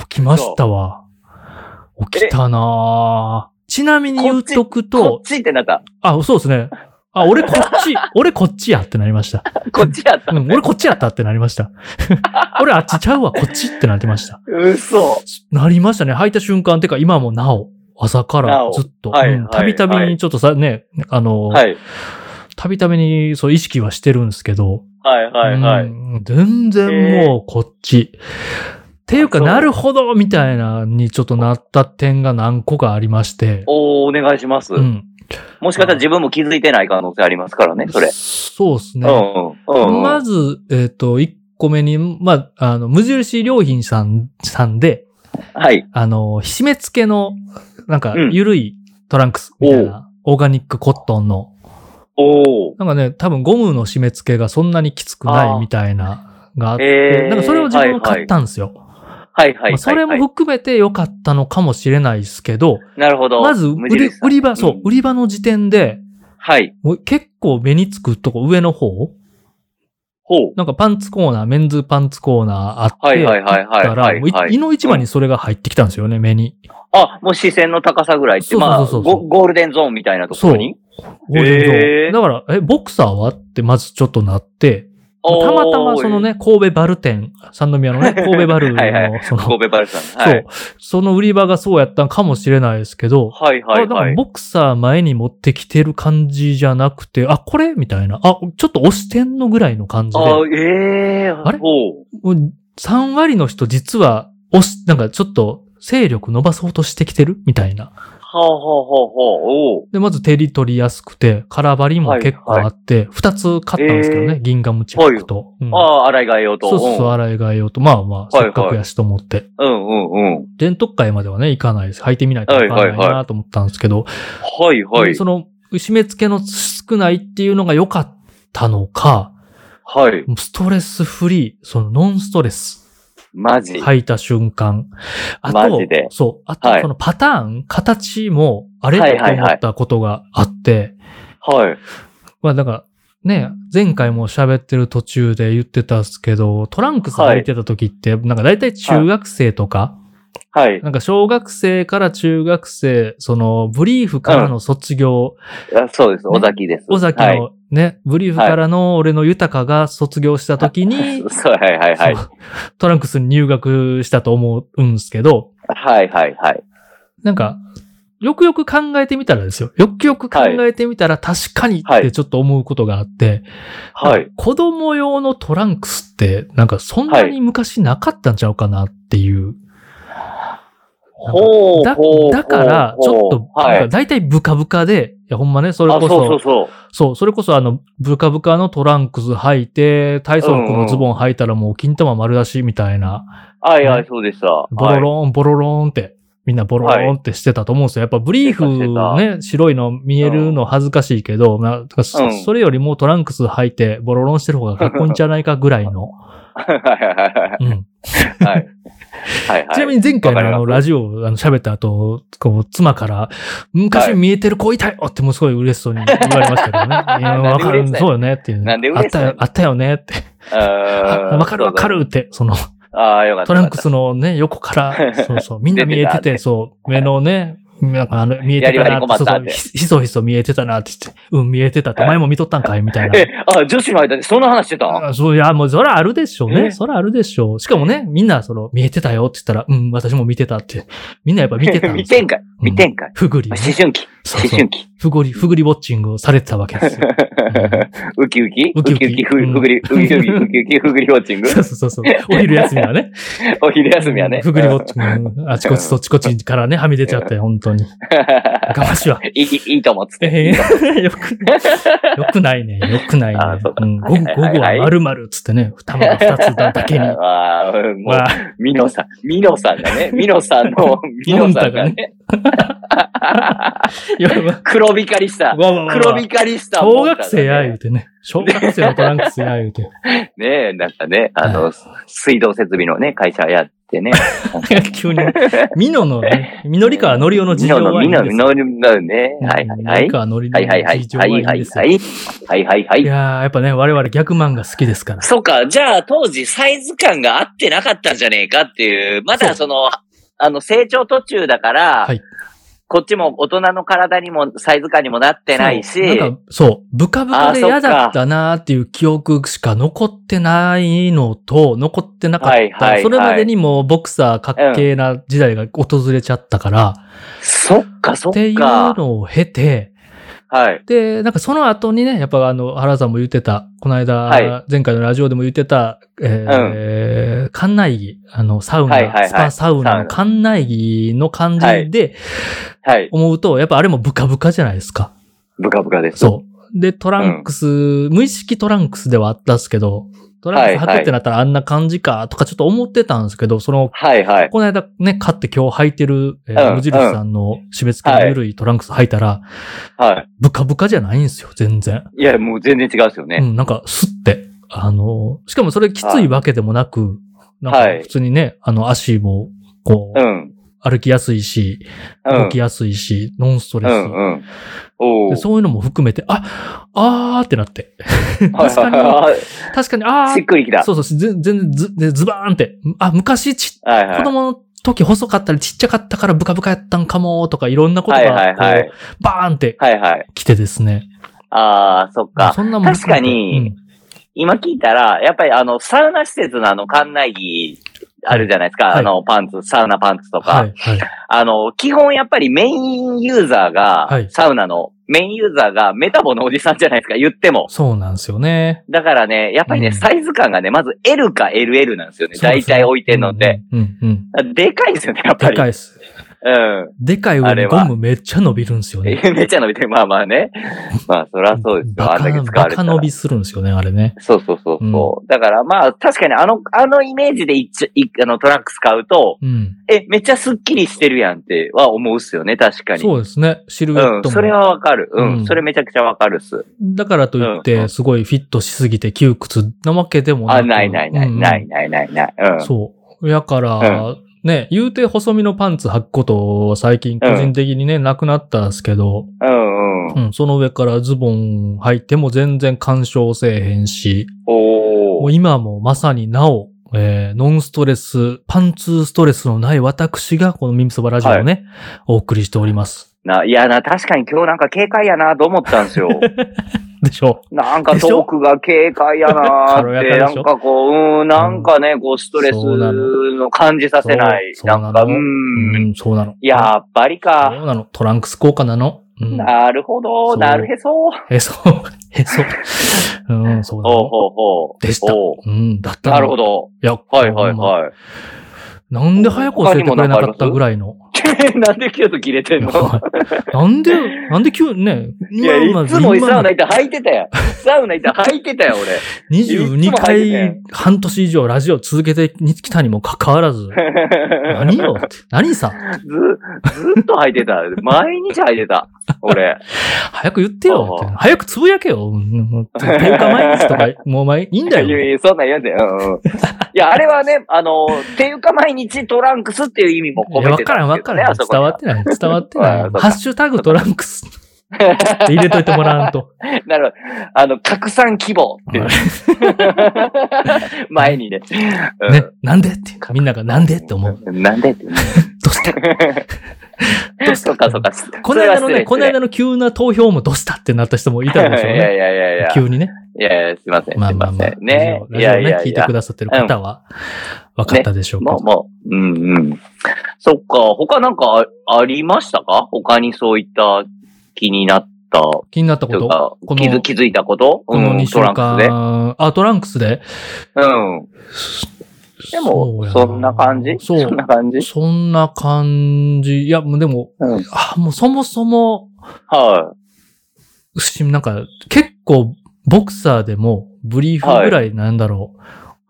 Speaker 2: 起きましたわ。起きたなぁちなみに言うとく
Speaker 1: ことっ、ちってなった。
Speaker 2: あ、そうですね。あ、俺こっち、 俺こっちやってなりました。
Speaker 1: こっちやった
Speaker 2: う。ん、俺こっちやったってなりました。 俺あっちちゃうわ、こっちってなってました。
Speaker 1: 嘘。
Speaker 2: なりましたね。履いた瞬間、てか今もなお、朝か
Speaker 1: な
Speaker 2: ら
Speaker 1: お
Speaker 2: ずっと。
Speaker 1: はい
Speaker 2: うん
Speaker 1: はい
Speaker 2: たびたびにちょっとさ、ね、あの、
Speaker 1: はい。
Speaker 2: たびたびにそう意識はしてるんですけど、
Speaker 1: はいはいは
Speaker 2: う
Speaker 1: い。
Speaker 2: ん全然もうこっち。っていうか、
Speaker 1: あそう
Speaker 2: なるほどみたいなにちょっとなった点が何個かありまして。
Speaker 1: おお願いします。
Speaker 2: うん。
Speaker 1: もしかしたら自分も気づいてない可能性ありますからね、それ。
Speaker 2: そうです
Speaker 1: う
Speaker 2: ね。
Speaker 1: んうん。うん。
Speaker 2: まず、えっ、と、1個目に、まあ、あの、無印良品さん、さんで、
Speaker 1: はい。
Speaker 2: あの、ひしめ付けの、なんか
Speaker 1: うん、
Speaker 2: ゆるいトランクスみたいな、オーガニックコットンの、
Speaker 1: おお。
Speaker 2: なんかね、多分ゴムの締め付けがそんなにきつくな
Speaker 1: あ
Speaker 2: い
Speaker 1: ー
Speaker 2: みたいな、があって、
Speaker 1: えー
Speaker 2: なんかそれを自分買ったんですよ。
Speaker 1: はいはいはいは
Speaker 2: まあ
Speaker 1: い。
Speaker 2: それも含めて良かったのかもしれないですけど、
Speaker 1: なるほど。
Speaker 2: まず
Speaker 1: 無
Speaker 2: 売
Speaker 1: 印
Speaker 2: り、
Speaker 1: さん
Speaker 2: 売り場、そう、
Speaker 1: ん
Speaker 2: 売り場の時点で、
Speaker 1: はい。
Speaker 2: もう結構目につくとこ、上の方
Speaker 1: ほう。
Speaker 2: なんかパンツコーナー、メンズパンツコーナーあって、
Speaker 1: はいはいはいはい
Speaker 2: だから、もうい
Speaker 1: はいはい
Speaker 2: 胃の一番にそれが入ってきたんですよね、目に。
Speaker 1: あ、もう視線の高さぐらいって、
Speaker 2: そうそう
Speaker 1: まあ、
Speaker 2: そうそう
Speaker 1: ゴゴールデンゾーンみたいなところに。
Speaker 2: ゴールデンゾーン
Speaker 1: へー
Speaker 2: だから、え、ボクサーはってまずちょっとなって、まあたまたまそのね、神戸バル店、三宮のね、神戸バルの、
Speaker 1: はいはい
Speaker 2: そ
Speaker 1: おー。
Speaker 2: の、
Speaker 1: 神戸バルさん。はい。
Speaker 2: そう、その売り場がそうやったんかもしれないですけど、
Speaker 1: はいはい
Speaker 2: あな
Speaker 1: は
Speaker 2: んか
Speaker 1: い。
Speaker 2: ボクサー前に持ってきてる感じじゃなくて、あ、これみたいな。あ、ちょっと押してんのぐらいの感じで。
Speaker 1: あ、ええー。
Speaker 2: あれ
Speaker 1: ほう。
Speaker 2: もう3割の人実は押し、なんかちょっと勢力伸ばそうとしてきてるみたいな。
Speaker 1: はあはあはあはあ。おう。
Speaker 2: で、まず手に取りやすくて、空張りも結構あって、二2つ買ったんですけどね、
Speaker 1: え
Speaker 2: 銀ガムチェックと。うん
Speaker 1: ああ、洗い替えようと。
Speaker 2: そうそうそう、
Speaker 1: ん
Speaker 2: 洗い替えようと。まあまあ、
Speaker 1: はい
Speaker 2: せっかくやしと思って。
Speaker 1: うんうんうん。
Speaker 2: 全特会まではね、行かないです。履いてみないとわかん
Speaker 1: はい
Speaker 2: な
Speaker 1: はいいはい
Speaker 2: なと思ったんですけど、
Speaker 1: はいはい
Speaker 2: で。その、締め付けの少ないっていうのが良かったのか、
Speaker 1: はい。
Speaker 2: もうストレスフリー、そのノンストレス、
Speaker 1: マジ。
Speaker 2: 履いた瞬間。あと、
Speaker 1: マジで
Speaker 2: そう、あと
Speaker 1: はい
Speaker 2: そのパターン、形も、あれ
Speaker 1: はい
Speaker 2: と
Speaker 1: はいはい
Speaker 2: 思ったことがあって、
Speaker 1: はい。
Speaker 2: まあだから、ね、前回も喋ってる途中で言ってたんですけど、トランクス履いてた時って、なんか大体中学生とか、
Speaker 1: はい。
Speaker 2: なんか小学生から中学生、そのブリーフからの卒業、
Speaker 1: あそうです。尾崎です。
Speaker 2: 尾崎
Speaker 1: はい
Speaker 2: のね、ブリーフからの俺の豊が卒業した時に、
Speaker 1: そうはいはいはい。
Speaker 2: そうトランクスに入学したと思うんですけど、
Speaker 1: はいはいはい。
Speaker 2: なんか、よくよく考えてみたらですよ。よくよく考えてみたら確かに
Speaker 1: は
Speaker 2: って
Speaker 1: い
Speaker 2: ちょっと思うことがあって、
Speaker 1: はい。
Speaker 2: 子供用のトランクスってなんかそんなに昔なかったんちゃうかなっていう。
Speaker 1: ほう。
Speaker 2: だ
Speaker 1: ほう
Speaker 2: だから、ちょっと、
Speaker 1: は
Speaker 2: なんか
Speaker 1: い。
Speaker 2: 大体ブカブカで、いやほんまね、それ
Speaker 1: あ、
Speaker 2: こ
Speaker 1: そうそう
Speaker 2: そ、
Speaker 1: そう。
Speaker 2: そう、それこそあの、ブカブカのトランクス履いて、体操服のズボン履いたらもう金玉丸出しみたいな。
Speaker 1: はいは
Speaker 2: ね
Speaker 1: い、そうでした。
Speaker 2: ボロロン、ボロロンって、みんなボロロンってしてたと思うんですよ。やっぱブリーフね、白いの見えるの恥ずかしいけど、なだからそ
Speaker 1: うん
Speaker 2: それよりもトランクス履いてボロロンしてる方がかっこいいんじゃないかぐらいの。
Speaker 1: はい。はいはい
Speaker 2: うん
Speaker 1: はいはい。はいはい。
Speaker 2: ちなみに前回のあ
Speaker 1: わか
Speaker 2: の
Speaker 1: ります
Speaker 2: ラジオあの喋った後、こう妻から、昔見えてる子いたよってもうすごい嬉しそうに言われましたけ どね。いやわかる、
Speaker 1: なんで嬉しいの
Speaker 2: そうよねっていう。
Speaker 1: なんで
Speaker 2: あっ
Speaker 1: 嬉しい
Speaker 2: た
Speaker 1: の
Speaker 2: よ、あったよねって。
Speaker 1: あー
Speaker 2: わかるわかるって、その、
Speaker 1: ああ、よかった。
Speaker 2: トランク
Speaker 1: よ
Speaker 2: スのね、横から、そうそう、みんな見えて
Speaker 1: 出てた
Speaker 2: て、そう、目のね、なんかあの、見えて
Speaker 1: や
Speaker 2: た
Speaker 1: り
Speaker 2: な
Speaker 1: 場に困
Speaker 2: そ
Speaker 1: っ
Speaker 2: うそ
Speaker 1: た
Speaker 2: う
Speaker 1: って
Speaker 2: ひひそひそ見えてたなって言って、うん、見えてたって、
Speaker 1: はい
Speaker 2: 前も見とったんかいみたい
Speaker 1: かった
Speaker 2: な。
Speaker 1: え、あ、女子の間でそんな話してた
Speaker 2: あそういや、もう、そらあるでしょうね。
Speaker 1: え
Speaker 2: そらあるでしょう。しかもね、みんな、その、見えてたよって言ったら、うん、私も見てたって。みんなやっぱ見てたんで
Speaker 1: 見
Speaker 2: すよ
Speaker 1: てんかい。見てんかい。
Speaker 2: ふぐりね、
Speaker 1: 思春期。
Speaker 2: そう
Speaker 1: 思
Speaker 2: そう
Speaker 1: 春。期。
Speaker 2: ふぐり、ふぐりウォッチングをされてたわけですよ。
Speaker 1: ウキウキ
Speaker 2: ウ
Speaker 1: ウ
Speaker 2: キ
Speaker 1: キ
Speaker 2: ウ
Speaker 1: ウ
Speaker 2: キ
Speaker 1: キ、
Speaker 2: う
Speaker 1: ふ
Speaker 2: ん
Speaker 1: ふぐり、ウキウキ、ウキウキ、ふぐりウォッチング
Speaker 2: そうそうそうそう。お昼休みはね。
Speaker 1: お昼休みはね。
Speaker 2: ふぐりウォッチング。あちこちそっちこっちからね、はみ出ちゃ って、本当に。やかましいわ。
Speaker 1: いい、いいと思っつって。
Speaker 2: ええよく、 よくないね。よくないね
Speaker 1: あそう。か
Speaker 2: うん、午後
Speaker 1: はいは
Speaker 2: 午
Speaker 1: い
Speaker 2: 後
Speaker 1: は
Speaker 2: はい丸々っつって ね、二玉二つだけに。ま
Speaker 1: ああ、もう、
Speaker 2: あ、
Speaker 1: ミノさん、ミノさんが ね、ミノさんの、ミノさんがね、
Speaker 2: 夜は、
Speaker 1: 黒光りした、
Speaker 2: わわわわ
Speaker 1: 黒光りした
Speaker 2: 小
Speaker 1: もんだね。
Speaker 2: 学生や言うてね。小学生のトランクスや言うて。
Speaker 1: ねえ、なんかね、あの、水道設備のね、会社やって ね。
Speaker 2: 急に、ミノ のね、ミノリカのりおの事情はいいん
Speaker 1: ミ
Speaker 2: で
Speaker 1: ノ
Speaker 2: す
Speaker 1: の、ミノの、
Speaker 2: よ。
Speaker 1: ミノのね、はいはい
Speaker 2: ミノ
Speaker 1: は
Speaker 2: リ
Speaker 1: い。
Speaker 2: カのりの
Speaker 1: はいはいはい。
Speaker 2: 事情は
Speaker 1: はいい
Speaker 2: いん
Speaker 1: はい
Speaker 2: ですよ
Speaker 1: は。い。はいはいはいい。
Speaker 2: やー、やっぱね、我々ギャグ漫画好きですから。
Speaker 1: そっか、じゃあ当時サイズ感が合ってなかったんじゃねえかっていう、まだその、あの、成長途中だから、
Speaker 2: はい
Speaker 1: こっちも大人の体にもサイズ感にもなってないし、
Speaker 2: そうなんか、そう、ブカブカ
Speaker 1: あ
Speaker 2: で
Speaker 1: そっか
Speaker 2: 嫌だったなーっていう記憶しか残ってないのと、残ってなかった。
Speaker 1: はいはいはい
Speaker 2: それまでにもボクサーかっけーな時代が訪れちゃったから、
Speaker 1: そっかそ
Speaker 2: って
Speaker 1: っ
Speaker 2: いう
Speaker 1: か。
Speaker 2: のを経て、
Speaker 1: はい。
Speaker 2: で、なんかその後にね、やっぱあの、原さんも言ってた、この間、
Speaker 1: は
Speaker 2: 前回のラジオでも言ってた、えー館内着、あの、サウナ、
Speaker 1: はいはいはい
Speaker 2: スパサウナ
Speaker 1: サウ
Speaker 2: の
Speaker 1: ナ
Speaker 2: 館内着の感じで
Speaker 1: はい。
Speaker 2: 思うと、やっぱあれもブカブカじゃないですか。
Speaker 1: ブカブカです。
Speaker 2: そう。で、トランクス、無意識トランクスではあったんですけど、トランクス履くってなったらあんな感じかとかちょっと思ってたんですけど、その、
Speaker 1: はいはい。
Speaker 2: この間ね、買って今日履いてる、えー
Speaker 1: うん
Speaker 2: 無印さんの締め付けの緩いトランクス履いたら、
Speaker 1: は
Speaker 2: ブカブカじゃないんですよ、全然。
Speaker 1: い。いや、もう全然違うですよ
Speaker 2: う
Speaker 1: ね。
Speaker 2: ん、なんか、スって。あの、しかもそれきついわけでもなく、なん
Speaker 1: は
Speaker 2: か
Speaker 1: い
Speaker 2: 普通にね、あの足も、こ
Speaker 1: う
Speaker 2: う、
Speaker 1: ん。
Speaker 2: 歩きやすいし、
Speaker 1: う
Speaker 2: 動
Speaker 1: ん
Speaker 2: き。やすいし、ノンストレ
Speaker 1: う
Speaker 2: ス。
Speaker 1: ん。うん。お
Speaker 2: で
Speaker 1: お。
Speaker 2: そういうのも含めて、あ、あーってなって。
Speaker 1: はい
Speaker 2: 確かに、
Speaker 1: はいはい
Speaker 2: 確かに、あ
Speaker 1: あ
Speaker 2: ー
Speaker 1: しっくりきた。
Speaker 2: そうそう、ぜ全然ず、でズバーンって。あ、昔ち、
Speaker 1: はいはい
Speaker 2: 子。供の時細かったりちっちゃかったからブカブカやったんかもとかいろんなこと
Speaker 1: は
Speaker 2: が、
Speaker 1: い
Speaker 2: こう
Speaker 1: はいはい。
Speaker 2: バーンって
Speaker 1: はいはい。
Speaker 2: 来てですね。
Speaker 1: ああ、そっか。
Speaker 2: そんなもん含めて
Speaker 1: 確かに今聞いたら、やっぱりあの、サウナ施設のあの、館内着、あるじゃないですか。
Speaker 2: はい
Speaker 1: あの、パンツ、サウナパンツとか。
Speaker 2: はい、はい。
Speaker 1: あの、基本やっぱりメインユーザーが、
Speaker 2: はい
Speaker 1: サウナの、メインユーザーがメタボのおじさんじゃないですか、言っても。
Speaker 2: そうなんですよね。
Speaker 1: だからね、やっぱりね、
Speaker 2: うん
Speaker 1: サイズ感がね、まず L か LL なんですよね。
Speaker 2: そうで
Speaker 1: 大
Speaker 2: すね
Speaker 1: 体置いてんのって。。
Speaker 2: うん、うんうん、うん。
Speaker 1: でかいですよね、やっぱ
Speaker 2: で
Speaker 1: り。
Speaker 2: かいっす。
Speaker 1: うん。
Speaker 2: でかい
Speaker 1: あ
Speaker 2: 上
Speaker 1: れ
Speaker 2: にゴ
Speaker 1: は
Speaker 2: ムめっちゃ伸びるんですよね。
Speaker 1: めっちゃ伸びてる。まあまあね。まあ、そりゃそうですよ。
Speaker 2: バ
Speaker 1: あん
Speaker 2: カ
Speaker 1: だけ
Speaker 2: な、
Speaker 1: 使わ
Speaker 2: バ
Speaker 1: れた
Speaker 2: カ
Speaker 1: ら
Speaker 2: 伸。びするんですよね、あれね。
Speaker 1: そうそうそうそう。だからまあ、確かにあの、あのイメージでいっちゃいあの、トランクス買うと、
Speaker 2: うん。
Speaker 1: え、めっちゃスッキリしてるやんっては思うっすよね、確かに。
Speaker 2: そうですね。シル
Speaker 1: う
Speaker 2: エッ
Speaker 1: ん、
Speaker 2: トも。
Speaker 1: それはわかる。う
Speaker 2: うん
Speaker 1: ん、それめちゃくちゃわかるっす。
Speaker 2: だからといっ
Speaker 1: う
Speaker 2: て、
Speaker 1: ん
Speaker 2: すごいフィットしすぎて窮屈なわけでもな
Speaker 1: あ、
Speaker 2: く
Speaker 1: ないないない、
Speaker 2: うん
Speaker 1: ないないないない。うん。
Speaker 2: そう。やから、ね、言うて細身のパンツ履くことは最近個人的にね、なくなったんですけど、
Speaker 1: うんうん
Speaker 2: う。ん、その上からズボン履いても全然干渉せえへんし、も
Speaker 1: お
Speaker 2: う
Speaker 1: ー。
Speaker 2: 今もまさになお、えーノンストレス、パンツストレスのない私が、このミミソバラジオをね、お送りしております。
Speaker 1: な、いやな、確かに今日なんか警戒やなと思ったんですよ。
Speaker 2: でしょ
Speaker 1: なんかトークが軽快やなーっ
Speaker 2: 軽や
Speaker 1: て、
Speaker 2: か
Speaker 1: な
Speaker 2: でしょ
Speaker 1: んかこう、うん、なんかね、こう、ストレス
Speaker 2: そうな
Speaker 1: の感じさせない。
Speaker 2: そうそう
Speaker 1: なん
Speaker 2: なの
Speaker 1: か、う
Speaker 2: う。
Speaker 1: ん。
Speaker 2: うん、そうなの。
Speaker 1: やっぱり
Speaker 2: そ
Speaker 1: か。
Speaker 2: うなの。トランクス効果なの。うん。
Speaker 1: なるほ
Speaker 2: そ
Speaker 1: ど、
Speaker 2: う
Speaker 1: なるへそ。
Speaker 2: へそ、へ そ。うん、そうな
Speaker 1: ほう
Speaker 2: の。
Speaker 1: ほうほう。
Speaker 2: でした
Speaker 1: おう
Speaker 2: うん、だったの
Speaker 1: なるほ。ど。
Speaker 2: いや、
Speaker 1: はいはいはい。
Speaker 2: なんで早く教えてくれなかったぐらいの。
Speaker 1: なんでキュート切れてんの
Speaker 2: はいなんで、なんで急にね、
Speaker 1: いや、いつもサウナ行
Speaker 2: 今
Speaker 1: ったら履いてたやん。サウナ行ったら履いてたよ、俺。
Speaker 2: 22
Speaker 1: いつも入って
Speaker 2: 回半年以上ラジオ続けてきたにもかかわらず、何よって、何さ、
Speaker 1: ず、ずっと履いてた。毎日履いてた。俺。
Speaker 2: 早く言ってよって
Speaker 1: ああ
Speaker 2: 早くつぶやけよ。うん10日毎日とか、もう前、いいんだ
Speaker 1: いや
Speaker 2: よ。
Speaker 1: いやそんなん言うんだよ。うんうんいや、あれはね、あの、っていうか毎日トランクスっていう意味も
Speaker 2: い
Speaker 1: 込
Speaker 2: や、
Speaker 1: め
Speaker 2: わ
Speaker 1: て
Speaker 2: か
Speaker 1: た
Speaker 2: らん
Speaker 1: ん
Speaker 2: わ
Speaker 1: です
Speaker 2: か
Speaker 1: けどね、
Speaker 2: らん。
Speaker 1: あそこ
Speaker 2: 伝
Speaker 1: に
Speaker 2: わ
Speaker 1: は
Speaker 2: ってない。伝わってない。
Speaker 1: ああ
Speaker 2: ハ
Speaker 1: そうか
Speaker 2: ッシュタグトランクスって入れといてもらわんと。
Speaker 1: なるほどあの、拡散希望っていう 前にね。うん
Speaker 2: ね、なんでって、みんながなんでって思う。。
Speaker 1: なんでって思う。
Speaker 2: どうしてどう し
Speaker 1: そ
Speaker 2: た
Speaker 1: うかそうか。
Speaker 2: この間の
Speaker 1: それは失
Speaker 2: ね、
Speaker 1: 礼
Speaker 2: この間の急な投票もどうしたってなった人もいたでしょう
Speaker 1: いや
Speaker 2: ね。
Speaker 1: いやいやいや。
Speaker 2: 急にね。
Speaker 1: いやいや、すいません、すい
Speaker 2: まあまあ
Speaker 1: ま
Speaker 2: まあ
Speaker 1: せ。ん。ね。
Speaker 2: ラ
Speaker 1: い
Speaker 2: ジオ
Speaker 1: や
Speaker 2: を
Speaker 1: い
Speaker 2: ね
Speaker 1: や、
Speaker 2: 聞
Speaker 1: い
Speaker 2: いて
Speaker 1: や
Speaker 2: く。ださってる方は、分かったでしょうか
Speaker 1: もう、。もう、うんうん。そっか、他なんかあありましたか他にそういった気になった、
Speaker 2: 気になったこ
Speaker 1: い
Speaker 2: と
Speaker 1: う
Speaker 2: と
Speaker 1: か、
Speaker 2: この
Speaker 1: 気づ気づいたこと
Speaker 2: この
Speaker 1: うん
Speaker 2: 2週
Speaker 1: トランクスで。
Speaker 2: 間。あ、トランクスで
Speaker 1: うん。で
Speaker 2: そう
Speaker 1: も、
Speaker 2: や
Speaker 1: そんな感じ
Speaker 2: そ
Speaker 1: そん
Speaker 2: う。
Speaker 1: な感じ
Speaker 2: そんな感じ。いや、もうでも、
Speaker 1: うん。
Speaker 2: あ、もうそもそも、
Speaker 1: は
Speaker 2: しなんか、結構、ボクサーでも、ブリーフぐらいなんだろ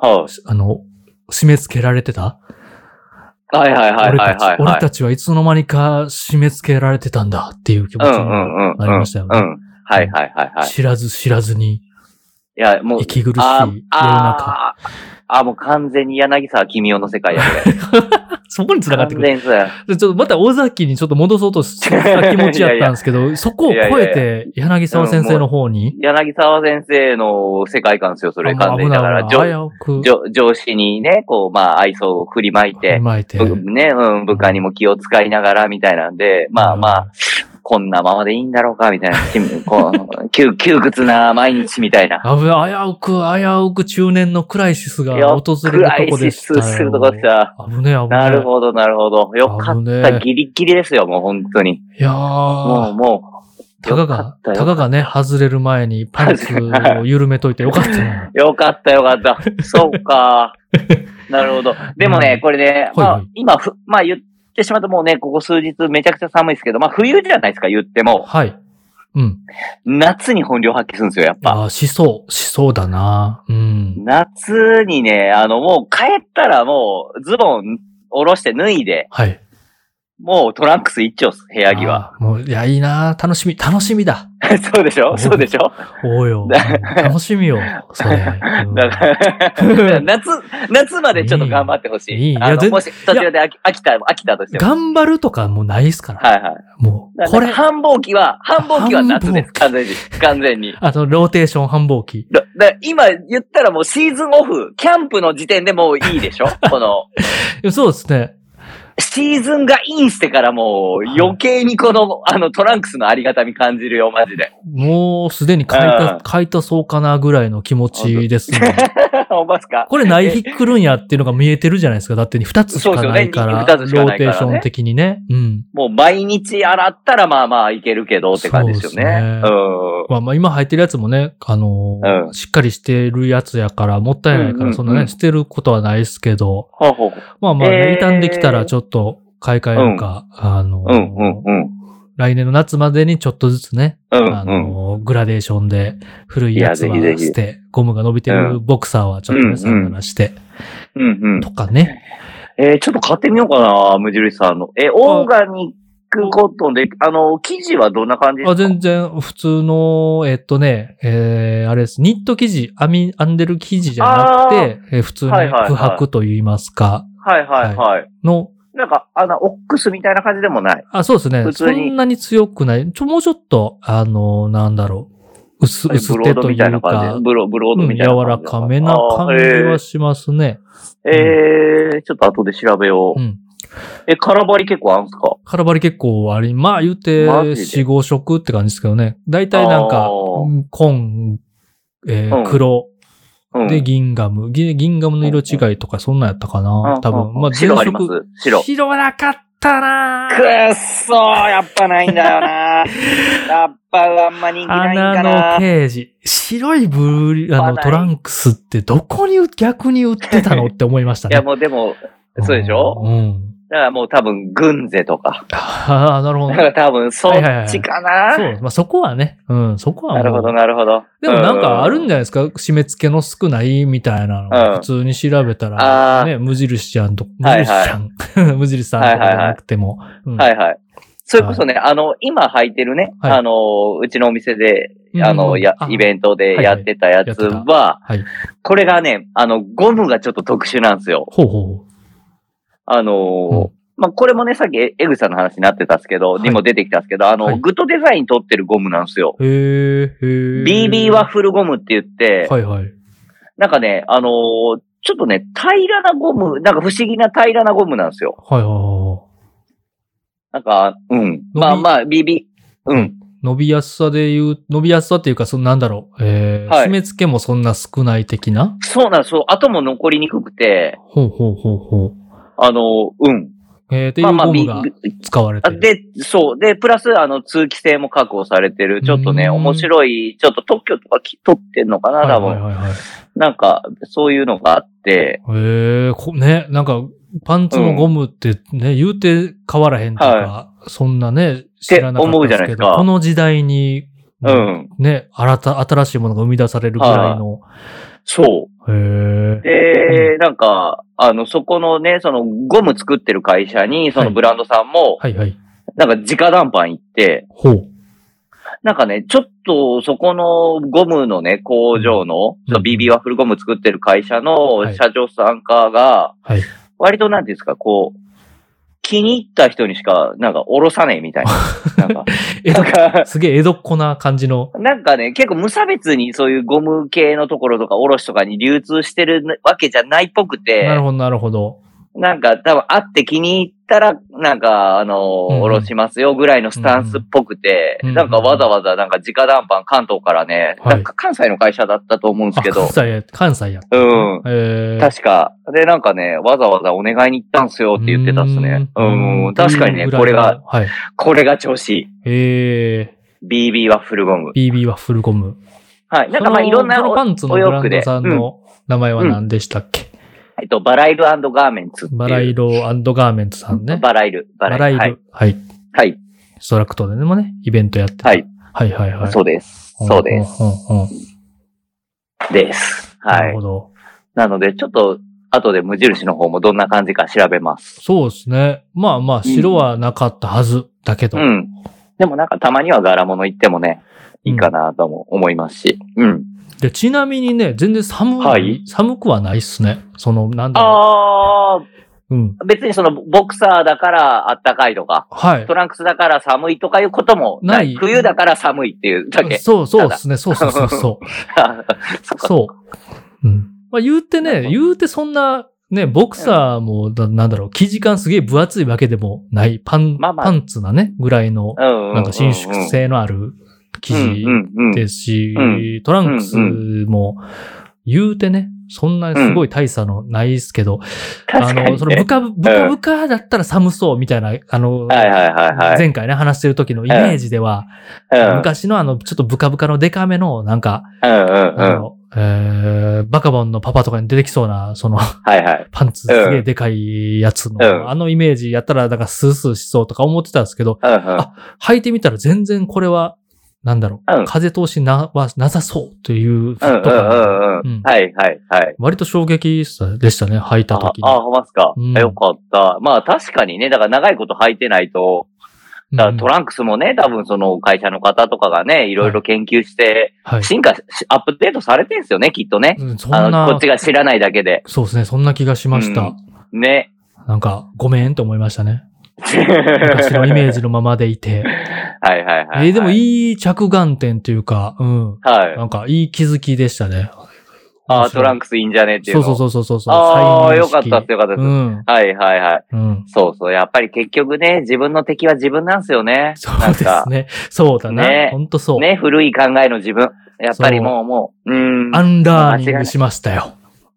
Speaker 2: う、
Speaker 1: い。はい。
Speaker 2: あの、締め付けられてた
Speaker 1: はいはいはい
Speaker 2: 俺
Speaker 1: はい
Speaker 2: たち
Speaker 1: はい、はい。
Speaker 2: 俺たちはいつの間にか締め付けられてたんだっていう気持ち
Speaker 1: うん
Speaker 2: に
Speaker 1: うんうんうん。
Speaker 2: なりましたよ
Speaker 1: う
Speaker 2: ね。
Speaker 1: ん。はいはいはいはい。い
Speaker 2: 知らず知らずに、
Speaker 1: や、もう、
Speaker 2: 息苦しい世
Speaker 1: あ
Speaker 2: の
Speaker 1: ー
Speaker 2: 中。
Speaker 1: あー、あーもう完全に柳沢君雄の世界や、これ。
Speaker 2: そこに 繋がってく
Speaker 1: 完全
Speaker 2: る。
Speaker 1: にそうや。
Speaker 2: でちょっとまた尾崎にちょっと戻そうとした気持ちやったんです けど、そこを超えて柳沢先生の方に、
Speaker 1: 柳沢先生の世界観ですよ、それ
Speaker 2: あ
Speaker 1: 完
Speaker 2: もう
Speaker 1: 全
Speaker 2: 危
Speaker 1: に。だか
Speaker 2: ない
Speaker 1: ら、
Speaker 2: 危ない
Speaker 1: 上
Speaker 2: 危うく、
Speaker 1: 上上司にね、こう、まあ、愛想を振りまいて、
Speaker 2: 巻いて。
Speaker 1: ね、うん、部下にも気を使いながら、みたいなんで、まあまあ、こんなままでいいんだろうか、みたいな、君こう 窮窮屈な毎日みたいな。
Speaker 2: 危ない、危うく、危うく中年のクライシスが訪れ
Speaker 1: ク
Speaker 2: る
Speaker 1: ラ
Speaker 2: と
Speaker 1: イ
Speaker 2: こ
Speaker 1: シ
Speaker 2: でしたよ。
Speaker 1: スするとこでした。
Speaker 2: 危ねえ、危ねえ。
Speaker 1: なるほど、なるほど。よかっ
Speaker 2: 危ね
Speaker 1: た。ギリギリですよ、もう本当に。
Speaker 2: え。いやー
Speaker 1: もう、も
Speaker 2: たか
Speaker 1: よか
Speaker 2: が
Speaker 1: っ、たよ
Speaker 2: たかがね、外れる前にパンツを緩めといてよかったな。
Speaker 1: う、よかった、よかった。 そうか。なるほど。でも
Speaker 2: うん
Speaker 1: ね、これね、ま
Speaker 2: は
Speaker 1: あ
Speaker 2: いはい、
Speaker 1: 今、ふまあ言ってしまうともうね、ここ数日めちゃくちゃ寒いですけど、まあ冬じゃないですか、言っても。
Speaker 2: はい。うん。
Speaker 1: 夏に本領発揮するんですよ、やっぱ。
Speaker 2: ああ、しそう、しそうだな。うん。
Speaker 1: 夏にね、あの、もう帰ったらもうズボン下ろして脱いで、
Speaker 2: はい。
Speaker 1: もうトランクス一丁っす、部屋着は。
Speaker 2: ああ。もう、いや、いいな。楽しみ、楽しみだ。
Speaker 1: そうでしょそうでしょ
Speaker 2: おうよ。 うん楽しみよ。それ。うん
Speaker 1: だから、 夏、夏までちょっと頑張ってほしい。
Speaker 2: いいいいい
Speaker 1: あ
Speaker 2: や全
Speaker 1: のもし途中で飽き飽きた、飽きたとしても。
Speaker 2: 頑張るとかもうないですから。
Speaker 1: はいはい。
Speaker 2: もう、
Speaker 1: だ
Speaker 2: こ
Speaker 1: か
Speaker 2: れ
Speaker 1: ら、繁忙期は、繁忙期は夏です。
Speaker 2: 繁
Speaker 1: 完全に。完全に。
Speaker 2: あと、ローテーション繁忙期。
Speaker 1: だだから今言ったらもうシーズンオフ、キャンプの時点でもういいで しょこの、
Speaker 2: いやそうですね。
Speaker 1: シーズンがインしてからもう余計にこの、あのトランクスのありがたみ感じるよ、マジで。
Speaker 2: もう、すでに書いた
Speaker 1: うん、
Speaker 2: 書いたそうかなぐらいの気持ちですね。
Speaker 1: 思いますか
Speaker 2: これない日来るんやっていうのが見えてるじゃないですか。だって2つしかないから、
Speaker 1: そうですよね二つし
Speaker 2: ロ
Speaker 1: か
Speaker 2: ー
Speaker 1: ないか
Speaker 2: テ
Speaker 1: ら
Speaker 2: ー
Speaker 1: ね
Speaker 2: ション的にね。うん。
Speaker 1: もう毎日洗ったらまあまあいけるけどって感じですよね。
Speaker 2: まあまあ今入ってるやつもね、あのー
Speaker 1: うん
Speaker 2: しっかりしてるやつやから、もったいないか
Speaker 1: うんうんう
Speaker 2: ら、
Speaker 1: ん
Speaker 2: そんなね、捨てることはないですけど、
Speaker 1: うん。ほうほう
Speaker 2: まあまあ、ね
Speaker 1: えー
Speaker 2: 傷んできたらちょっと買い替えるか、あのー
Speaker 1: うんうんうん。
Speaker 2: 来年の夏までにちょっとずつね、あ
Speaker 1: うんうん。
Speaker 2: のーグラデーションで古いやつはい
Speaker 1: やぜひぜひ
Speaker 2: 捨て、ゴムが伸びてるボクサーはちょっと
Speaker 1: うんう
Speaker 2: ね、
Speaker 1: ん
Speaker 2: さよならして、
Speaker 1: うんうん。
Speaker 2: とかね。
Speaker 1: えー、ちょっと買ってみようかな、無印さんの。え、オーガニックコットンで、あの、生地はどんな感じですか
Speaker 2: あ全然普通の、えっとね、えー、あれです。ニット生地、編み、編んでる生地じゃなくて、えー普通の
Speaker 1: はいはいはい
Speaker 2: 不白と言いますか、
Speaker 1: はいはいはい。
Speaker 2: の、
Speaker 1: なんか、あの、オックスみたいな感じでもない。
Speaker 2: あ、そうですね。
Speaker 1: 普
Speaker 2: そ
Speaker 1: 通に
Speaker 2: んなに強くない。ちょ、もうちょっと、あの、なんだろう。薄、
Speaker 1: ブロ
Speaker 2: 薄手
Speaker 1: ード
Speaker 2: とい
Speaker 1: みたいうな
Speaker 2: か
Speaker 1: 感じ。、ブロブロード
Speaker 2: うん
Speaker 1: みた
Speaker 2: 柔
Speaker 1: いな感じ。
Speaker 2: らかめな感じはしますね。
Speaker 1: あー。えーえー、ちょっと後で調べよ
Speaker 2: う
Speaker 1: う。
Speaker 2: ん。
Speaker 1: え、空張り結構あるんすか
Speaker 2: 空張り結構あり、まあ言うて、
Speaker 1: マジで
Speaker 2: 4、5色って感じですけどね。大体なんか
Speaker 1: あ、ー
Speaker 2: うん紺、えー
Speaker 1: うん
Speaker 2: 黒、
Speaker 1: うん。
Speaker 2: で、銀ガム。ぎ銀ガムの色違いとか、そんなんやったかな
Speaker 1: う。ん
Speaker 2: 多
Speaker 1: う
Speaker 2: 分。
Speaker 1: ん
Speaker 2: まあ、
Speaker 1: 白あります白。
Speaker 2: 白なかったな
Speaker 3: くっそー、やっぱないんだ よな。やっぱあんま人気ないんか
Speaker 2: 穴の
Speaker 3: な。
Speaker 2: ケージ。白いブルー、あ
Speaker 3: わ
Speaker 2: の、
Speaker 3: ない
Speaker 2: トランクスってどこに逆に売ってたのって思いました
Speaker 1: い
Speaker 2: ね。
Speaker 1: や、もうでも、そうでしょ
Speaker 2: うん。
Speaker 1: だからもう多分、軍勢とか。
Speaker 2: ああ、なるほど
Speaker 1: だ か。ら多分、そっ
Speaker 2: はいはいはい
Speaker 1: ちかな。
Speaker 2: そう。まあ、そこはね。うん、そこは
Speaker 1: な
Speaker 2: も
Speaker 1: る
Speaker 2: う
Speaker 1: ほど、なるほど。
Speaker 2: でもなんかあるん
Speaker 1: だ
Speaker 2: じゃないですか締め付けの少ないみたい
Speaker 1: う
Speaker 2: なの。
Speaker 1: ん
Speaker 2: 普通に調べたら、
Speaker 1: あー
Speaker 2: ね、無印ちゃんと、無
Speaker 1: はい
Speaker 2: 印
Speaker 1: はい
Speaker 2: ちゃん、 無印さんとかじゃなくても。うん
Speaker 1: はいはい。それこそね、あの、今履いてるね、
Speaker 2: はい
Speaker 1: あの、うちのお店で、
Speaker 2: うん
Speaker 1: あの、や
Speaker 2: あ、
Speaker 1: イベントでやってたやつ
Speaker 2: はいはい
Speaker 1: は、
Speaker 2: はい。
Speaker 1: これがね、あの、ゴムがちょっと特殊なんですよ。
Speaker 2: ほうほ
Speaker 1: あのー
Speaker 2: うん
Speaker 1: まあ、これもね、さっき、エグさんの話になってたんですけど、
Speaker 2: はい
Speaker 1: にも出てきたんですけど、あの、
Speaker 2: はい
Speaker 1: グッドデザイン取ってるゴムなんですよ。
Speaker 2: う。へーへー
Speaker 1: BB ワッフルゴムって言って、
Speaker 2: はいはい。
Speaker 1: なんかね、あのーちょっとね、平らなゴム、なんか不思議な平らなゴムなんですよ。
Speaker 2: はいはいはい。
Speaker 1: なんか、うん。まあまあ、BB。うん。
Speaker 2: 伸びやすさで言う、伸びやすさっていうか、そのなんだろう、えー
Speaker 1: はい
Speaker 2: 締め付けもそんな少ない的な
Speaker 1: そうなんですよ。後も残りにくくて、
Speaker 2: ほうほうほうほう。
Speaker 1: あのーうん。
Speaker 2: えー、ってい
Speaker 1: まあ
Speaker 2: う
Speaker 1: まあ、
Speaker 2: ゴム
Speaker 1: み
Speaker 2: が使われて
Speaker 1: あ
Speaker 2: る。
Speaker 1: で、そう。で、プラス、あの、通気性も確保されてる、ちょっとね、
Speaker 2: うん
Speaker 1: 面白い、ちょっと特許とかき取ってんのかな、多分。
Speaker 2: はいはいはいはい。
Speaker 1: なんか、そういうのがあって、
Speaker 2: えー、こね、なんか、パンツのゴムってね、言うて変わらへんとか、
Speaker 1: は
Speaker 2: そんなね、知らなかったん
Speaker 1: って思
Speaker 2: です
Speaker 1: うじ
Speaker 2: け
Speaker 1: ゃないです
Speaker 2: ど、
Speaker 1: か
Speaker 2: この時代に、
Speaker 1: うん。
Speaker 2: ね、新た、新しいものが生み出されるぐらいの、
Speaker 1: そ
Speaker 2: へー
Speaker 1: う。で、なんか、あの、そこのね、その、ゴム作ってる会社に、そ
Speaker 2: は
Speaker 1: の
Speaker 2: い
Speaker 1: ブランドさんも、
Speaker 2: はいはい。
Speaker 1: なんか、直談判行って、
Speaker 2: ほう。
Speaker 1: なんかね、ちょっと、そこのゴムのね、工場の、
Speaker 2: うん
Speaker 1: その BB ワッフルゴム作ってる会社
Speaker 2: は
Speaker 1: の
Speaker 2: い
Speaker 1: 社長さんかが、
Speaker 2: はい。
Speaker 1: 割となんていうんですか、こう、気に入った人にしか、なんか、おろさねえみたいな。な んか、
Speaker 2: 江戸
Speaker 1: なんか、
Speaker 2: すげえ江戸っ子な感じの、
Speaker 1: なんかね、結構無差別にそういうゴム系のところとか、おろしとかに流通してるわけじゃないっぽくて、
Speaker 2: なるほどなるほど。
Speaker 1: なんか多分会って気に入ったら、なんかあのー
Speaker 2: うんうん
Speaker 1: おろしますよぐらいのスタンスっぽくて、
Speaker 2: うんうん
Speaker 1: なんかわざわざなんか直談判関東からね、
Speaker 2: はい
Speaker 1: なんか関西の会社だったと思うんですけ
Speaker 2: あ
Speaker 1: ど
Speaker 2: 関、西や、関西や。
Speaker 1: うん。
Speaker 2: えー、
Speaker 1: 確か。で、なんかね、わざわざお願いに行ったんすよって言ってたっすね。
Speaker 2: うー
Speaker 1: うん。確かにね、
Speaker 2: という
Speaker 1: こ
Speaker 2: ぐ
Speaker 1: れ
Speaker 2: らい
Speaker 1: が
Speaker 2: の、はい。
Speaker 1: これが調子いい。
Speaker 2: え
Speaker 1: BB ワッフルゴム
Speaker 2: ー、。BB はフルゴム。
Speaker 1: はい。なんかまあ
Speaker 2: その
Speaker 1: いろんな
Speaker 2: そのパンツのブランドさ
Speaker 1: お
Speaker 2: ん
Speaker 1: 洋服でう
Speaker 2: の名前は何でしたっけ、
Speaker 1: えっと、バライルガーメンツっていう。
Speaker 2: バライローガーメンツさんね。
Speaker 1: バライル。バライル。
Speaker 2: バ
Speaker 1: は
Speaker 2: ライ
Speaker 1: い
Speaker 2: ル。はい。
Speaker 1: はい。
Speaker 2: ストラクトでもね、イベントやってた。
Speaker 1: はい。
Speaker 2: はいはいはい。
Speaker 1: そうです。そうです。
Speaker 2: す。うんうんうん
Speaker 1: です。
Speaker 2: な
Speaker 1: は
Speaker 2: る
Speaker 1: い
Speaker 2: ほ。ど。
Speaker 1: なので、ちょっと、後で無印の方もどんな感じか調べます。
Speaker 2: そうですね。まあまあ、白はなかったはずだけど。
Speaker 1: うん。でもなんかたまには柄物行ってもね、いいかなとも思いますし。うん。
Speaker 2: で、ちなみにね、全然寒い、
Speaker 1: はい
Speaker 2: 寒くはないっすね。その、なんだろ
Speaker 1: あ
Speaker 2: う。うん。
Speaker 1: あ、別にそのボクサーだからあったかいとか、
Speaker 2: はい
Speaker 1: ト。ランクスだから寒いとかいうこともない。
Speaker 2: ない
Speaker 1: 冬だから寒いっていうだけ。
Speaker 2: そうそうですね。そうそうそうそう。
Speaker 1: そっか。
Speaker 2: そう。うん。まあ言うて
Speaker 1: なる
Speaker 2: ね、
Speaker 1: ほど
Speaker 2: 言うてそんな、ね、ボクサーも、ななんだろう、生地感すげえ分厚いわけでもない、パン、
Speaker 1: まあまあ
Speaker 2: パンツなね、ぐらいの、
Speaker 1: うんううう
Speaker 2: なんか伸縮性のある生地
Speaker 1: うんうんうん
Speaker 2: ですし
Speaker 1: うんう、
Speaker 2: トランクスも、言うてね、そんなにすごい大差のないですけど、あ
Speaker 1: 確かに、ね。
Speaker 2: の、その部下、部下部下だったら寒そうみたいな、あの、
Speaker 1: はいはいはいはい。
Speaker 2: 前回ね、話してる時のイメージでは、
Speaker 1: うん
Speaker 2: 昔のあの、ちょっとブカブカのデカめの、なんか、
Speaker 1: うんうんう
Speaker 2: あ
Speaker 1: ん。
Speaker 2: の、えー、バカボンのパパとかに出てきそうな、その、
Speaker 1: はいはい。
Speaker 2: パンツすげえでかいやつの、
Speaker 1: うん
Speaker 2: あのイメージやったら、なんかスースーしそうとか思ってたんですけど、
Speaker 1: うんうん。
Speaker 2: 履いてみたら全然これは、なんだろう、
Speaker 1: うん
Speaker 2: 風通しな、はなさそうというフィ
Speaker 1: うん
Speaker 2: ット感
Speaker 1: うんうんうん。
Speaker 2: うん
Speaker 1: はいはいはい。
Speaker 2: 割と衝撃でしたね、履いた時に。
Speaker 1: あ、あほんまっすか、
Speaker 2: うん
Speaker 1: よかった。まあ確かにね、だから長いこと履いてないと、だから
Speaker 2: うん
Speaker 1: トランクスもね、多分その会社の方とかがね、いろいろ研究して、
Speaker 2: はい。
Speaker 1: 進化し、アップデートされてんすよね、きっとね。
Speaker 2: うんそん
Speaker 1: あの、こ
Speaker 2: な
Speaker 1: っち、が知らないだけで。
Speaker 2: そうですね、そんな気がしました。
Speaker 1: ね。
Speaker 2: なんか、ごめんって思いましたね。昔のイメージのままでいて。
Speaker 1: はいはいはい、
Speaker 2: えーでもいい着眼点というか、うん。
Speaker 1: はい。
Speaker 2: なんか、いい気づきでしたね。
Speaker 1: ああ、トランクスいいんじゃねっていう
Speaker 2: そう
Speaker 1: の。
Speaker 2: そう
Speaker 1: う
Speaker 2: そうそうそうそう。
Speaker 1: ああ、
Speaker 2: 再認
Speaker 1: よ
Speaker 2: 識
Speaker 1: かったってよかったです。
Speaker 2: うん。
Speaker 1: はいはいはい。
Speaker 2: うん。
Speaker 1: そうそう。やっぱり結局ね、自分の敵は自分なんすよね。
Speaker 2: そうです
Speaker 1: なんか
Speaker 2: ね。そうだな。
Speaker 1: ね
Speaker 2: ほんとそう。
Speaker 1: ね、古い考えの自分。やっぱりもう、もう、うーん。
Speaker 2: ア
Speaker 1: あ
Speaker 2: ンラーニ
Speaker 1: 間違い
Speaker 2: ン
Speaker 1: な
Speaker 2: グ
Speaker 1: い
Speaker 2: しましたよ。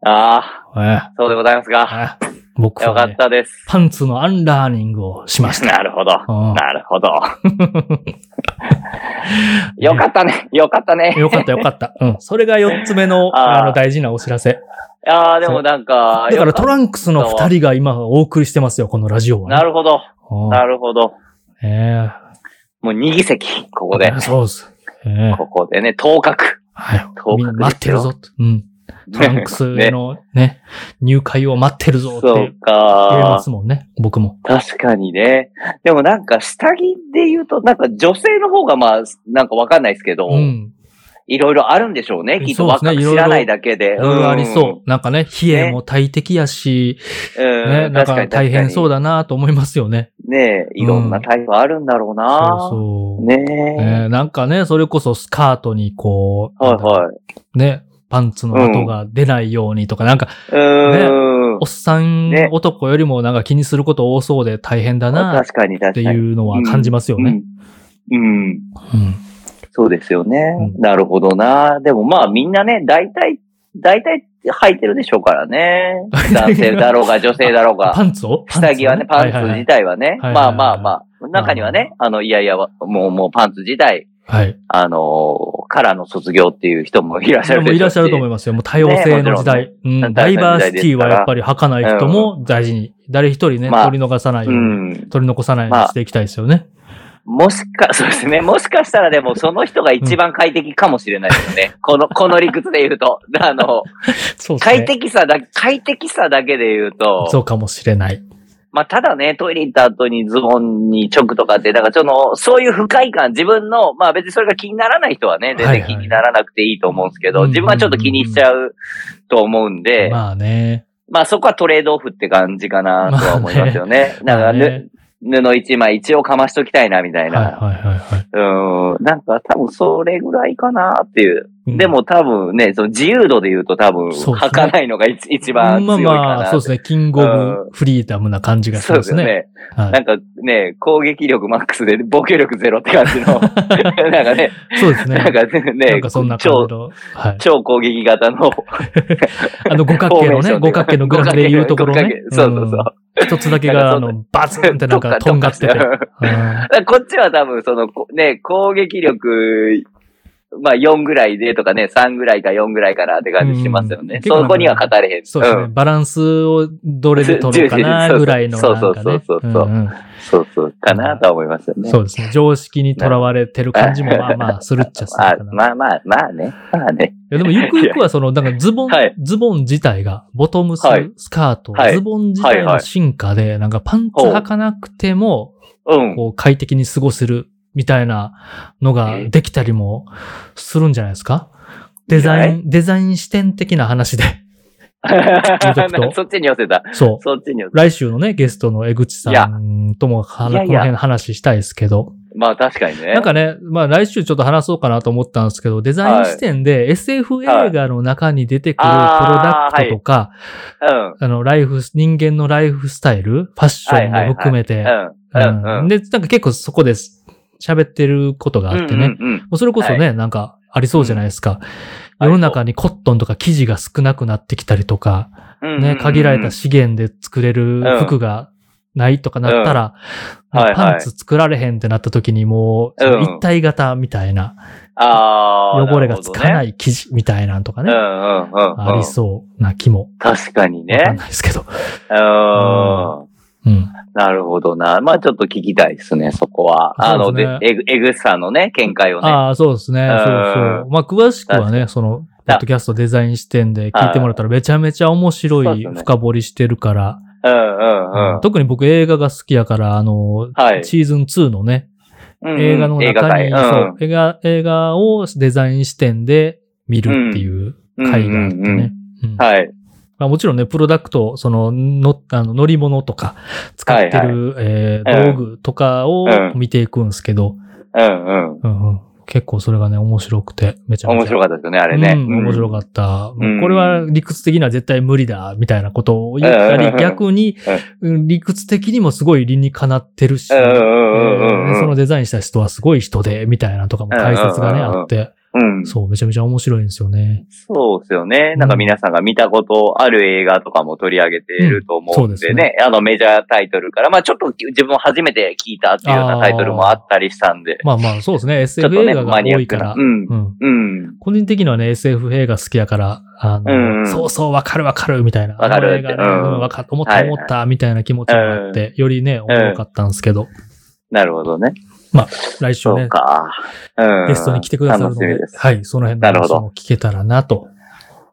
Speaker 1: あ
Speaker 2: ええ
Speaker 1: ー、そうでございますが。
Speaker 2: あ僕
Speaker 1: よか
Speaker 2: は、
Speaker 1: っ
Speaker 2: ね、
Speaker 1: たです。
Speaker 2: パンツのアンラーニングをしました。
Speaker 1: なるほど。
Speaker 2: うん
Speaker 1: なるほ ど。よかったね。よかったね。
Speaker 2: よかったよかった。うん。それが4つ目の
Speaker 1: あー
Speaker 2: あの大事なお知らせ。
Speaker 1: ああ、でもなんか、
Speaker 2: だから
Speaker 1: よか
Speaker 2: ト
Speaker 1: っ
Speaker 2: ランクスの2人が今お送りしてますよ、このラジオは、ね。
Speaker 1: なるほど。
Speaker 2: ほ
Speaker 1: なるほど。
Speaker 2: ええ
Speaker 1: もう2議席、ここで。
Speaker 2: そうです。ええ
Speaker 1: ここでね、当確。
Speaker 2: はい。
Speaker 1: 当
Speaker 2: みんな待ってる ぞ。うん。トランクス
Speaker 1: ね
Speaker 2: のね、入会を待ってるぞって
Speaker 1: そ
Speaker 2: 言いう
Speaker 1: か
Speaker 2: ま。すもんね、僕も。
Speaker 1: 確かにね。でもなんか下着で言うと、なんか女性の方がまあ、なんかわかんないですけど、
Speaker 2: うん。
Speaker 1: いろいろあるんでしょうね。きっと
Speaker 2: そうですね
Speaker 1: 若く知らないだけで。
Speaker 2: いろいろありそう。なんかね、冷えも大敵やし、
Speaker 1: う。うん。
Speaker 2: ね、な
Speaker 1: 確
Speaker 2: んか
Speaker 1: に確
Speaker 2: 大変そう
Speaker 1: だ。
Speaker 2: だなと思いますよね。
Speaker 1: ねえ、いろんなタイプあるんだろうな。
Speaker 2: そうそう。
Speaker 1: ねえ。
Speaker 2: ねなんかね、それこそスカートにこう、
Speaker 1: はい
Speaker 2: なんだ
Speaker 1: はい。
Speaker 2: ね、パンツの跡が出ないようにとか、なんか、
Speaker 1: うーん
Speaker 2: お。っさん
Speaker 1: ね
Speaker 2: 男よりもなんか気にすること多そうで大変だなっ
Speaker 1: 確かに確かに。
Speaker 2: ていうのは感じますよね。
Speaker 1: うん。うん。
Speaker 2: うん
Speaker 1: そうですよね。
Speaker 2: うん
Speaker 1: なるほどな。でもまあみんなね、大体、大体履いてるでしょうからね。 男性だろうが女性だろうが。
Speaker 2: パンツを
Speaker 1: 下着はね、パンツ自。体はね、
Speaker 2: はいはいはい
Speaker 1: まあまあまあ、中にはね、あの、いやいや、もう、もうパンツ自体、
Speaker 2: はいはいはい。
Speaker 1: あのーからの卒業っていう人もいらっしゃる
Speaker 2: も
Speaker 1: で
Speaker 2: い
Speaker 1: しょ
Speaker 2: ら
Speaker 1: う
Speaker 2: っしゃると思いますよ。もう多様性の時代。う
Speaker 1: ろんね
Speaker 2: ん。ダイバーシティはやっぱり履かない人も大事に。誰一人ね、
Speaker 1: まあ
Speaker 2: 取り逃さないよう
Speaker 1: う
Speaker 2: に、
Speaker 1: ん。
Speaker 2: 取り残さないようにしていきたいですよね。
Speaker 1: もしか、 そうですね。もしかしたらでも、その人が一番快適かもしれないですよ ね。この、この理屈で言うと。あの、
Speaker 2: そうですね。
Speaker 1: 快適さだ、快適さだけで言うと、
Speaker 2: そうかもしれない。
Speaker 1: まあ、ただね、トイレ行った後にズボンにチョクとかって、だからその、そういう不快感、自分の、まあ別にそれが気にならない人はね、全
Speaker 2: はいは
Speaker 1: 然
Speaker 2: い
Speaker 1: 気にならなくていいと思うんですけど、
Speaker 2: うんうんうん
Speaker 1: 自分はちょっと気にしちゃうと思うんで、まあ、
Speaker 2: まあね。
Speaker 1: そこはトレードオフって感じかなとは思いますよね。だから、
Speaker 2: まあね
Speaker 1: ぬ布一枚一応かましときたいなみたい
Speaker 2: はい
Speaker 1: な。
Speaker 2: はいはいはい。
Speaker 1: うん、なんか多分それぐらいかなっていう。
Speaker 2: うん
Speaker 1: で、も多分ね、その自由度で言うと多分、
Speaker 2: そうです
Speaker 1: 履
Speaker 2: ね
Speaker 1: かないのが一一番強いかな。
Speaker 2: まあまあ、そうですね。キングオブフリーダムな感じがし
Speaker 1: そう
Speaker 2: ま
Speaker 1: ですすよ
Speaker 2: ね。
Speaker 1: ね。
Speaker 2: は
Speaker 1: ないんかね、攻撃力マックスで防御力ゼロって感じ の、なんかね、
Speaker 2: そうですね。
Speaker 1: なんかね、
Speaker 2: な
Speaker 1: ね
Speaker 2: んかそんな感
Speaker 1: 超
Speaker 2: じ、の。はい。
Speaker 1: 超攻撃型の、
Speaker 2: あの五角形
Speaker 1: フォ
Speaker 2: のね、
Speaker 1: ーメーション
Speaker 2: 五角形のグラフで言うところね。
Speaker 1: 五角形そうそうそう。
Speaker 2: ん一つだけが、あの、バツンってなんかとんがってて。うん
Speaker 1: だから こっちは多分、その、こね、攻撃力、まあ4ぐらいでとかね、3ぐらいか4ぐらいかなって感じしますよ
Speaker 2: うん
Speaker 1: ね。
Speaker 2: 結構なん
Speaker 1: そ
Speaker 2: か
Speaker 1: こには語れへん。
Speaker 2: そうです
Speaker 1: う
Speaker 2: ね。
Speaker 1: ん
Speaker 2: バランスをどれで取るかな、
Speaker 1: そう
Speaker 2: ぐらいのなんかね。
Speaker 1: そうそうそうそう
Speaker 2: うんうん
Speaker 1: そうそう、かなとは思いますよね。
Speaker 2: そうですね。常識にとらわれてる感じも、まあ まあ、するっちゃする
Speaker 1: あ
Speaker 2: かな。い
Speaker 1: まあまあ、まあね。まあね。
Speaker 2: やでも、ゆくゆくは、その、なんかズボン
Speaker 1: はい、
Speaker 2: ズボン自体が、ボトムス
Speaker 1: はい、
Speaker 2: スカート
Speaker 1: は、い
Speaker 2: ズボン自体の進化で、なんかパンツ履かなくても、
Speaker 1: うん。
Speaker 2: こう、快適に過ごせる、みたいなのができたりもするんじゃないですかデザイン、デザイン視点的な話で。とくと
Speaker 1: そっちに寄せた。
Speaker 2: そう。
Speaker 1: そっちに寄せた。
Speaker 2: 来週のね、ゲストの江口さんともは、
Speaker 1: い
Speaker 2: この
Speaker 1: やいや
Speaker 2: 辺話したいですけど。
Speaker 1: まあ確かにね。
Speaker 2: なんかね、まあ来週ちょっと話そうかなと思ったんですけど、デザイン視点で SF 映画の中に出てくるプロダ
Speaker 1: あー
Speaker 2: クトとか、
Speaker 1: うん。
Speaker 2: あの、ライフ、人間のライフスタイル、ファッションも含めて、
Speaker 1: うん。うん。
Speaker 2: うんで、なんか結構そこです喋ってることがあって
Speaker 1: う
Speaker 2: ね、も
Speaker 1: んうんうん
Speaker 2: うそれこそね、なんかありそうじゃないですか。世の中にコットンとか生地が少なくなってきたりとか、
Speaker 1: うんうんう
Speaker 2: ね、
Speaker 1: ん
Speaker 2: 限られた資源で作れる服がないとかなったら、
Speaker 1: うんはいはい
Speaker 2: パンツ作られへんってなった時にもう、その
Speaker 1: うん
Speaker 2: 一体型みたいな、
Speaker 1: ああ。。
Speaker 2: 汚れがつかないい生地みたいなんとか
Speaker 1: うんう
Speaker 2: ね、
Speaker 1: んうん。
Speaker 2: ありそうな気も。
Speaker 1: 確かに
Speaker 2: わか
Speaker 1: ね。
Speaker 2: んないですけど。
Speaker 1: うん。
Speaker 2: うん。
Speaker 1: なるほどな。まあちょっと聞きたいですね、そこは。あ
Speaker 2: そう
Speaker 1: の、
Speaker 2: で
Speaker 1: です
Speaker 2: ね
Speaker 1: エグエグさんのね、見解をね。
Speaker 2: ああ、そうですね。
Speaker 1: ん
Speaker 2: そうそう。まあ、詳しくはね、その、ポッドキャストデザイン視点で聞いてもらったらめちゃめちゃ面
Speaker 1: そ
Speaker 2: 白
Speaker 1: うで
Speaker 2: い
Speaker 1: すね
Speaker 2: 深掘りしてるから、
Speaker 1: うんうんうん。
Speaker 2: 特に僕映画が好きやから、あの、
Speaker 1: はい
Speaker 2: シーズン2の
Speaker 1: うんう
Speaker 2: ね、
Speaker 1: ん
Speaker 2: 映画の中に、
Speaker 1: 映
Speaker 2: そ
Speaker 1: 画
Speaker 2: う映画、映画をデザイン視点で見るっていう
Speaker 1: 界
Speaker 2: 回
Speaker 1: うん
Speaker 2: があって
Speaker 1: うんうんうん
Speaker 2: ね。うん
Speaker 1: はい。
Speaker 2: まあ、もちろんね、プロダクト、その、の、あの乗り物とか、使ってる、えー
Speaker 1: うん
Speaker 2: 道具とかを
Speaker 1: うん
Speaker 2: 見ていくんですけど、
Speaker 1: うんうん。
Speaker 2: うんうん結構それがね、面白くて、めちゃめちゃ。
Speaker 1: 面白
Speaker 2: かっ
Speaker 1: かったですよね、あれね。
Speaker 2: うん、面白か
Speaker 1: っ
Speaker 2: った。
Speaker 1: うん
Speaker 2: これは理屈的には絶対無理だ、みたいなことを言った
Speaker 1: うん
Speaker 2: り、逆に、うん理屈的にもすごい理にかなってるし、
Speaker 1: うんうん
Speaker 2: え
Speaker 1: うん
Speaker 2: ー
Speaker 1: う
Speaker 2: その
Speaker 1: ん
Speaker 2: デザインした人はすごい人で、みたいなとかも解説が
Speaker 1: う
Speaker 2: ね、
Speaker 1: んうんうんうん
Speaker 2: あって、
Speaker 1: うん。
Speaker 2: そう、めちゃめちゃ面白いんですよね。
Speaker 1: そうですよね。なんか皆さんが見たことある映画とかも取り上げていると思うんでね。
Speaker 2: うんそうですね
Speaker 1: あのメジャータイトルから、まあちょっと自分も初めて聞いたっていうようなタイトルもあったりしたんで。
Speaker 2: まあまあ、そうです ね。
Speaker 1: ちょっ
Speaker 2: SF
Speaker 1: と
Speaker 2: 映
Speaker 1: ね、
Speaker 2: 画が
Speaker 1: マニア
Speaker 2: 多い
Speaker 1: ック
Speaker 2: か
Speaker 1: な
Speaker 2: ら。。
Speaker 1: うん。
Speaker 2: うん
Speaker 1: うん。
Speaker 2: 個人的にはね、SF 映画好きやから、あの、
Speaker 1: うんうん
Speaker 2: そうそう、わかるわかる、みたいな。
Speaker 1: わかるって
Speaker 2: あの映画ね
Speaker 1: うん
Speaker 2: うんわか思った思った、みたいな気持ちもあって、よりね、
Speaker 1: ん
Speaker 2: 面白かったんですけど、
Speaker 1: なるほどね。
Speaker 2: 来週
Speaker 1: そ
Speaker 2: ね
Speaker 1: う、か。うん。
Speaker 2: ゲストに来てくださるの
Speaker 1: 楽しみ
Speaker 2: で
Speaker 1: で、す。
Speaker 2: はい、その辺の
Speaker 1: なるほ
Speaker 2: 話
Speaker 1: ど
Speaker 2: も聞けたらなと。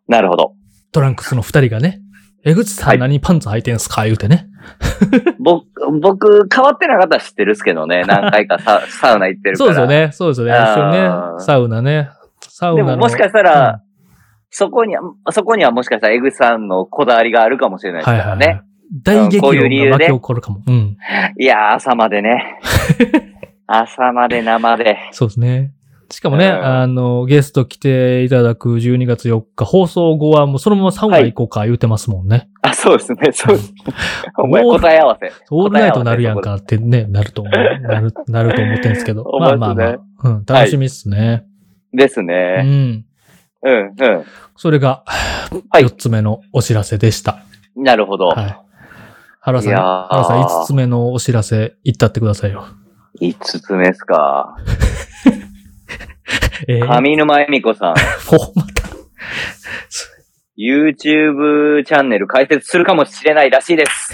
Speaker 1: なるほど。
Speaker 2: トランクスの二人がね、江口さ
Speaker 1: は
Speaker 2: ん
Speaker 1: い
Speaker 2: 何パンツ履いてんすか言うてね。
Speaker 1: 僕、僕、変わってなかったら知ってるっすけど ね。何回かササウナ行ってるか
Speaker 2: そう
Speaker 1: ら。
Speaker 2: ですよ。ね、そうですよね。
Speaker 1: あー
Speaker 2: 一緒にね、サウナね。サウ
Speaker 1: で
Speaker 2: ナの。
Speaker 1: ももしかしたら、そこに、そこにはもしかしたら江口さんのこだわりがあるかもしれ
Speaker 2: う
Speaker 1: なんいです
Speaker 2: はい
Speaker 1: か
Speaker 2: は
Speaker 1: ら
Speaker 2: い
Speaker 1: ね。
Speaker 2: はい。大激
Speaker 1: こういう理由
Speaker 2: 論
Speaker 1: で
Speaker 2: が巻き起こるかも。うん。
Speaker 1: いやー、朝まで ね。朝まで生で。
Speaker 2: そうですね。しかもね、
Speaker 1: うん
Speaker 2: あの、ゲスト来ていただく12月4日、放送後はもうそのままサウナ行こうか言うてますもんね。
Speaker 1: あ、そうですね、 そうです。お前
Speaker 2: オール
Speaker 1: 答え合わせ。
Speaker 2: オールナイトなるやんかってね、なると思う、なる、なると思ってるんで すけど。
Speaker 1: ほん
Speaker 2: まあ
Speaker 1: まっ
Speaker 2: まあ
Speaker 1: す
Speaker 2: ま
Speaker 1: ね
Speaker 2: あ。うん、楽しみっすね。
Speaker 1: です
Speaker 2: う
Speaker 1: ね。
Speaker 2: ん。
Speaker 1: うん、う
Speaker 2: それが、
Speaker 1: はい
Speaker 2: 4つ目のお知らせでした。
Speaker 1: ん。なるほど。
Speaker 2: はい。原さん、
Speaker 1: いやー
Speaker 2: 原さん5つ目のお知らせ、言ったってくださいよ。
Speaker 1: 五つ目っすか。
Speaker 2: えー、
Speaker 1: 上沼恵美子さん、
Speaker 2: フォーマット
Speaker 1: YouTube チャンネル開設するかもしれないらしいです。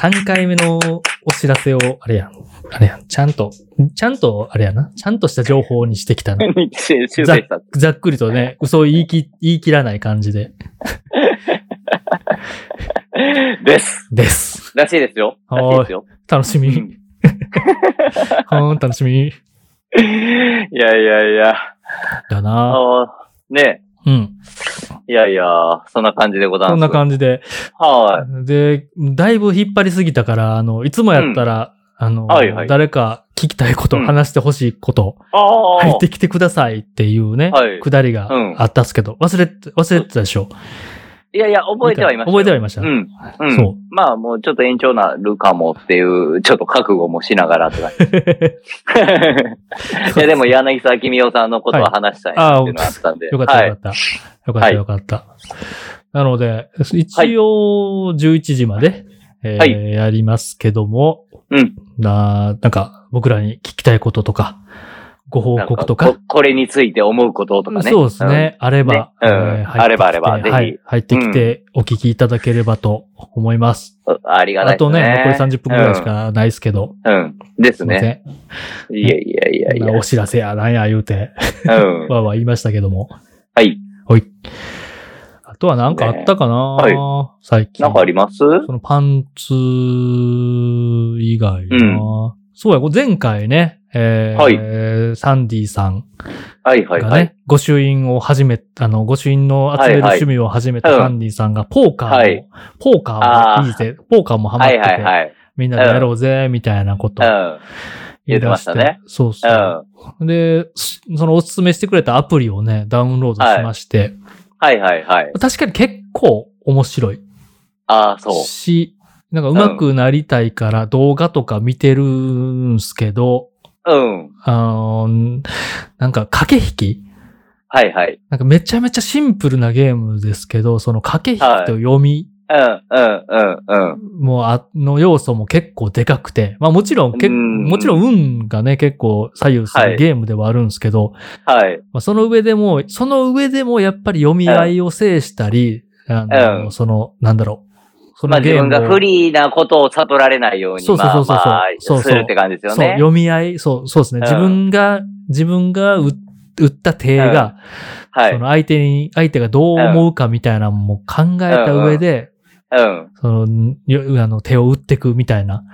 Speaker 2: 3回目のお知らせを、あれやん、あれやん、ちゃんと、ちゃんと、あれやな、ちゃんとした情報にしてきたな。
Speaker 1: 修正した。
Speaker 2: ざっくりとね、嘘を言いき言い切らない感じで、
Speaker 1: です。
Speaker 2: です。
Speaker 1: らしいですよ。らしいですよ。
Speaker 2: 楽し
Speaker 1: う
Speaker 2: み。
Speaker 1: ん
Speaker 2: うん、楽しみ。
Speaker 1: いやいやいや。
Speaker 2: だ
Speaker 1: あ
Speaker 2: な
Speaker 1: のね
Speaker 2: うん。
Speaker 1: いやいや、そんな感じでございます。
Speaker 2: そんな感じで。
Speaker 1: は
Speaker 2: で、だいぶ引っ張りすぎたから、あの、いつもやったら、あの、
Speaker 1: はいはい
Speaker 2: 誰か聞きたいこと、
Speaker 1: うん
Speaker 2: 話してほしいこと、
Speaker 1: い。ああ
Speaker 2: 入ってきてくださいっていうね、
Speaker 1: はい
Speaker 2: くだりがあったっすけど、忘れて、忘れてたでしょ。
Speaker 1: いやいや、覚えてはいましたよ。
Speaker 2: 覚えてはいました。
Speaker 1: うん。うん。
Speaker 2: そう
Speaker 1: まあ、もうちょっと延長なるかもっていう、ちょっと覚悟もしながらって感じ。 いや、でも柳沢君夫さんのことは話したいなっていうのがあったんで。
Speaker 2: よかった、
Speaker 1: はい
Speaker 2: よかった。よかった、よかった。なので、一応、11時まで、えー
Speaker 1: はい
Speaker 2: やりますけども、
Speaker 1: うん
Speaker 2: な、なんか、僕らに聞きたいこととか、ご報告と
Speaker 1: なん
Speaker 2: か
Speaker 1: こ、これについて思うこととかね。
Speaker 2: そうですね、あれば、
Speaker 1: ねうん
Speaker 2: えー
Speaker 1: あればあれば
Speaker 2: 入ってきて
Speaker 1: ぜひ
Speaker 2: はい、入ってきて、お聞きいただければと思います。
Speaker 1: うん。ありがたい
Speaker 2: あ
Speaker 1: です
Speaker 2: と
Speaker 1: ね。
Speaker 2: ね、残り30分くらいしかないですけど、
Speaker 1: うん。うん。です
Speaker 2: いませ
Speaker 1: ね。
Speaker 2: ん。
Speaker 1: いやいやいやい
Speaker 2: こんなお知らせやなんや言うて、
Speaker 1: や。うん。
Speaker 2: わーわー言いましたけども。
Speaker 1: はい。
Speaker 2: はい。あとはなんかあったかな、
Speaker 1: ね
Speaker 2: 最近。
Speaker 1: なんかあります
Speaker 2: そのパンツ以外な、そうや、これ前回ね、えーサンディさん
Speaker 1: はいは
Speaker 2: が
Speaker 1: い
Speaker 2: ね、
Speaker 1: はい。
Speaker 2: ご朱印を始め、あの、ご朱印の集め
Speaker 1: はい
Speaker 2: る
Speaker 1: はい
Speaker 2: 趣味を始めた
Speaker 1: うん
Speaker 2: サンディさんが、ポーカーも、
Speaker 1: はい
Speaker 2: ポーカ
Speaker 1: あ
Speaker 2: ー
Speaker 1: ー
Speaker 2: もいいぜ、ポーカーもハマ
Speaker 1: は
Speaker 2: って
Speaker 1: い
Speaker 2: て、
Speaker 1: はいはい。
Speaker 2: みんなでやろうぜ、みたいなこと
Speaker 1: う
Speaker 2: を
Speaker 1: ん。
Speaker 2: 言
Speaker 1: 言
Speaker 2: い出して、
Speaker 1: ってましたね
Speaker 2: そう
Speaker 1: う
Speaker 2: そう、で、そのおすすめしてくれたアプリをね、ダウンロードしまして、
Speaker 1: ん。はいはいはい。
Speaker 2: 確かに結構面白い。
Speaker 1: ああ、そう。
Speaker 2: し、なんか上手くなりたいから動画とか見てるんすけど、
Speaker 1: うん。
Speaker 2: あの、なんか駆け引き
Speaker 1: はいはい。
Speaker 2: なんかめちゃめちゃシンプルなゲームですけど、その駆け引きと読み
Speaker 1: うん、うん、うん、うん。
Speaker 2: もあの要素も結構でかくて、まあもちろんけ、
Speaker 1: うん
Speaker 2: もちろん運がね結構左右す
Speaker 1: は
Speaker 2: る
Speaker 1: い
Speaker 2: ゲームではあるんですけど、
Speaker 1: はい。
Speaker 2: まあ、その上でも、その上でもやっぱり読み合いを制したり、あの
Speaker 1: うん
Speaker 2: その、なんだろう。そ
Speaker 1: まあ
Speaker 2: の
Speaker 1: 自
Speaker 2: ゲーム
Speaker 1: 分
Speaker 2: を
Speaker 1: が不利なことを悟られないように、
Speaker 2: そうそうそうそう
Speaker 1: まあまあ
Speaker 2: そうそう
Speaker 1: するって感じですよね。
Speaker 2: そう、読み合い、そう、そうですね。
Speaker 1: うん
Speaker 2: 自分が、自分が打打った手が、
Speaker 1: はい。
Speaker 2: そうの相手に、相手がどう思うかみたいなのも考えた上で、
Speaker 1: ん。
Speaker 2: そのよ、あの、手を打っていくみたいな。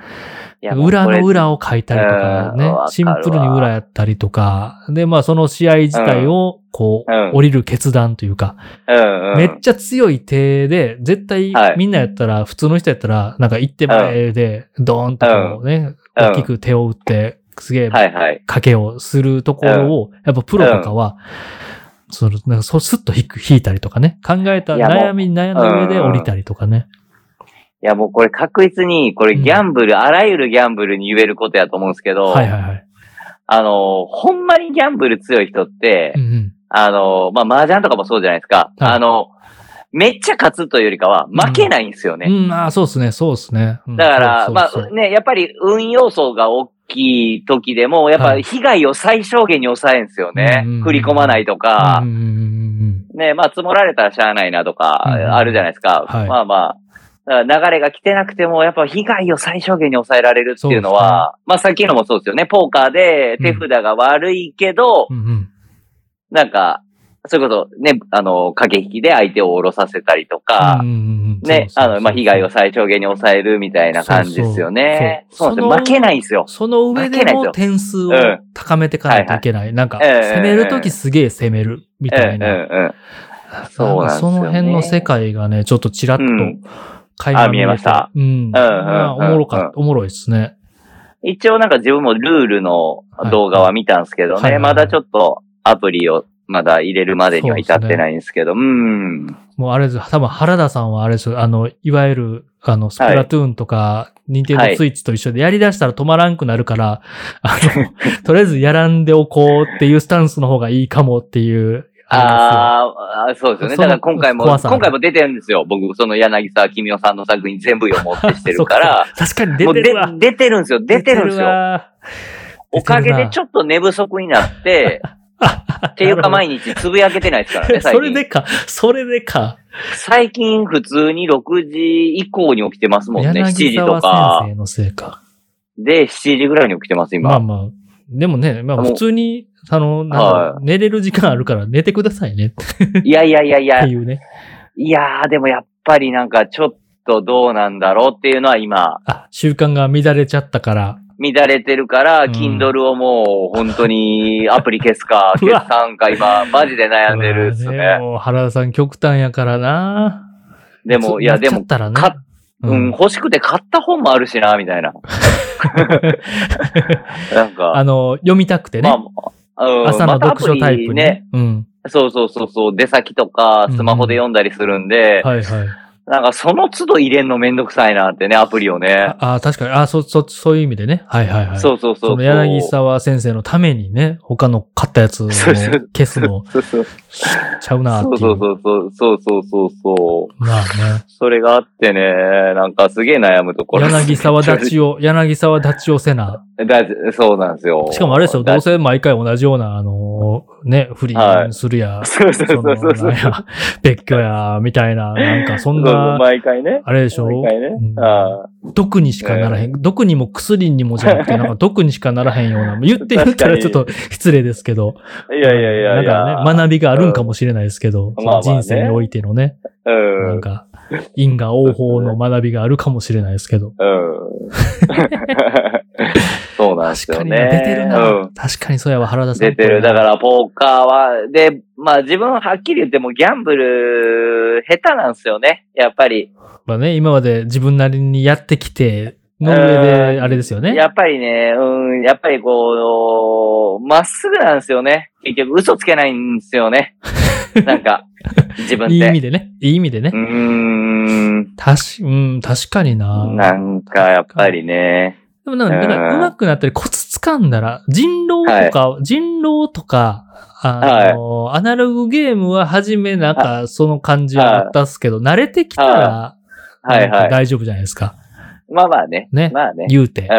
Speaker 1: いや
Speaker 2: 裏の裏
Speaker 1: を。
Speaker 2: を書いたりとか
Speaker 1: うん
Speaker 2: ね
Speaker 1: わかる、わ
Speaker 2: シンプルに裏やったりとか、で、まあその試合自体を、こう、
Speaker 1: うん
Speaker 2: 降りる決断というか、
Speaker 1: うん、うん。
Speaker 2: めっちゃ強い手で、絶対
Speaker 1: はい
Speaker 2: みんなやったら、普通の人やったら、なんか一手前で、ドーンとこうね、
Speaker 1: うん
Speaker 2: 大きく手を打って、すげえ、
Speaker 1: はいはい。
Speaker 2: 賭けをするところを、やっぱプロとかは、その、なんかそう、スッと引く、引いたりとかね。考えた
Speaker 1: いやもう
Speaker 2: 悩みに悩んだ上で降りたりとかね。
Speaker 1: いや、もうこれ確実に、これギャンブル、あらゆるギャンブルに言えることやと思うんですけど、
Speaker 2: はいはいはい。
Speaker 1: あの、ほんまにギャンブル強い人って、
Speaker 2: うんうん。
Speaker 1: あの、まあ、麻雀とかもそうじゃないですか。
Speaker 2: はい
Speaker 1: あの、めっちゃ勝つというよりかは、負けないんですよね。
Speaker 2: うん、ああ、そうですね、そうですね。うん
Speaker 1: だから、
Speaker 2: そう
Speaker 1: ま
Speaker 2: そう
Speaker 1: あね、やっぱり運要素が大きい時でも、やっぱ
Speaker 2: はい
Speaker 1: 被害を最小限に抑えんすよね。
Speaker 2: うんうんうん
Speaker 1: 振り込まないとか、
Speaker 2: うんうんうんうん
Speaker 1: ね、まあ積もられたらしゃあないなとか、
Speaker 2: うんうん
Speaker 1: あるじゃないですか。
Speaker 2: はい
Speaker 1: まあまあ。だから流れが来てなくても、やっぱ被害を最小限に抑えられるっていうのは、まあさっきのもそうですよね。ポーカーで手札が悪いけど、
Speaker 2: うんうん。
Speaker 1: なんか、それこそね、あの、駆け引きで相手を下ろさせたりとか、
Speaker 2: うんうんう
Speaker 1: ね、
Speaker 2: んそうそう
Speaker 1: あ
Speaker 2: そう
Speaker 1: の、まあ、被害を最小限に抑えるみたいな感じですよね。
Speaker 2: そ
Speaker 1: そう
Speaker 2: そう
Speaker 1: う
Speaker 2: そう
Speaker 1: なんですよ。負けないんですよ。
Speaker 2: その上でも点数を高めていかないといけない。なんか、
Speaker 1: ええ
Speaker 2: 攻めるときすげえ攻める、み
Speaker 1: うん
Speaker 2: たいな。
Speaker 1: うんうん。そうなんですよ
Speaker 2: そ
Speaker 1: ね
Speaker 2: の辺の世界がね、ちょっとちらっと
Speaker 1: うん
Speaker 2: 垣間
Speaker 1: あ見えました。
Speaker 2: うん。
Speaker 1: うんうん
Speaker 2: まあおもろかった、おもろいですね。
Speaker 1: 一応なんか自分もルールの動画は見たんですけど
Speaker 2: はいは
Speaker 1: ね、
Speaker 2: い
Speaker 1: まだちょっとアプリをまだ入れるまでには至ってないんですけど、うん。
Speaker 2: もうあれです。多分原田さんはあれですよ。あの、いわゆる、あの、スプラトゥーンとか、ニンテンド
Speaker 1: は
Speaker 2: ー
Speaker 1: い
Speaker 2: スイッチと一緒でやり出したら止まらんくなるから、あ の、とりあえずやらんでおこうっていうスタンスの方がいいかもっていう。あ
Speaker 1: あーあー、そうですよね。
Speaker 2: そ
Speaker 1: だ
Speaker 2: の
Speaker 1: から今回も、
Speaker 2: 怖さ
Speaker 1: 今回も出てるんですよ。僕、その柳沢君夫さんの作品全部読もうってして
Speaker 2: りますよ
Speaker 1: るから。
Speaker 2: そっ確かに出てるわ
Speaker 1: も。うで出てるんですよ。出てるんですよ。
Speaker 2: わ
Speaker 1: おかげでちょっと寝不足にな って、っていうか毎日つぶやけてないですからね、最
Speaker 2: それで
Speaker 1: 近。
Speaker 2: か、それでか。
Speaker 1: 最近普通に6時以降に起きてますもんね。7時
Speaker 2: 柳
Speaker 1: と
Speaker 2: 沢
Speaker 1: か
Speaker 2: 先。生のせいか。
Speaker 1: で、7時ぐらいに起きてます、今。
Speaker 2: まあまあ。でもね、まあ
Speaker 1: もう
Speaker 2: 普通に、あの、なんだろう寝れる時間あるから寝てくださいねっ
Speaker 1: いやいやいやいや
Speaker 2: て、いう ね。
Speaker 1: いやー、でもやっぱりなんかちょっとどうなんだろうっていうのは今、
Speaker 2: あ、習慣が乱れちゃったから。
Speaker 1: 乱れてるから、
Speaker 2: うん
Speaker 1: Kindle をもう本当にアプリ消すか、
Speaker 2: うわ
Speaker 1: 消さんか今、マジで悩んでるっす
Speaker 2: まあ
Speaker 1: ね。
Speaker 2: も う原田さん極端やからな。
Speaker 1: でも、いや、で
Speaker 2: なっちゃっ
Speaker 1: も、
Speaker 2: たらね
Speaker 1: か
Speaker 2: う
Speaker 1: うん、
Speaker 2: ん。
Speaker 1: 欲しくて買った本もあるしな、みたいな。なん
Speaker 2: あ
Speaker 1: か、
Speaker 2: の、読みたくてね。
Speaker 1: まあ、うん
Speaker 2: 朝の
Speaker 1: また
Speaker 2: 読書タイプ
Speaker 1: アプリ
Speaker 2: にね。うん。
Speaker 1: そうそうそうそう、出先とか、スマホで読んだりするんで、
Speaker 2: はいはい。
Speaker 1: なんかその都度入れんのめんどくさいなってね、アプリをね。
Speaker 2: ああ、確かに。あそ、そ、そういう意味でね。はいはいはい。
Speaker 1: そうそうそう。
Speaker 2: その柳沢先生のためにね、他の買ったやつを
Speaker 1: そうそう
Speaker 2: 消すの
Speaker 1: そうそう
Speaker 2: ちゃうなって
Speaker 1: そ
Speaker 2: いうう。
Speaker 1: そうそうそうそうそうそう。
Speaker 2: まあね。
Speaker 1: それがあってね、なんかすげえ悩むところ。
Speaker 2: 柳沢立 ちを、柳沢立ちをせな。
Speaker 1: だそうなんですよ。
Speaker 2: しかもあれですよ、
Speaker 1: だ
Speaker 2: どうせ毎回同じような、あのーね、不
Speaker 1: は
Speaker 2: 倫
Speaker 1: い
Speaker 2: するや、
Speaker 1: そうそう
Speaker 2: そ
Speaker 1: そ
Speaker 2: の
Speaker 1: うそうそう。
Speaker 2: なんや別居や、みたいな、なんかそん
Speaker 1: そうそう
Speaker 2: な、
Speaker 1: 毎回ね。
Speaker 2: あれでしょ
Speaker 1: 毎回ね
Speaker 2: う。ん
Speaker 1: ああ
Speaker 2: 毒にしかならへん。毒にも薬にもじゃなくて、なん か毒にしかならへんような、言って言ったらちょっと失礼ですけど。
Speaker 1: いやいやいやいや。
Speaker 2: なんかね、学びがあるんかもしれないですけど、
Speaker 1: うん
Speaker 2: その
Speaker 1: まあまあね
Speaker 2: 人生においてのね、
Speaker 1: うん。
Speaker 2: なんか、因果応報の学びがあるかもしれないですけど。
Speaker 1: うん。 そうなんで
Speaker 2: 確
Speaker 1: す
Speaker 2: か
Speaker 1: よ
Speaker 2: に
Speaker 1: ね。
Speaker 2: な、出てる
Speaker 1: うん
Speaker 2: な。確かにそうやわ、原田さん。
Speaker 1: 出てる。だか。ら、ポーカーは、で、まあ自分はっきり言ってもギャンブル下手なんですよね。やっぱり。
Speaker 2: まあね、今まで自分なりにやってきて、の上で、あれですよね。
Speaker 1: やっぱりね、うん、やっぱりこう、まっすぐなんですよね。結局嘘つけないんですよ ね。なんか、自分って。
Speaker 2: いい意味でね。いい意味でね
Speaker 1: う。ーん。
Speaker 2: 確か、うん、確かにな。
Speaker 1: なんか、やっぱりね。
Speaker 2: でもなんか、
Speaker 1: うん
Speaker 2: だから上手くなったりコツ掴んだら、人狼とか、人狼とか、あの、アナログゲームは初めなんかその感じはあったっすけど、慣れてきたら、
Speaker 1: はい
Speaker 2: なんか
Speaker 1: はい。
Speaker 2: 大丈夫じゃないですか。
Speaker 1: まあまあね。
Speaker 2: ね
Speaker 1: まあね。
Speaker 2: 言うて
Speaker 1: う。ん。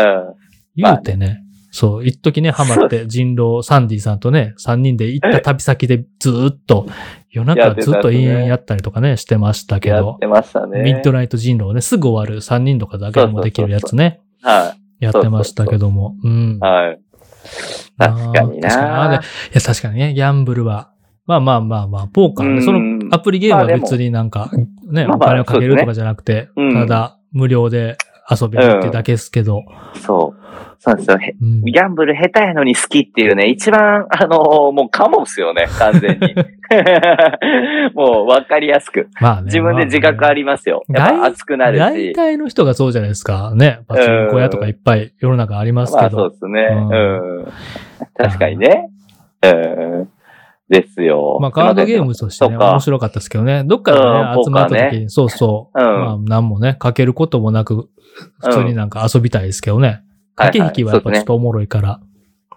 Speaker 2: 言うてね。そう、一時ね、ハマって人狼、サンディさんとね、三人で行った旅先でずーっと、夜
Speaker 1: や
Speaker 2: 中
Speaker 1: ってた
Speaker 2: ず
Speaker 1: ん
Speaker 2: っ
Speaker 1: ですね
Speaker 2: と延々やったりとかね、してましたけ
Speaker 1: や
Speaker 2: ど
Speaker 1: っ、てましたね。
Speaker 2: ミッドナイト人狼ね、すぐ終わる三人とかだけでもできるやつね、
Speaker 1: は
Speaker 2: やってましたけども。うん
Speaker 1: い。。はい。確かにな
Speaker 2: あー確かにあでいや、確かにね、ギャンブルは。まあまあまあまあ、ポーカー
Speaker 1: う
Speaker 2: ね。
Speaker 1: ん
Speaker 2: そのアプリゲームは別になんか、ね、
Speaker 1: まあ
Speaker 2: お金をか
Speaker 1: そ
Speaker 2: け
Speaker 1: うです
Speaker 2: る
Speaker 1: ね
Speaker 2: とかじゃなくて、
Speaker 1: うん
Speaker 2: ただ無料で遊べるってだけですけど。
Speaker 1: そう。そうなんですよ。へ
Speaker 2: うん
Speaker 1: ギャンブル下手やのに好きっていうね、一番、あのーもうカモっすよね、完全に。 もうわかりやすく。
Speaker 2: まあね
Speaker 1: 自分で自覚ありますよ。
Speaker 2: ま
Speaker 1: や
Speaker 2: あね
Speaker 1: っぱ熱くなる
Speaker 2: 大
Speaker 1: し。
Speaker 2: 体の人がそうじゃないですか。ね。パチンコ屋とかいっぱい世の中あります
Speaker 1: ま
Speaker 2: け
Speaker 1: あそ
Speaker 2: ど
Speaker 1: う。ですね。
Speaker 2: うん
Speaker 1: うん。確かにね。うん。ですよ。
Speaker 2: まあカードゲームとしてね、
Speaker 1: そうか
Speaker 2: 面白かったですけどね。どっか
Speaker 1: う
Speaker 2: らね、
Speaker 1: ん
Speaker 2: 集まった
Speaker 1: ポーカ
Speaker 2: 時
Speaker 1: ー
Speaker 2: に、そうそう。
Speaker 1: うん
Speaker 2: まあ何もね、かけることもなく、普通になんか遊びたいですけどね。
Speaker 1: はいはい
Speaker 2: 駆け引きはやっぱちょっとおもろいから。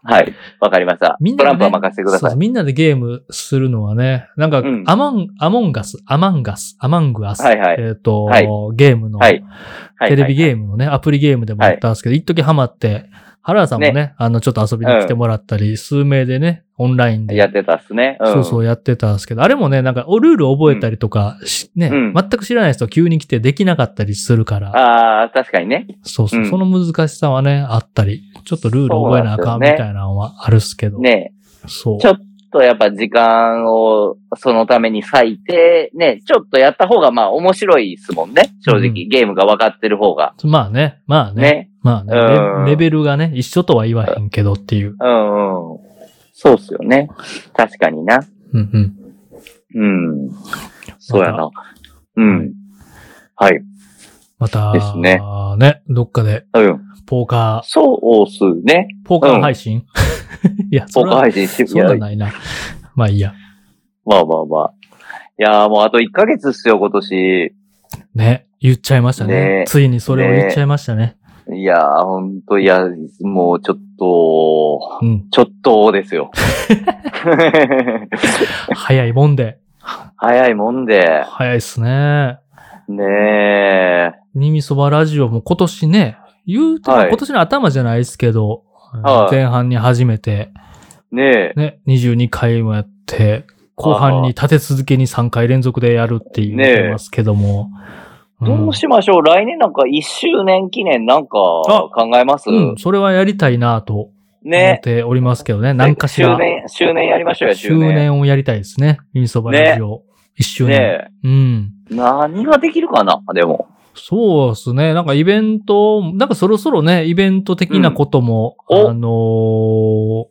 Speaker 1: はい。わかりました。
Speaker 2: みん
Speaker 1: ト
Speaker 2: なで
Speaker 1: ラン
Speaker 2: ね
Speaker 1: プは任せてくだ
Speaker 2: そう
Speaker 1: さ
Speaker 2: そ。
Speaker 1: いう
Speaker 2: みんなでゲームするのはね、なんか
Speaker 1: うん、
Speaker 2: アモン、アモンガス、アマンガス、アマングアス。
Speaker 1: はいはい
Speaker 2: えっと
Speaker 1: はい、
Speaker 2: ゲームの、
Speaker 1: はい。はい
Speaker 2: テレビゲ
Speaker 1: ム。
Speaker 2: ームのね、アプリゲームでもやったんですけど、一時ハマって、原田さんもね、あの、ちょっと遊びに来てもらったり、数名でね、オンラインで。
Speaker 1: やってたっすね。。
Speaker 2: そうそううやってたんですけど、あれもね、なんか、おルール覚えたりとかし、ね、
Speaker 1: うん
Speaker 2: 全く知らない人急に来てできなかったりするから、
Speaker 1: ああ、確かにね。
Speaker 2: そうそう、
Speaker 1: うん
Speaker 2: その難しさはね、あったり、ちょっとルール覚えなあかんみたいなのはあるっすけど、
Speaker 1: ね
Speaker 2: そう。
Speaker 1: ちょっとやっぱ時間をそのために割いて、ね、ちょっとやった方がまあ面白いですもんね。正直、
Speaker 2: うん
Speaker 1: ゲームが分かってる方が。
Speaker 2: まあね、まあね、
Speaker 1: ね。
Speaker 2: まあね
Speaker 1: うん
Speaker 2: レ、レベルがね、一緒とは言わへんけどっていう。
Speaker 1: うんうん。そうっすよね。確かにな。
Speaker 2: うんうん。
Speaker 1: うん。そうや
Speaker 2: ま
Speaker 1: な。うん。はい。
Speaker 2: また、
Speaker 1: ですね
Speaker 2: ねどっかで、
Speaker 1: うん。
Speaker 2: ポーカ
Speaker 1: そうっすね。
Speaker 2: ー、ポーカー配信、 いや、そ
Speaker 1: ポ
Speaker 2: れ
Speaker 1: ーカー
Speaker 2: は、
Speaker 1: 配信して
Speaker 2: そうじゃないな。まあいいや。
Speaker 1: まあまあまあ。いやーもうあと1ヶ月っすよ、今年。
Speaker 2: ね、言っちゃいましたね。
Speaker 1: ね
Speaker 2: ついにそれを言っちゃいましたね。
Speaker 1: いやー、ほんと、いや、もうちょっと、
Speaker 2: うん。
Speaker 1: ちょっとですよ。
Speaker 2: 早いもんで。
Speaker 1: 早いもんで、
Speaker 2: 早いっすね。
Speaker 1: ねえ。
Speaker 2: にみそばラジオも今年ね、言うても
Speaker 1: はい
Speaker 2: 今年の頭じゃないですけど、
Speaker 1: はい
Speaker 2: 前半に初めて、
Speaker 1: ねえ。
Speaker 2: ね、22回もやって、後半に立て続けに3回連続でやるって言ってますけども。
Speaker 1: どうしましょう、来年なんか1周年記念なんか考えます、
Speaker 2: うん、それはやりたいなと思っ
Speaker 1: ね。
Speaker 2: ておりますけどね。何かしら。
Speaker 1: 周年、周年やりましょうよ、周
Speaker 2: 周
Speaker 1: 年。
Speaker 2: 年をやりたいですね。耳そばラジオ。一周年。
Speaker 1: ね
Speaker 2: うん。
Speaker 1: え。何ができるかなでも。
Speaker 2: そうですね。なんかイベント、なんかそろそろね、イベント的なことも、
Speaker 1: うんお
Speaker 2: あのー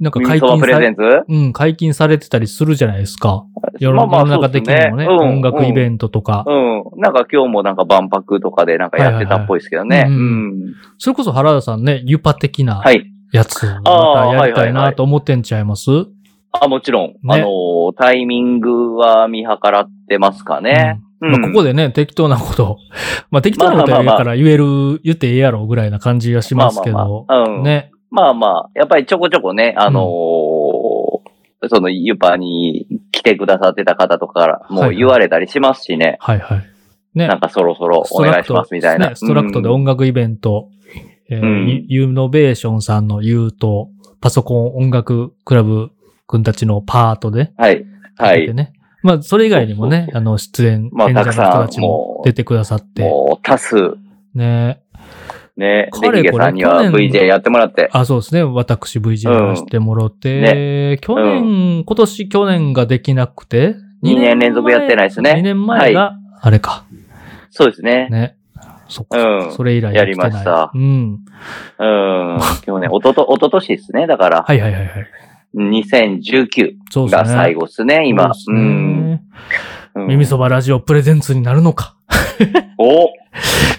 Speaker 2: なんか
Speaker 1: ミニ
Speaker 2: 解
Speaker 1: ソバ
Speaker 2: 禁
Speaker 1: プ
Speaker 2: さ
Speaker 1: レゼ
Speaker 2: れ、
Speaker 1: ンツ
Speaker 2: うん、解禁されてたりするじゃないですか。世
Speaker 1: まあ
Speaker 2: の
Speaker 1: まあ
Speaker 2: 世の中的にもね、
Speaker 1: そうっすねうん
Speaker 2: 音楽イベントとか。
Speaker 1: うん。なんか今日もなんか万博とかでなんかやってたっぽいですけどね。
Speaker 2: はいはいはい
Speaker 1: うん。
Speaker 2: それこそ原田さんね、ユパ的な
Speaker 1: はい。
Speaker 2: やつ、またやりたいなと思ってんちゃいます、
Speaker 1: あ、もちろん。あのー、タイミングは見計らってますかね。うん。
Speaker 2: まあ、ここでね、適当なこと、 まあ適当なこと言うから言える、言ってええやろぐらいな感じがしますけ
Speaker 1: まあ
Speaker 2: ど、
Speaker 1: まあまあうん
Speaker 2: ね。
Speaker 1: まあまあ、やっぱりちょこちょこね、あのーそのユパに来てくださってた方とかから
Speaker 2: はい
Speaker 1: も
Speaker 2: は
Speaker 1: う
Speaker 2: い
Speaker 1: 言われたりしますしね。
Speaker 2: はいはい。ね。
Speaker 1: なんかそろそろ
Speaker 2: ス
Speaker 1: お
Speaker 2: ト
Speaker 1: 願
Speaker 2: ラ
Speaker 1: い
Speaker 2: ク
Speaker 1: し
Speaker 2: ト
Speaker 1: ますみたいな。
Speaker 2: ね、ストラクトで
Speaker 1: うん
Speaker 2: 音楽イベント、えー
Speaker 1: うん
Speaker 2: ユユノベーションさんの言うと、パソコン音楽クラブくんたちのパートで、
Speaker 1: はい。は
Speaker 2: で
Speaker 1: い。
Speaker 2: ね。まあ、それ以外にも
Speaker 1: そう
Speaker 2: ね
Speaker 1: そう、
Speaker 2: あの、出演、
Speaker 1: まあ
Speaker 2: 演者
Speaker 1: た
Speaker 2: の
Speaker 1: く
Speaker 2: 人
Speaker 1: さん
Speaker 2: たちも
Speaker 1: もう
Speaker 2: 出てくださって、
Speaker 1: もう、多数、
Speaker 2: ね。
Speaker 1: ね。
Speaker 2: かれ
Speaker 1: で、
Speaker 2: こ
Speaker 1: ヒゲ
Speaker 2: れ
Speaker 1: さんには
Speaker 2: 去年
Speaker 1: VJ やってもらって。
Speaker 2: あ、そうですね。私 VJ
Speaker 1: うん
Speaker 2: やらせてもろって、去年、今年去年ができなくて、
Speaker 1: 二年連続やってないですね
Speaker 2: 2年前が、あれか。
Speaker 1: そうですね。
Speaker 2: ね。そっかそっか、
Speaker 1: うん
Speaker 2: それ以来
Speaker 1: やりました
Speaker 2: 来てないうん。
Speaker 1: うん。去年、おとと、おととしですね。だから、
Speaker 2: はいはいはいはい。
Speaker 1: 2019
Speaker 2: そうですね。
Speaker 1: が最後ですね、今。
Speaker 2: そううです
Speaker 1: ん。
Speaker 2: ね
Speaker 1: うん
Speaker 2: 耳そばラジオプレゼンツになるのか。
Speaker 1: お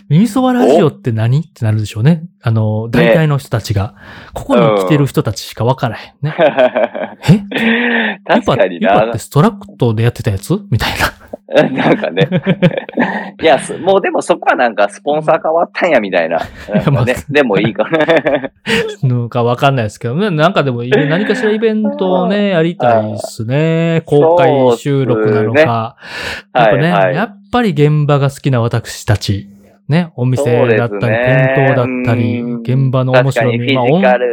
Speaker 2: 耳そばラジオって何ってなるでしょうね。あの、大体の人たちが。ここに来てる人たちしかわからへんね。え
Speaker 1: 確かに
Speaker 2: ユパユパっ
Speaker 1: な
Speaker 2: て。ストラクトでやってたやつみたいな。
Speaker 1: なんかね。いや、すもうでもそこはなんかスポンサー変わったんやみたいな。なん
Speaker 2: まあ
Speaker 1: かね、でもい いか な。
Speaker 2: のかわかんないですけどね。なんかでも、何かしらイベントを ね、やりたいっすね。公開収録なのか。やっ
Speaker 1: は
Speaker 2: ぱ
Speaker 1: い、
Speaker 2: ね、
Speaker 1: は
Speaker 2: や
Speaker 1: い。
Speaker 2: っぱり現場が好きな私たち。ね、お店だった
Speaker 1: そう
Speaker 2: り、
Speaker 1: ですね
Speaker 2: 店頭だったり、
Speaker 1: うん
Speaker 2: 現場の面
Speaker 1: 確か
Speaker 2: 白
Speaker 1: にフ
Speaker 2: み、まあ
Speaker 1: ィ
Speaker 2: 音
Speaker 1: ジカル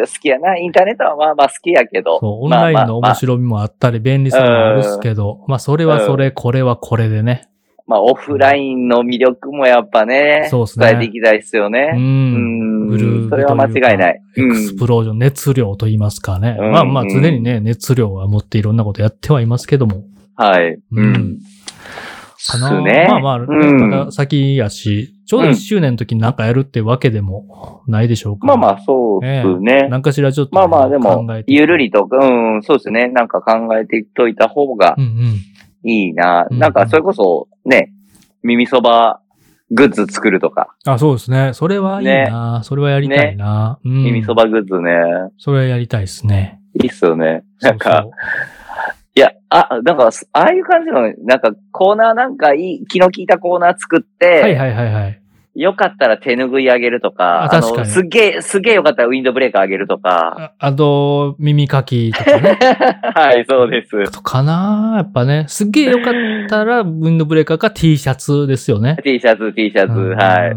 Speaker 1: 好きやな。インターネットはまあまあ好きやけど。
Speaker 2: そう、オンラインの面
Speaker 1: まあまあ
Speaker 2: 白みもあったり、便利さもあるっすけど、まあ、それはそれ、これはこれでね。
Speaker 1: まあオフラインの魅力もやっぱね、
Speaker 2: そうっすね
Speaker 1: 伝えていきたいですよ
Speaker 2: う。
Speaker 1: ね。うん
Speaker 2: グルーヴ
Speaker 1: ん。そ
Speaker 2: とい
Speaker 1: れ
Speaker 2: うか
Speaker 1: は間違いない。
Speaker 2: エ
Speaker 1: うん
Speaker 2: クスプロージョン、熱量と言いますかね。
Speaker 1: うん
Speaker 2: まあまあ、常にね、熱量は持っていろんなことやってはいますけども。
Speaker 1: はい。
Speaker 2: うん。かな。
Speaker 1: すね
Speaker 2: まあまあ、ね
Speaker 1: うん
Speaker 2: まだ先やし、ちょうど1周年の時になんかやるってわけでもないでしょうか。
Speaker 1: まあまあ、そうですね。
Speaker 2: なんかしらちょっと、
Speaker 1: まあまあ、でも
Speaker 2: 考え、て
Speaker 1: ゆるりと、うん、そうですね。なんか考えていっといた方が
Speaker 2: うんうん。
Speaker 1: いいな。
Speaker 2: うん
Speaker 1: なんか、それこそ、ね、耳そばグッズ作るとか、
Speaker 2: あ、そうですね。それはいいな。それはやりたいな。うん。
Speaker 1: 耳そばグッズね、
Speaker 2: それはやりたいですね。
Speaker 1: いいっすよね。なんか、
Speaker 2: そう
Speaker 1: いや、あ、なんか、ああいう感じの、なんか、コーナーなんかいい、気の利いたコーナー作って、
Speaker 2: そうはいはいはいはい。
Speaker 1: よかったら手拭いあげるとか、
Speaker 2: あ確か
Speaker 1: の、
Speaker 2: に
Speaker 1: すげえ、すげえよかったらウィンドブレーカーあげるとか、
Speaker 2: ああと、耳かきとかね。
Speaker 1: はい、そうです。
Speaker 2: とかなやっぱね。すげえよかったら、ウィンドブレーカーか T シャツですよね。
Speaker 1: T シャツ、T シャツ、はい。
Speaker 2: い。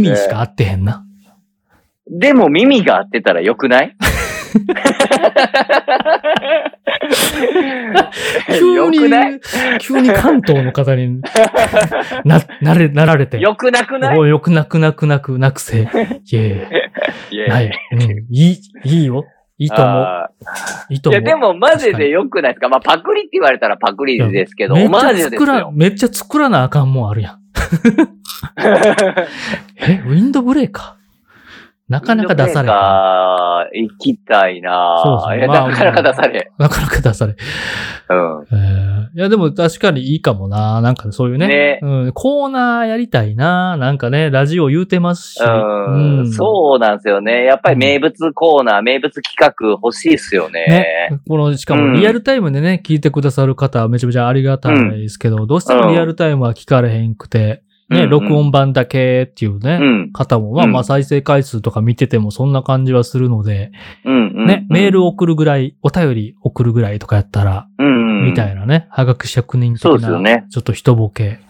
Speaker 2: 耳しか合ってへんな。
Speaker 1: でも耳が合ってたらよくない
Speaker 2: 急
Speaker 1: よ
Speaker 2: に
Speaker 1: くない、
Speaker 2: 急に関東の 方にな、なれ、なられて。
Speaker 1: よくなくない
Speaker 2: およくなくなくなくな くせ。いえ、
Speaker 1: いや
Speaker 2: ない。うん、いい、いいよ。いいと思
Speaker 1: あ
Speaker 2: う。いい
Speaker 1: ー
Speaker 2: と
Speaker 1: い
Speaker 2: 思
Speaker 1: や、
Speaker 2: う。
Speaker 1: でもマジでよくないですかまあ、パクリって言われたらパクリですけど、
Speaker 2: め
Speaker 1: オ
Speaker 2: っち
Speaker 1: マー
Speaker 2: ゃ
Speaker 1: ジュです
Speaker 2: 作ら、
Speaker 1: よ。
Speaker 2: めっちゃ作らなあかんもん あるやん。え、ウィンドブレーカーなかなか出されへん。な
Speaker 1: あ行きたいな
Speaker 2: そう
Speaker 1: ぁ。い
Speaker 2: ですね
Speaker 1: や、
Speaker 2: まあ
Speaker 1: なかなか出され
Speaker 2: かなか出されへん。
Speaker 1: ん。うん。
Speaker 2: えーいや、でも確かにいいかもな。なんかそういうね。
Speaker 1: ね
Speaker 2: うん、コーナーやりたいな。なんかね、ラジオ言うてますし。
Speaker 1: うんそうなんですよね。やっぱり名物コーナー、名物企画欲しいっすよね。
Speaker 2: ね。この、しか
Speaker 1: う
Speaker 2: も
Speaker 1: ん
Speaker 2: リアルタイムでね、聞いてくださる方、めちゃめちゃありがたいですけど、どうしてもリアルタイムは聞かれへんくて、ね、
Speaker 1: うん
Speaker 2: 録音版だけっていうね、
Speaker 1: うん。
Speaker 2: 方も、まあ
Speaker 1: うん
Speaker 2: まあ再生回数とか見ててもそんな感じはするので、
Speaker 1: うん、うん。
Speaker 2: ね、メール送るぐらい、お便り送るぐらいとかやったら、
Speaker 1: うん、うん。
Speaker 2: みたいなね、はがき職人的
Speaker 1: そうですよ
Speaker 2: な、
Speaker 1: ね。
Speaker 2: ちょっと人ボケ、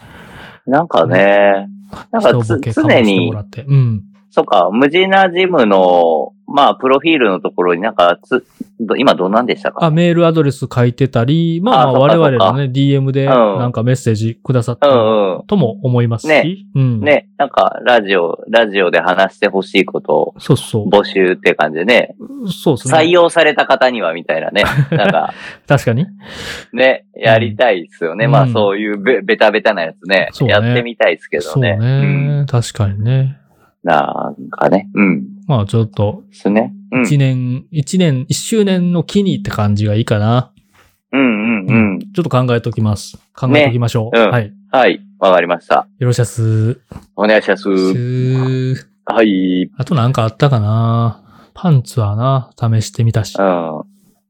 Speaker 1: なんかね、なんか
Speaker 2: 人ボ
Speaker 1: つ
Speaker 2: ケか
Speaker 1: 常
Speaker 2: まして
Speaker 1: に
Speaker 2: もら、って。うん。
Speaker 1: そっか、無事なジムの、まあ、プロフィールのところになんかつ、ど今どんなんでしたか
Speaker 2: あ、メールアドレス書いてたり、まあ、
Speaker 1: あそっか
Speaker 2: 我々
Speaker 1: そっか
Speaker 2: のね、DM で
Speaker 1: うん
Speaker 2: なんかメッセージくださった
Speaker 1: うんう
Speaker 2: とも思いますし、
Speaker 1: ね
Speaker 2: う
Speaker 1: ん。
Speaker 2: ん。
Speaker 1: ね、なんか、ラジオ、ラジオで話してほしいことを
Speaker 2: そうそ
Speaker 1: 募集って感じでね、
Speaker 2: う。そうです
Speaker 1: 採
Speaker 2: ね。
Speaker 1: 用された方にはみたいなね、なんか、
Speaker 2: 確かに。
Speaker 1: ね、やりたいっすよね。
Speaker 2: うん
Speaker 1: まあ、そういうベベタベタなやつね
Speaker 2: そうね
Speaker 1: やってみたいっすけ
Speaker 2: そ
Speaker 1: ど
Speaker 2: う
Speaker 1: ね。うん。
Speaker 2: ね。確かにね。
Speaker 1: なんかね、うん。
Speaker 2: まあ、ちょっと、
Speaker 1: ですね。うん。
Speaker 2: 一年、一年、一周年の期にって感じがいいかな。
Speaker 1: うんうんうん。
Speaker 2: ちょっと考えときます。考えときましょう。
Speaker 1: ねうん
Speaker 2: はい。
Speaker 1: はい、わかりました。
Speaker 2: よろしゃす。
Speaker 1: お願いします。
Speaker 2: す
Speaker 1: はい。
Speaker 2: あとなんかあったかなパンツはな、試してみたし
Speaker 1: う。ん。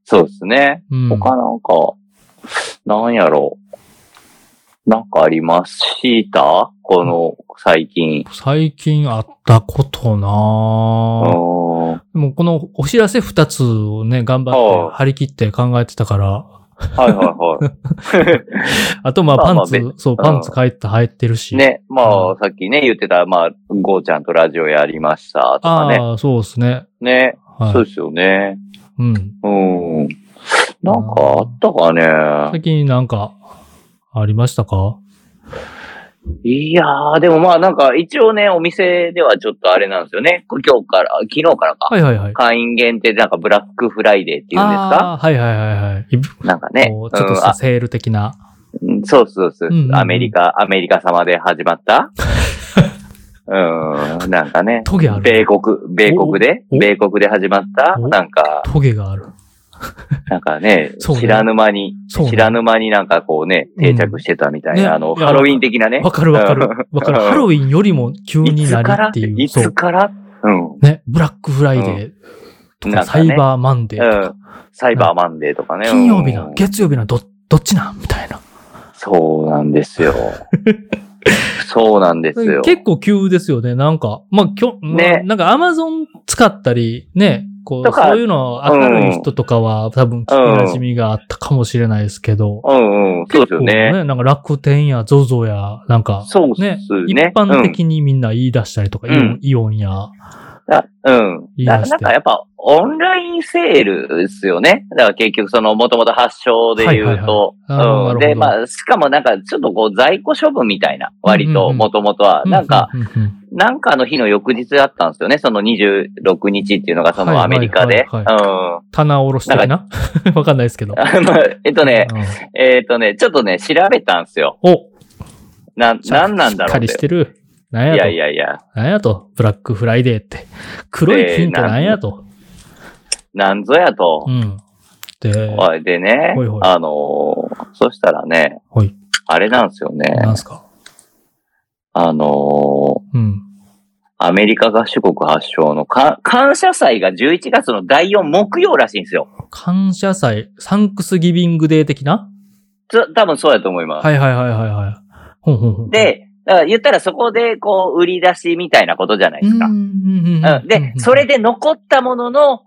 Speaker 1: そうですね。
Speaker 2: うん。
Speaker 1: 他なんか、なんやろう。なんかありますしたこの、最近。
Speaker 2: 最近あったことな
Speaker 1: う
Speaker 2: ぁ。
Speaker 1: ん。は
Speaker 2: でもこのお知らせ二つをね、頑張っ
Speaker 1: は
Speaker 2: て
Speaker 1: あ
Speaker 2: 張り切って考えてたから、
Speaker 1: いはいは
Speaker 2: あとまあ
Speaker 1: ま
Speaker 2: パ
Speaker 1: あま
Speaker 2: ン
Speaker 1: あ
Speaker 2: ツ、そう、パンツ書いて入ってるし。
Speaker 1: い。ね、まあ、さっきね、言ってた、まあ、ゴーちゃんとラジオやりましたとかね。
Speaker 2: ああ、そうですね。
Speaker 1: ね、
Speaker 2: は
Speaker 1: そう
Speaker 2: い。
Speaker 1: ですよね。
Speaker 2: うん。
Speaker 1: うん。なんかあったかね。
Speaker 2: 最近なんか、ありましたか
Speaker 1: いやー、でもまあなんか一応ね、お店ではちょっとあれなんですよね。今日から、昨日からか。
Speaker 2: はいはいはい。
Speaker 1: 会員限定でなんかブラックフライデーっていうんですか
Speaker 2: あーはいはいはいはい。いぶ
Speaker 1: なんかね。
Speaker 2: こうちょっと
Speaker 1: うん
Speaker 2: した
Speaker 1: あ
Speaker 2: セール的な。
Speaker 1: うんそうそうそう、
Speaker 2: うんうんうん
Speaker 1: アメリカ、アメリカ様で始まったうん、なんかね。
Speaker 2: トゲある。
Speaker 1: 米国、米国で
Speaker 2: おお
Speaker 1: 米国で始まった
Speaker 2: お
Speaker 1: なんか、
Speaker 2: トゲがある。
Speaker 1: なんかね、
Speaker 2: そうね
Speaker 1: 知らぬ間に、
Speaker 2: そうね
Speaker 1: 知らぬ間になんかこうね、定着してたみたいな、
Speaker 2: うんね
Speaker 1: あの、
Speaker 2: いや
Speaker 1: ハロウィン的なね。
Speaker 2: わかるわかる。わかる。
Speaker 1: うん
Speaker 2: ハロウィンよりも
Speaker 1: い
Speaker 2: 急に
Speaker 1: つ
Speaker 2: な
Speaker 1: か
Speaker 2: り
Speaker 1: ら
Speaker 2: っていう。
Speaker 1: い
Speaker 2: そ
Speaker 1: つ
Speaker 2: う。
Speaker 1: からうん。
Speaker 2: ね。ブラックフライデーと
Speaker 1: な
Speaker 2: か
Speaker 1: んか
Speaker 2: サ
Speaker 1: ね
Speaker 2: イバーマンデーとか
Speaker 1: うん。サイバーマンデーとかね。
Speaker 2: 金曜日な
Speaker 1: う、ん
Speaker 2: 月曜日な、ど、どっちなみたいな。
Speaker 1: そうなんです よ。そうなんですよ。
Speaker 2: 結構急ですよね。なんか、まあ、きょ、まあ
Speaker 1: ね
Speaker 2: なんかアマゾン使ったり、ね、こう、
Speaker 1: とか
Speaker 2: そういうの明るい人とかは、多分聞き馴染みがあったかもしれないですけど。
Speaker 1: うんうん、そうですよ
Speaker 2: 結
Speaker 1: ね。
Speaker 2: 構なんか楽天や ZOZO や、なんか、
Speaker 1: そうっすね
Speaker 2: 一般的にみんな言い出したりとか、
Speaker 1: うん
Speaker 2: イオンイオンや、
Speaker 1: だうん。
Speaker 2: 言い
Speaker 1: だ
Speaker 2: 出して
Speaker 1: なんかやっぱオンラインセールですよね。だから結局その元々発祥で言うと。
Speaker 2: はいはいはいあー
Speaker 1: うん。
Speaker 2: なる
Speaker 1: で、
Speaker 2: ほど
Speaker 1: まあ、しかもなんかちょっとこう在庫処分みたいな、割
Speaker 2: うんうんう
Speaker 1: と
Speaker 2: ん
Speaker 1: 元々は。なんか、
Speaker 2: うううんうん、
Speaker 1: なんかの日の翌日だったんですよね。その26日っていうのがそのアメリカで。
Speaker 2: は
Speaker 1: う
Speaker 2: い
Speaker 1: ん。
Speaker 2: は棚卸し的な わかんないですけ ど。
Speaker 1: あのえっとね、えっとね、ちょっとね、調べたんですよ。
Speaker 2: うんお
Speaker 1: な、なんなんだ
Speaker 2: し
Speaker 1: ろ
Speaker 2: っ
Speaker 1: う
Speaker 2: か
Speaker 1: っ。
Speaker 2: りしててる。なん
Speaker 1: い
Speaker 2: やと。
Speaker 1: やいやいや、
Speaker 2: なんやと。ブラックフライデーって。黒い金庫なんやと。
Speaker 1: なんぞやと。
Speaker 2: うん。で、
Speaker 1: おいでね
Speaker 2: ほいほい、
Speaker 1: あのー、そしたらね、
Speaker 2: はい。
Speaker 1: あれなんですよね。
Speaker 2: なんすか。
Speaker 1: あのー、
Speaker 2: うん。
Speaker 1: アメリカ合衆国発祥のか感謝祭が11月の第4木曜らしいんですよ。
Speaker 2: 感謝祭、サンクスギビングデー的な
Speaker 1: つ多分そうやと思います。
Speaker 2: はいはいはいはいはい。ほんほんほん。
Speaker 1: で、だから言ったらそこでこう売り出しみたいなことじゃないで
Speaker 2: う
Speaker 1: す
Speaker 2: ん、
Speaker 1: か
Speaker 2: う。んうんうん
Speaker 1: うん、で、それで残ったものの、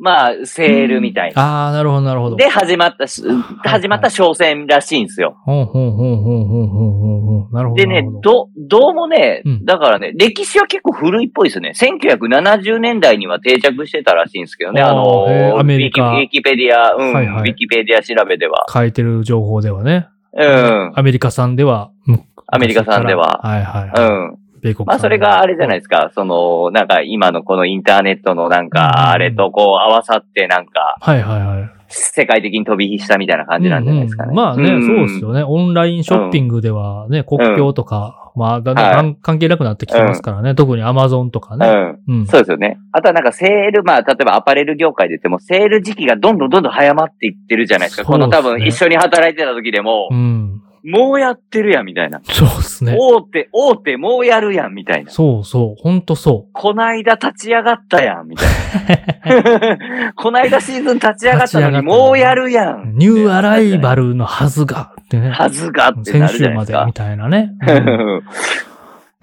Speaker 1: まあ、セールみたいな。
Speaker 2: ああ、なるほどなるほど。
Speaker 1: で、始まったし、
Speaker 2: い
Speaker 1: 始まった商戦らしいんですよ。
Speaker 2: ほんほんほんほんほんほんほんほん。なるほど。
Speaker 1: でね
Speaker 2: なるほ、ど
Speaker 1: ど、どうもね
Speaker 2: うん、
Speaker 1: だからね、歴史は結構古いっぽいですね。1970年代には定着してたらしいんですけどね、
Speaker 2: あー
Speaker 1: あの
Speaker 2: へー
Speaker 1: ー、
Speaker 2: アメリカ
Speaker 1: ウィキウィキペディア、うん、
Speaker 2: はいはい
Speaker 1: ウィキペディア調べでは。
Speaker 2: 書いてる情報ではね。
Speaker 1: うん、
Speaker 2: アメリカさんでは。うん
Speaker 1: アメリカさんでは
Speaker 2: はいはいは
Speaker 1: う
Speaker 2: い。
Speaker 1: ん。
Speaker 2: 米国
Speaker 1: まあ、それがあれじゃない
Speaker 2: い
Speaker 1: ですか、その、なんか今のこのインターネットのなん
Speaker 2: うん
Speaker 1: か、あれとこう合わさってなんか、
Speaker 2: はいはいはい。
Speaker 1: 世界的に飛び火したみたいな感じなんじゃないですか
Speaker 2: う
Speaker 1: ね。
Speaker 2: んまあね、
Speaker 1: ん
Speaker 2: そうですよね。オンラインショッピングではね、国境とか、まあ、だんだん関関係なくなってきてますからね。特にアマゾンとかね。
Speaker 1: うん。
Speaker 2: うん。
Speaker 1: そうですよね。あとはなんかセール、まあ、例えばアパレル業界で言っても、セール時期がどんどんどんどん早まっていってるじゃないですか。
Speaker 2: そう
Speaker 1: こ
Speaker 2: ですね
Speaker 1: の多分一緒に働いてた時でも
Speaker 2: う、ん。
Speaker 1: もうやってるやんみたいな。
Speaker 2: そうですね。
Speaker 1: 大手、大手もうやるやんみたいな。
Speaker 2: そうそう。ほんとそ
Speaker 1: こないだ立ち上がったやんみたい な。こないだシーズン立ち上がったのにもうやるや
Speaker 2: う。
Speaker 1: ん。
Speaker 2: ニューアライバルのはずがってね。
Speaker 1: はずがって
Speaker 2: 先
Speaker 1: なるじゃ
Speaker 2: 週
Speaker 1: ない
Speaker 2: ま
Speaker 1: です
Speaker 2: で
Speaker 1: か
Speaker 2: み。たい なね。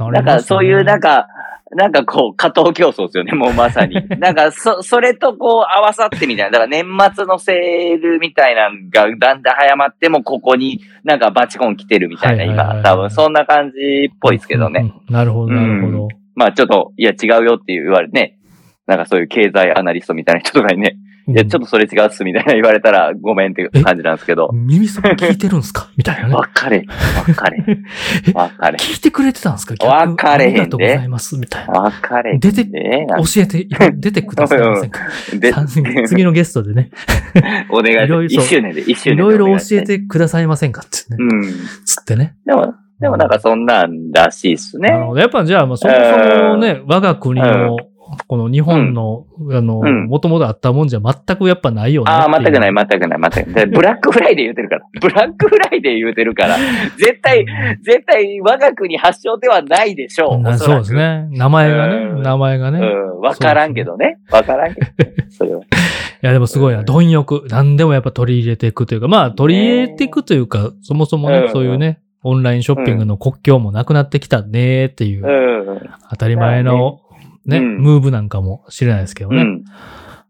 Speaker 2: う
Speaker 1: なんかそういう、なん
Speaker 2: か、
Speaker 1: か、なんかこう、過当競争ですよね、もうまさに。 なんか、そ、それとこう合わさってみたいな。だから年末のセールみたいなのがだんだん早まっても、ここになんかバチコン来てるみたいな、
Speaker 2: はいはいはいはい
Speaker 1: 今。多分そんな感じっぽいですけどね。
Speaker 2: うんうん。なるほど、なるほど。
Speaker 1: まあちょっと、いや違うよって言われてね。なんかそういう経済アナリストみたいな人とかにね、いやちょっとそれ違うっすみたいな言われたらごめんっていう感じなんですけど。
Speaker 2: 耳そば聞いてるんすかみたいなね
Speaker 1: わ。かれ、わかれ
Speaker 2: え。
Speaker 1: わかれ。
Speaker 2: 聞いてくれてたんすか逆
Speaker 1: わかれへん
Speaker 2: あ
Speaker 1: で
Speaker 2: りがとうございます。みたいな。
Speaker 1: わかれ。
Speaker 2: 出て
Speaker 1: ええな
Speaker 2: 教えて、出てくださいませんか
Speaker 1: で
Speaker 2: さん次のゲストでね、
Speaker 1: お願
Speaker 2: いろ
Speaker 1: い
Speaker 2: い
Speaker 1: しま
Speaker 2: ろ
Speaker 1: す。一周年で、一周年で
Speaker 2: いろいろ
Speaker 1: お願し
Speaker 2: 教え
Speaker 1: ます。
Speaker 2: てくださいませんかってね、
Speaker 1: うん。
Speaker 2: つってね。
Speaker 1: でも、でもなんかそんなんらしいっすね。
Speaker 2: なるほど。やっぱじゃあ、まあ、そもそもね、我が国の、この日本の、あの、
Speaker 1: うん
Speaker 2: もともとあったもんじゃ全くやっぱないよね。
Speaker 1: ああ、全くない、
Speaker 2: ま
Speaker 1: 全くない、全くない。でブラックフライデー言うてるから。 ブラックフライデー言うてるから。絶対、絶対我が国発祥ではないでしょう。おら
Speaker 2: そう
Speaker 1: く
Speaker 2: です。ね。名前が
Speaker 1: う
Speaker 2: ね、
Speaker 1: ん
Speaker 2: 名前が
Speaker 1: う
Speaker 2: ね。い
Speaker 1: ん、わからんけどね。わからんけどね。それは。
Speaker 2: や、でもすごいな。貪欲。何でもやっぱ取り入れていくというか、まあ、取り入れていくというか、そもそもね
Speaker 1: う、ん
Speaker 2: そういうね、オンラインショッピングの国境もなくなってきたねーっていう。
Speaker 1: うん。
Speaker 2: 当たり前の、ね、
Speaker 1: うん
Speaker 2: ムーブなんかもしれないですけど
Speaker 1: う
Speaker 2: ね。
Speaker 1: ん。だか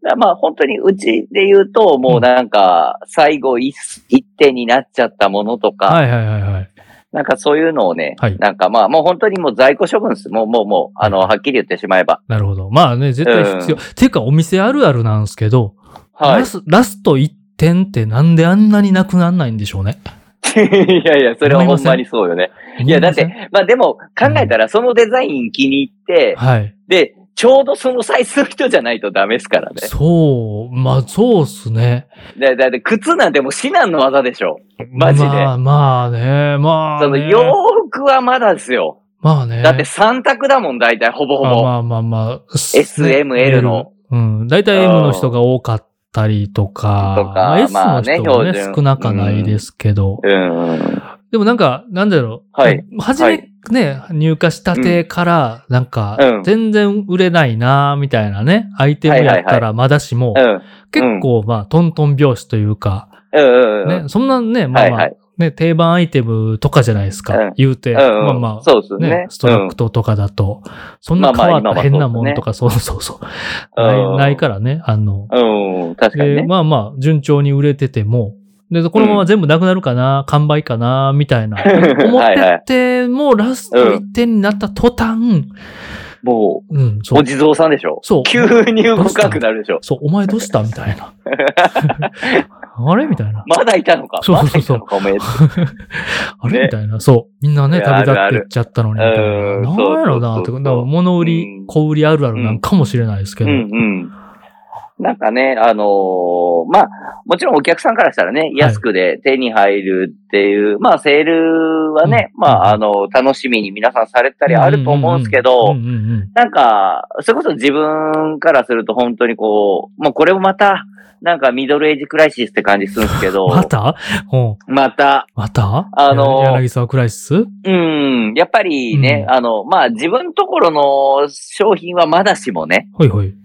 Speaker 1: らまあ本当にうちで言うと、もうなんか最後一一点になっちゃったものとか、
Speaker 2: はいはいはいはい。
Speaker 1: なんかそういうのをね、
Speaker 2: はい
Speaker 1: なんかまあもう本当にもう在庫処分です。もうもうもう、あの、
Speaker 2: はい
Speaker 1: はっきり言ってしまえば。
Speaker 2: なるほど。まあね、絶対必要。ていうか、お店あるあるなんですけど、
Speaker 1: はい
Speaker 2: ラ。スラスト1点ってなんであんなになくなんないんでしょうね。
Speaker 1: いやいや、それはほんまにそうよね。いや、だっ
Speaker 2: 思ま
Speaker 1: て、まあでも考えたらそのデザイン気に入って
Speaker 2: せん、、はい。
Speaker 1: で、ちょうどそのサイズの人じゃないとダメですからね。
Speaker 2: そう、まあそうっすね。
Speaker 1: だだって靴なんてもう至難の技でしょ。マジで
Speaker 2: まあまあね、まあ
Speaker 1: その
Speaker 2: ね、
Speaker 1: 洋服はまだですよ。
Speaker 2: まあね。
Speaker 1: だって3択だもん、大体ほぼほ
Speaker 2: ま
Speaker 1: ぼ。
Speaker 2: あまあまあまあ。
Speaker 1: S M L の。
Speaker 2: うん。大体
Speaker 1: うん
Speaker 2: M の人が多かったりとか、
Speaker 1: とか
Speaker 2: まあ S
Speaker 1: ま
Speaker 2: の
Speaker 1: あね
Speaker 2: 人もね、
Speaker 1: 標準
Speaker 2: 少なかないですけど。
Speaker 1: うん。
Speaker 2: でもなんか、なんだろう。
Speaker 1: はい。
Speaker 2: 初めね、入荷したてから、なんか
Speaker 1: う、ん
Speaker 2: 全然売れないなーみたいなね、アイテムやっ
Speaker 1: は
Speaker 2: た
Speaker 1: いはい
Speaker 2: らまだしも、
Speaker 1: うん。
Speaker 2: 結構まあ、トントン拍子というか、
Speaker 1: うんうん。
Speaker 2: ね、そんなね、まあま
Speaker 1: はい
Speaker 2: あ
Speaker 1: は、
Speaker 2: ね、定番アイテムとかじゃないです
Speaker 1: う
Speaker 2: か
Speaker 1: ん、
Speaker 2: 言うて。
Speaker 1: うん
Speaker 2: ま
Speaker 1: うん
Speaker 2: あまあ、
Speaker 1: そうです
Speaker 2: ね
Speaker 1: ね。、
Speaker 2: ストラクトとかだと、そんな変わった変なもんとか、そうそうそう。
Speaker 1: うん
Speaker 2: ないないからね、あの、
Speaker 1: うん。うん、確かに
Speaker 2: で、
Speaker 1: ね。
Speaker 2: まあまあ、順調に売れてても、で、このまま全部なくなるかな、完売かな、みたいな。思
Speaker 1: はいは
Speaker 2: っ
Speaker 1: い
Speaker 2: てて、もうラスト
Speaker 1: うん
Speaker 2: 1点になった途端、
Speaker 1: もう、
Speaker 2: うん、そう
Speaker 1: お。地蔵さんでしょ
Speaker 2: そう
Speaker 1: 急に動かなくなるでしょ
Speaker 2: そう、お前どうしたみた いな。あれみたいな。
Speaker 1: まだいたのか
Speaker 2: そうそうそう
Speaker 1: まだいたのか
Speaker 2: あれ、
Speaker 1: ね
Speaker 2: みたいな。そう。みんなね、
Speaker 1: いや
Speaker 2: 旅立
Speaker 1: ある
Speaker 2: って
Speaker 1: あ
Speaker 2: い
Speaker 1: る
Speaker 2: っちゃったのにみたいな。
Speaker 1: うん
Speaker 2: なん
Speaker 1: そう
Speaker 2: やろな
Speaker 1: そ
Speaker 2: っ
Speaker 1: う
Speaker 2: て。
Speaker 1: そうそう
Speaker 2: だから物売り
Speaker 1: うん、
Speaker 2: 小売りあるあるなんかもしれないですけ
Speaker 1: お
Speaker 2: ど。
Speaker 1: めえ。うんうん。なんかね、あのーまあ、もちろんお客さんからしたらね、安くで手に入るっていう、まあ、セールはね、
Speaker 2: うん
Speaker 1: まあ、あの、楽しみに皆さんされたりあると思うんですけど、
Speaker 2: うんうんうん
Speaker 1: なんか、それこそ自分からすると本当にこう、もうこれもまた、なんかミドルエイジクライシスって感じするんですけど、
Speaker 2: またうん
Speaker 1: また、
Speaker 2: また
Speaker 1: あのー
Speaker 2: や柳沢クライシス
Speaker 1: うん、やっぱりね、
Speaker 2: うん
Speaker 1: あの、まあ自分ところの商品はまだしもね、
Speaker 2: ほいほい。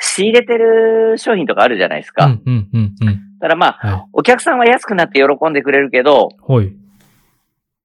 Speaker 1: 仕入れてる商品とかあるじゃないです
Speaker 2: う
Speaker 1: か。
Speaker 2: んうんうんうん。
Speaker 1: だからまあ、
Speaker 2: はい。
Speaker 1: お客さんは安くなって喜んでくれるけど、
Speaker 2: ほい。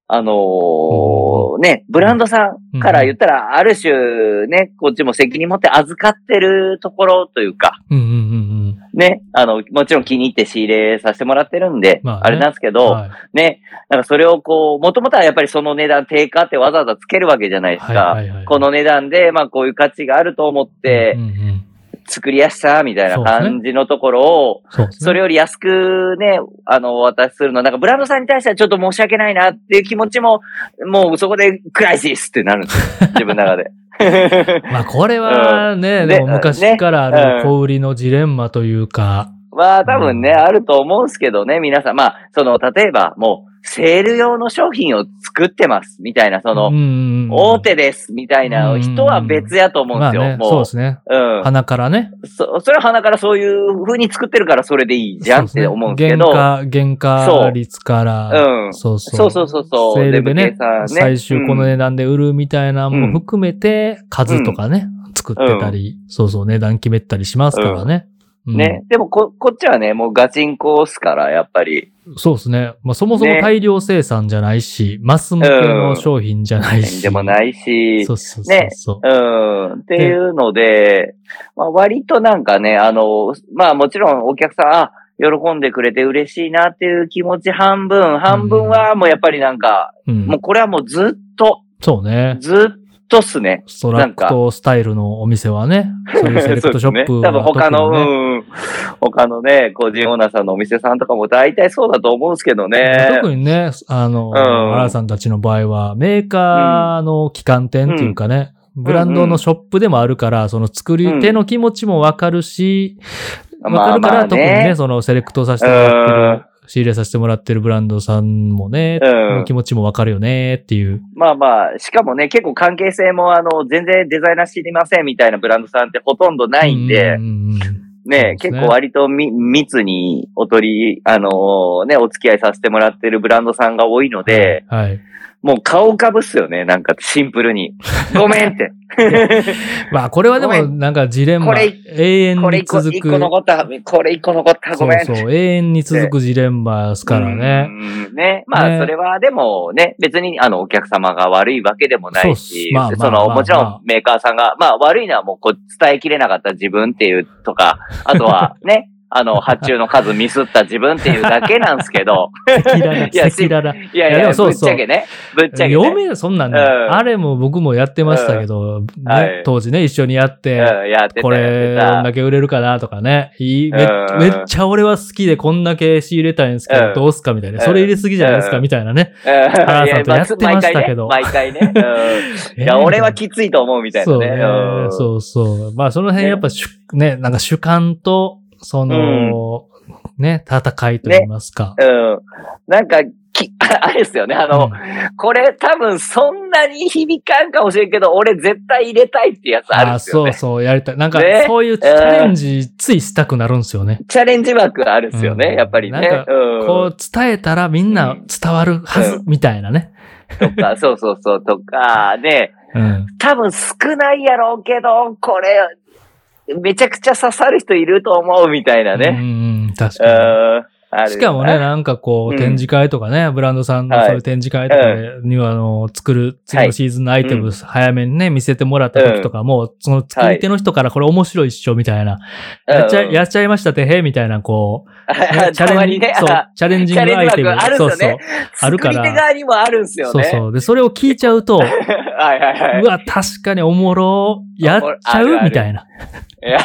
Speaker 1: あのーね、ブランドさんから言ったら、ある種ね、こっちも責任持って預かってるところというか、
Speaker 2: うんうんうん
Speaker 1: ね、あの、もちろん気に入って仕入れさせてもらってるんで、
Speaker 2: まあ
Speaker 1: あ
Speaker 2: ね
Speaker 1: れなんですけ
Speaker 2: うん。
Speaker 1: ど、
Speaker 2: はい
Speaker 1: ね、なんかそれをこう、もともとはやっぱりその値段低下ってわざわざつけるわけじゃないですか。
Speaker 2: はいはいはい。
Speaker 1: この値段で、まあこういう価値があると思っ
Speaker 2: う
Speaker 1: て
Speaker 2: んうん
Speaker 1: 作りやしたみたいな感じのところを、
Speaker 2: そうですね。
Speaker 1: それより安くね、あの、お渡しするのは、なんかブランドさんに対してはちょっと申し訳ないなっていう気持ちも、もうそこでクライシスってなるんです よ。自分の中で。
Speaker 2: まあこれはね、
Speaker 1: うんね
Speaker 2: でも昔からあ
Speaker 1: う
Speaker 2: る
Speaker 1: ん
Speaker 2: 小売りのジレンマというか、
Speaker 1: まあ多分ね、
Speaker 2: うん
Speaker 1: あると思うんですけどね、皆さん。まあ、その、例えばもう、セール用の商品を作ってます、みたいな、その、大
Speaker 2: 大
Speaker 1: 手です、みたいな人は別やと思うんですよ。
Speaker 2: まあね、
Speaker 1: もう。
Speaker 2: そうですね。
Speaker 1: うん。
Speaker 2: 鼻からね。
Speaker 1: そ、それは鼻からそういう風に作ってるからそれでいいじゃんって思うんですけど。
Speaker 2: そうですね原価、原価率から、
Speaker 1: うん。
Speaker 2: そうそ。
Speaker 1: そううそうそうそう。
Speaker 2: セールで
Speaker 1: デブ
Speaker 2: ね
Speaker 1: 系さん
Speaker 2: 最終この値段で売るみたいなのも含めて、数とかね、作ってたり、そうそう、値段決めたりしますからね。
Speaker 1: う
Speaker 2: うん
Speaker 1: んね。でもこ、こっちはね、もうガチンコっすから、やっぱり。
Speaker 2: そうですね。まあそもそも
Speaker 1: ね
Speaker 2: 大量生産じゃないし、マス向けの商品じゃないし。
Speaker 1: でもないし
Speaker 2: そ。うそうそうそう。
Speaker 1: うん。っていうので、まあ、割となんかね、あの、まあもちろんお客さん、あ、喜んでくれて嬉しいなっていう気持ち半分、半分はもうやっぱりなんか、
Speaker 2: うん
Speaker 1: もうこれはもうずっと、
Speaker 2: そうね。
Speaker 1: ずっとっすね。
Speaker 2: ストラクトスタイルのお店はね、そういうセレクトショップ
Speaker 1: そうですね多
Speaker 2: は
Speaker 1: 分他の、
Speaker 2: 特にね
Speaker 1: うん。他のね、個人オーナーさんのお店さんとかも大体そうだと思うんですけどね。
Speaker 2: 特にね、あの、
Speaker 1: ん
Speaker 2: 原田さんたちの場合は、メーカーの旗艦店っていうかね、ブランドのショップでもあるから、その作り手の気持ちもわかるし、わかるから特にね、そのセレクトさせてもらってる、仕入れさせてもらってるブランドさんもね、
Speaker 1: うん
Speaker 2: 気持ちもわかるよねっていう。
Speaker 1: まあまあ、しかもね、結構関係性もあの、全然デザイナー知りませんみたいなブランドさんってほとんどないんで
Speaker 2: う、ん
Speaker 1: ね、
Speaker 2: そうですね
Speaker 1: 結構割とみ密にお取り、あのーね、お付き合いさせてもらってるブランドさんが多いので、
Speaker 2: はい。
Speaker 1: もう顔浮かぶっすよね、なんかシンプルに。ごめんって。
Speaker 2: まあ、これはで
Speaker 1: ごめ
Speaker 2: も、なんかジレン
Speaker 1: こ
Speaker 2: マ、
Speaker 1: れ
Speaker 2: 永 遠
Speaker 1: これ
Speaker 2: に
Speaker 1: 一個、
Speaker 2: 続
Speaker 1: 一
Speaker 2: く。
Speaker 1: 個残った、これ一個残った、ご
Speaker 2: そ
Speaker 1: めんっ
Speaker 2: う
Speaker 1: て。
Speaker 2: そう、永遠に続くジレンマですからね。
Speaker 1: うん。ね。まあ、
Speaker 2: ね
Speaker 1: それはでもね、別にあの、お客様が悪いわけでもな
Speaker 2: そうっ
Speaker 1: い
Speaker 2: す
Speaker 1: し、
Speaker 2: まあまあ
Speaker 1: その、
Speaker 2: まあ
Speaker 1: もち
Speaker 2: まあ
Speaker 1: ろんメーカーさんが、まあ、悪いのはもうこう、伝えきれなかった自分っていうとか、あと はね、あの、発注の数ミスった自分っていうだけなんですけど、
Speaker 2: 赤裸々、
Speaker 1: いや
Speaker 2: 赤裸
Speaker 1: い
Speaker 2: 々。
Speaker 1: やい
Speaker 2: いやでも
Speaker 1: や、
Speaker 2: そ
Speaker 1: ぶ
Speaker 2: う
Speaker 1: っ
Speaker 2: そう
Speaker 1: ちゃけね、ぶっちゃけね。
Speaker 2: 読めないそんなんね、
Speaker 1: うん
Speaker 2: あれも僕もやってましたけど、ね
Speaker 1: はい
Speaker 2: 当時ね、一緒にやって、
Speaker 1: うん、やってた、
Speaker 2: これ、
Speaker 1: や
Speaker 2: どん
Speaker 1: っ
Speaker 2: だ
Speaker 1: て
Speaker 2: け売れるかなとかね。いいめっ
Speaker 1: うん
Speaker 2: めっちゃ俺は好きでこんだけ仕入れたいんですけ
Speaker 1: う
Speaker 2: ど、
Speaker 1: ん
Speaker 2: どうすかみたいな。
Speaker 1: うん
Speaker 2: それ入れすぎじゃないですか
Speaker 1: うん
Speaker 2: みたいなね。
Speaker 1: た。うん
Speaker 2: 原田さんと
Speaker 1: い
Speaker 2: やってましたけど
Speaker 1: 毎回ね、毎回ね。うんい
Speaker 2: え
Speaker 1: や、
Speaker 2: ー
Speaker 1: 俺はきついと思うみたいなね。
Speaker 2: そうね。そうそう。まあその辺やっぱ主、ね、なんか主観と、その、ね、戦いと言いますか。
Speaker 1: うん。うん。なんか、き あれですよね、あの、これ多分そんなに響かんかもしれんけど、俺絶対入れたいってやつあるん
Speaker 2: あ
Speaker 1: ですよ
Speaker 2: そう
Speaker 1: ね。
Speaker 2: そう、やりたい。なんか
Speaker 1: ね、
Speaker 2: そういうチャレンジ、ついしたくなるんですよね。
Speaker 1: チャレンジ枠あるんですよね、
Speaker 2: うん
Speaker 1: やっぱりね。
Speaker 2: なんか
Speaker 1: うん、
Speaker 2: こう、伝えたらみんな
Speaker 1: うん
Speaker 2: 伝わるはず、みたいなね。
Speaker 1: とか、そうそうそう、とか、ね、
Speaker 2: うん。
Speaker 1: 多分少ないやろうけど、これ、めちゃくちゃ刺さる人いると思うみたいな
Speaker 2: う
Speaker 1: ね。
Speaker 2: んうん、確
Speaker 1: うん
Speaker 2: か。
Speaker 1: あるよな
Speaker 2: しかもね、なんかこ
Speaker 1: う
Speaker 2: う、
Speaker 1: ん
Speaker 2: 展示会とかね、ブランドさんの
Speaker 1: はい
Speaker 2: そういう展示会とかでには、あの、作る、次のシーズンのアイテム、早めにね、見せてもらった時とかも、その作り手の人からこれ面白いっしょ、みたいな。やっちゃ、やっちゃいましたって、へえ、みたいな、こう、
Speaker 1: あ
Speaker 2: チャレ
Speaker 1: た
Speaker 2: ン
Speaker 1: ま
Speaker 2: ジ
Speaker 1: にね、
Speaker 2: そう
Speaker 1: あ、
Speaker 2: チャレンジングアイテ
Speaker 1: チャレンジ
Speaker 2: ム
Speaker 1: 枠あ。るんです
Speaker 2: そう
Speaker 1: よね
Speaker 2: そう。あるから
Speaker 1: 作り手側にもあるんですよ
Speaker 2: そう
Speaker 1: ね。
Speaker 2: そう。で、それを聞いちゃう と、。
Speaker 1: はいはいはいう
Speaker 2: わ、確かにおもろ、やっ
Speaker 1: お
Speaker 2: ちゃ
Speaker 1: もろあるあ
Speaker 2: う
Speaker 1: る
Speaker 2: みたいな。
Speaker 1: いや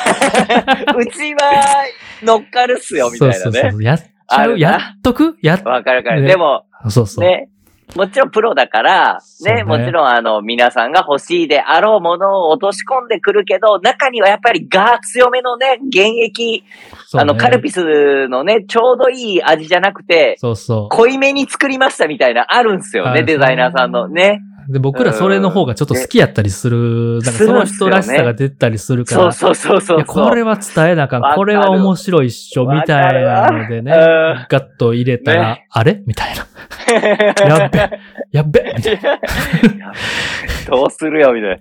Speaker 1: うちは乗っかるっすよ、みたい
Speaker 2: そ
Speaker 1: な
Speaker 2: うそう
Speaker 1: ね
Speaker 2: そ。う。やっち
Speaker 1: あ
Speaker 2: ゃ
Speaker 1: る
Speaker 2: う、
Speaker 1: な
Speaker 2: やっとくやっ、
Speaker 1: わかるわかる。
Speaker 2: ね
Speaker 1: でも、
Speaker 2: そうそう。
Speaker 1: ね。もちろんプロだから、
Speaker 2: そう
Speaker 1: ね、
Speaker 2: ね
Speaker 1: もちろんあの、皆さんが欲しいであろうものを落とし込んでくるけど、中にはやっぱりガー強めのね、現役、
Speaker 2: そう
Speaker 1: あの、
Speaker 2: ね
Speaker 1: カルピスのね、ちょうどいい味じゃなくて、
Speaker 2: そうそ
Speaker 1: 濃いめに作りましたみたいな、あるんすよ
Speaker 2: あ
Speaker 1: ね、
Speaker 2: る
Speaker 1: デザイナーさんのね。
Speaker 2: う。で、僕らそれの方がちょっと好きやったりする。なんか
Speaker 1: す
Speaker 2: そ
Speaker 1: る
Speaker 2: の
Speaker 1: んす
Speaker 2: 人
Speaker 1: よね
Speaker 2: らしさが出たりするから。
Speaker 1: そうそうそうそうそう。
Speaker 2: いやこれは伝えなあか
Speaker 1: わか
Speaker 2: ん。
Speaker 1: る
Speaker 2: これは面白いっしょ、みたいなのでね。
Speaker 1: わかるわ
Speaker 2: ガッと入れたら、
Speaker 1: ね
Speaker 2: あれみたいな。やっべ、やっべ、みたい
Speaker 1: どうするよ、みたいな。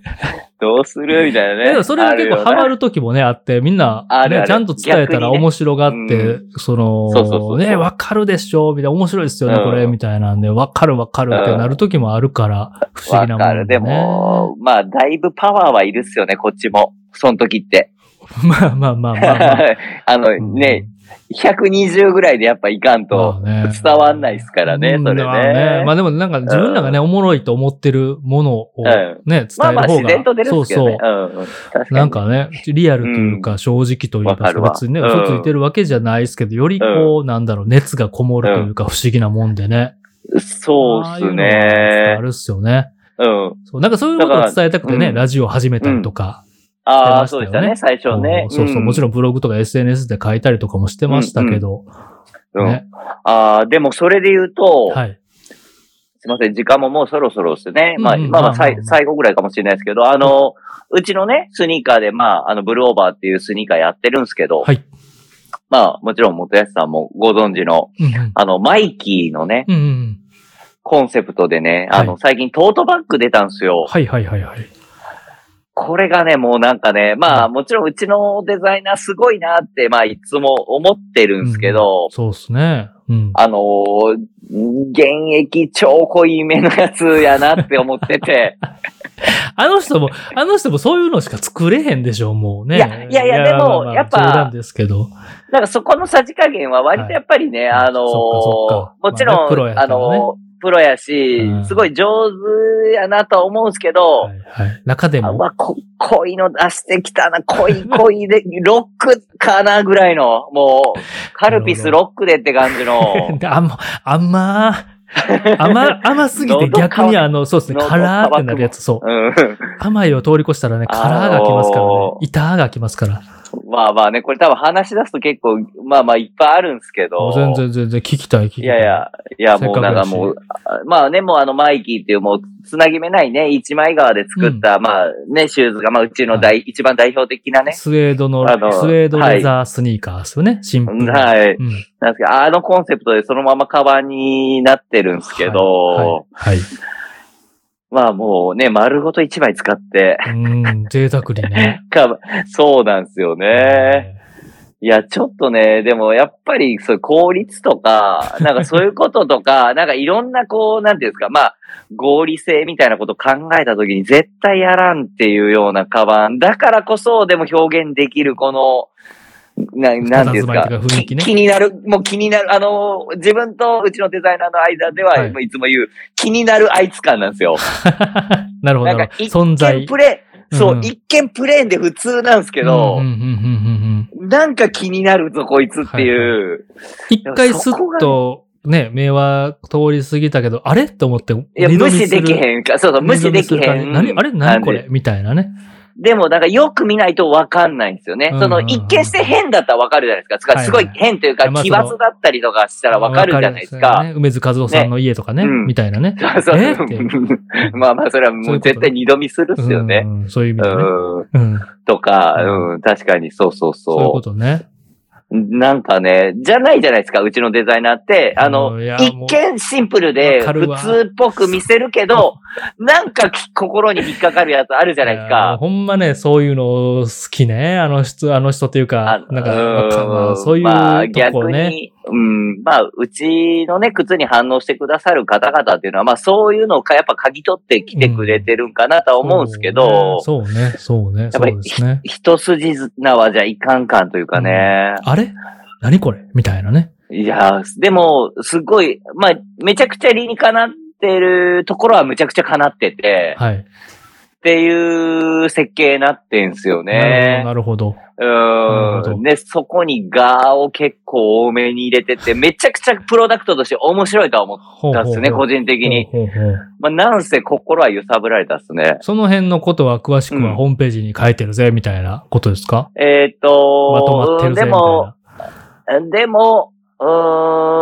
Speaker 1: どうするみたいな
Speaker 2: な。
Speaker 1: ね。
Speaker 2: でもそれは結構ハマ
Speaker 1: る
Speaker 2: る時もね、あって、みんな、
Speaker 1: あるあ
Speaker 2: ね、
Speaker 1: る
Speaker 2: ちゃんと伝えたら
Speaker 1: 逆にね
Speaker 2: 面白がって、
Speaker 1: う
Speaker 2: そ
Speaker 1: そうそうそ
Speaker 2: の、
Speaker 1: うそう
Speaker 2: ね、わかるでしょ、みたいな、面白いですよね、
Speaker 1: うん
Speaker 2: これ、みたいなんで、わかるわかるってなる時もあるから、不思
Speaker 1: わ
Speaker 2: 議なもん
Speaker 1: か
Speaker 2: だね
Speaker 1: る。でも、まあ、だいぶパワーはいるっすよね、こっちも。その時って。
Speaker 2: まあまあまあまあまあ。
Speaker 1: あのね、120ぐらいでやっぱいかんと
Speaker 2: まあね
Speaker 1: 伝わんないっすからね、
Speaker 2: うん
Speaker 1: それ
Speaker 2: まあ
Speaker 1: ね。
Speaker 2: まあでもなんか自分らがね、おもろいと思ってるものをね、伝える
Speaker 1: まあ
Speaker 2: 方
Speaker 1: ま
Speaker 2: が
Speaker 1: あ、自然と出るっ
Speaker 2: そう
Speaker 1: すけど
Speaker 2: そ
Speaker 1: ね
Speaker 2: う。。
Speaker 1: うんうん確か
Speaker 2: なん
Speaker 1: に。
Speaker 2: かね、リアルというか、正直という
Speaker 1: わ
Speaker 2: か
Speaker 1: か、るわ
Speaker 2: 別にね、
Speaker 1: うん
Speaker 2: 嘘ついてるわけじゃないですけど、よりこう、なんだろう、熱がこもるというか、不思議なもんでね。
Speaker 1: そうっす
Speaker 2: あ
Speaker 1: ね
Speaker 2: あ。るっすよね。
Speaker 1: うん。
Speaker 2: そう、なんかそういうことを伝えたくて
Speaker 1: う
Speaker 2: ね、
Speaker 1: ん
Speaker 2: ラジオ始めたりとか、
Speaker 1: あ
Speaker 2: してま
Speaker 1: あ、
Speaker 2: した
Speaker 1: そ
Speaker 2: よ
Speaker 1: う
Speaker 2: ね
Speaker 1: でしたね、最初ね。
Speaker 2: そうそう、
Speaker 1: ん
Speaker 2: もちろんブログとか SNS で書いたりとかもしてましたけど、
Speaker 1: うん
Speaker 2: ね。
Speaker 1: ああ、でもそれで言うと、
Speaker 2: はい。
Speaker 1: すいません、時間ももうそろそろですね。
Speaker 2: うん
Speaker 1: まあ、
Speaker 2: うん
Speaker 1: まあま
Speaker 2: まあ
Speaker 1: あ、
Speaker 2: まあ
Speaker 1: さい最後ぐらいかもしれないですけど、あの、うちのね、スニーカーで、まあ、あの、ブルーオーバーっていうスニーカーやってるんですけど、
Speaker 2: はい。
Speaker 1: まあ、もちろん元安さんもご存知の、
Speaker 2: うんうん
Speaker 1: あの、マイキーのね、
Speaker 2: うんうん。
Speaker 1: コンセプトでね、あの、
Speaker 2: はい
Speaker 1: 最近トートバッグ出たんですよ。
Speaker 2: はいはいはいはい。
Speaker 1: これがね、もうなんかね、ま
Speaker 2: う
Speaker 1: あ、もちろんうちのデザイナーすごいなって、まあ、いつも思ってるんですけど、
Speaker 2: そうっすね。うん。
Speaker 1: あのー現役超濃いめのやつやなって思ってて。
Speaker 2: あの人も、あの人もそういうのしか作れへんでしょ、もうね。
Speaker 1: いやいやいやでもやっぱ
Speaker 2: 冗談ですけど。
Speaker 1: なんかそこのさじ加減は割とやっぱりね、
Speaker 2: はい
Speaker 1: あのー
Speaker 2: そっかそっか
Speaker 1: もち
Speaker 2: まあねプ
Speaker 1: ろん、
Speaker 2: ロやか
Speaker 1: あ
Speaker 2: らね
Speaker 1: のープロやし、
Speaker 2: うん
Speaker 1: すごい上手やなとは思うんですけど、
Speaker 2: はいはい。中で
Speaker 1: あう
Speaker 2: も、、
Speaker 1: わ、こ、濃いの出してきたな、濃い濃いで、 ロックかなぐらいの、もう、カルピスロックでって感じの
Speaker 2: あんま、あんま、甘、甘すぎて逆にあの、そうですね、
Speaker 1: 喉
Speaker 2: カ
Speaker 1: 乾く
Speaker 2: ラーってなるやつ、そう。
Speaker 1: うん。
Speaker 2: 甘いを通り越したらね、カラーが来ますからね。板が来ますから。
Speaker 1: まあまあね、これ多分話し出すと結構、まあまあいっぱいあるんですけど。
Speaker 2: もう全然全然聞きたい、聞きたい。
Speaker 1: いやいや、いや、もうなんかもう、あまあね、もうあの、マイキーっていうもう、つなぎ目ないね、一枚革で作った、まあね、シューズが、まあ、うちの
Speaker 2: は
Speaker 1: 大、一番代表的なね、
Speaker 2: スウェードの、
Speaker 1: あの
Speaker 2: スウェードレザースニーカーですよね、シンプルな。
Speaker 1: はい、
Speaker 2: うん。
Speaker 1: なんですけど、あのコンセプトでそのままカバンになってるんですけど、
Speaker 2: はい。はい
Speaker 1: まあもうね、丸ごと一枚使って、
Speaker 2: うん、贅沢にね。
Speaker 1: カバンそうなんですよね。いや、ちょっとね、でもやっぱり、そう、効率とか、なんかそういうことと か、なんかいろんなこう、なんていうんですか、まあ、合理性みたいなことを考えたときに絶対やらんっていうようなカバン。だからこそ、でも表現できるこの、ななんていうんですか
Speaker 2: 佇まいというか雰囲気ね
Speaker 1: き気になる、もう気になる、あの、自分とうちのデザイナーの間では、
Speaker 2: はい
Speaker 1: い、いつも言う、気になるあいつ感なんですよ。
Speaker 2: なるほど。
Speaker 1: なん
Speaker 2: な
Speaker 1: か
Speaker 2: るほ
Speaker 1: 一
Speaker 2: ど存在
Speaker 1: 見。プレー、そう、
Speaker 2: うん
Speaker 1: 一見プレーンで普通なんですけど、
Speaker 2: うんうんうんうんうんうん
Speaker 1: なんか気になるぞ、こいつっていう。
Speaker 2: 一回スッと、ね、目は通り過ぎたけど、あれと思って、
Speaker 1: いや、
Speaker 2: 二度
Speaker 1: 無
Speaker 2: 見
Speaker 1: 視
Speaker 2: する
Speaker 1: できへんか。そうそう、無視でき
Speaker 2: 二度見
Speaker 1: へ
Speaker 2: する
Speaker 1: ん。
Speaker 2: 感じ何あれ何これみたいなね。
Speaker 1: でも、なんかよく見ないとわかんないんですよね
Speaker 2: うんう。んう
Speaker 1: そ
Speaker 2: ん
Speaker 1: の、一見して変だったらわかるじゃないです
Speaker 2: はい
Speaker 1: か。
Speaker 2: はい
Speaker 1: すごい変というか
Speaker 2: まあ、
Speaker 1: 奇抜だったりとかしたらわかるじゃないです
Speaker 2: わ
Speaker 1: か。
Speaker 2: るんですよね梅津和夫さんの家とかね、
Speaker 1: ねうん
Speaker 2: みたいなね。
Speaker 1: そうそう
Speaker 2: えーって
Speaker 1: まあまあ、それはもう絶対二度見するっすよね。
Speaker 2: うんそういう意味
Speaker 1: う
Speaker 2: でね。
Speaker 1: ん。
Speaker 2: うん。
Speaker 1: とか、うん、確かに、そうそう
Speaker 2: そういうこ
Speaker 1: そう。
Speaker 2: とね。
Speaker 1: なんかね、じゃないじゃないですか、うちのデザイナーって。あの、
Speaker 2: いや
Speaker 1: 一
Speaker 2: もう
Speaker 1: 見シンプル
Speaker 2: わ
Speaker 1: で、
Speaker 2: か
Speaker 1: 普
Speaker 2: るわ
Speaker 1: 通っぽく見せるけ ど、なんかき心に引っかかるやつあるじゃないです
Speaker 2: や
Speaker 1: か。
Speaker 2: ほんまね、そういうの好きね。あの人、あの人というか、
Speaker 1: あ
Speaker 2: なんか、
Speaker 1: うん
Speaker 2: わかんないそうい
Speaker 1: まあ
Speaker 2: うとこね。
Speaker 1: 逆に、うん、まあ、うちのね、靴に反応してくださる方々っていうのは、まあ、そういうのをかやっぱ嗅ぎ取ってきてくれてるんかなとは思うんですけど、
Speaker 2: そうね、そうね、
Speaker 1: や
Speaker 2: そ
Speaker 1: っぱ
Speaker 2: う
Speaker 1: り
Speaker 2: ですね。
Speaker 1: 一筋縄じゃいかんかんというかね。
Speaker 2: あれ何これみたいなね。
Speaker 1: いやー、でも、すごい、まあ、めちゃくちゃ理にかなってるところはむちゃくちゃかなってて、
Speaker 2: はい。
Speaker 1: っていう設計になってんすよね。
Speaker 2: なるほ
Speaker 1: う
Speaker 2: ど。なるほなるほ
Speaker 1: ー
Speaker 2: ど
Speaker 1: ん。で、そこにガーを結構多めに入れて て、めちゃくちゃプロダクトとして面白いとは思っ
Speaker 2: どほうほ
Speaker 1: た
Speaker 2: う
Speaker 1: っ
Speaker 2: ほう。
Speaker 1: すね、個人的に。
Speaker 2: ほうほうほう
Speaker 1: まあ、なんせ心は揺さぶられたっすね。
Speaker 2: その辺のことは詳しく
Speaker 1: う
Speaker 2: は
Speaker 1: ん
Speaker 2: ホームページに書いてるぜ、みたいなことですか
Speaker 1: えーっ
Speaker 2: まとま
Speaker 1: と、
Speaker 2: ってるぜ、
Speaker 1: で
Speaker 2: みたい
Speaker 1: も、
Speaker 2: な。
Speaker 1: でも、う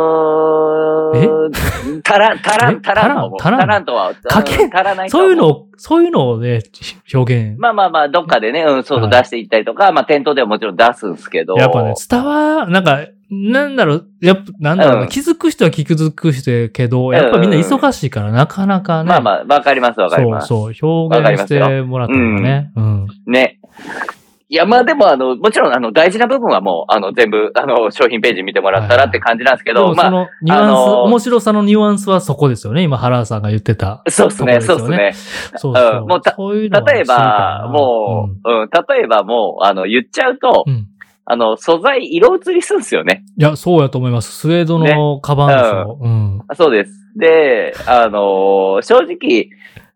Speaker 1: ーん。足らん、足らん、
Speaker 2: え
Speaker 1: 足らんと思う。
Speaker 2: 足らん足ら
Speaker 1: 足
Speaker 2: ん
Speaker 1: らんとは。
Speaker 2: かけ
Speaker 1: うん足らないと
Speaker 2: そ
Speaker 1: 思
Speaker 2: ういうのを、そういうのをね、表現。
Speaker 1: まあまあまあ、どっかでね、うん、そうそう
Speaker 2: はい
Speaker 1: 出していったりとか、まあ店頭ではもちろん出すんですけど。
Speaker 2: やっぱね、伝わ、なんか、なんだろう、やっぱ、なんだろうな、
Speaker 1: うん
Speaker 2: 気づく人は気づく人やけど、やっぱみんな忙しいから、なかなかね、
Speaker 1: まあまあ、わかりますわかります。
Speaker 2: そうそう、表現してもらったのがね、うん。
Speaker 1: ね。いや、まあでも、あの、もちろん、あの、大事な部分はもう、あの、全部、あの、商品ページ見てもらったらって感じなんですけ
Speaker 2: で
Speaker 1: ど、
Speaker 2: も
Speaker 1: ま
Speaker 2: そ
Speaker 1: あ、
Speaker 2: のニュアンス、
Speaker 1: あのー
Speaker 2: 面白さのニュアンスはそこですよね、今、原さんが言ってた。
Speaker 1: そうですね、
Speaker 2: と
Speaker 1: そう
Speaker 2: こ
Speaker 1: で
Speaker 2: ろ
Speaker 1: すね。
Speaker 2: すよね。そうそう。
Speaker 1: うんもうた
Speaker 2: そういうのが
Speaker 1: 例えば、もう、うん、例えばもう、あの、言っちゃうと、
Speaker 2: うん、うん。
Speaker 1: あの、素材、色移りするんですよね。
Speaker 2: いや、そうやと思います。スウェードのカバンですよ。うん。
Speaker 1: あそうです。で、あの、正直、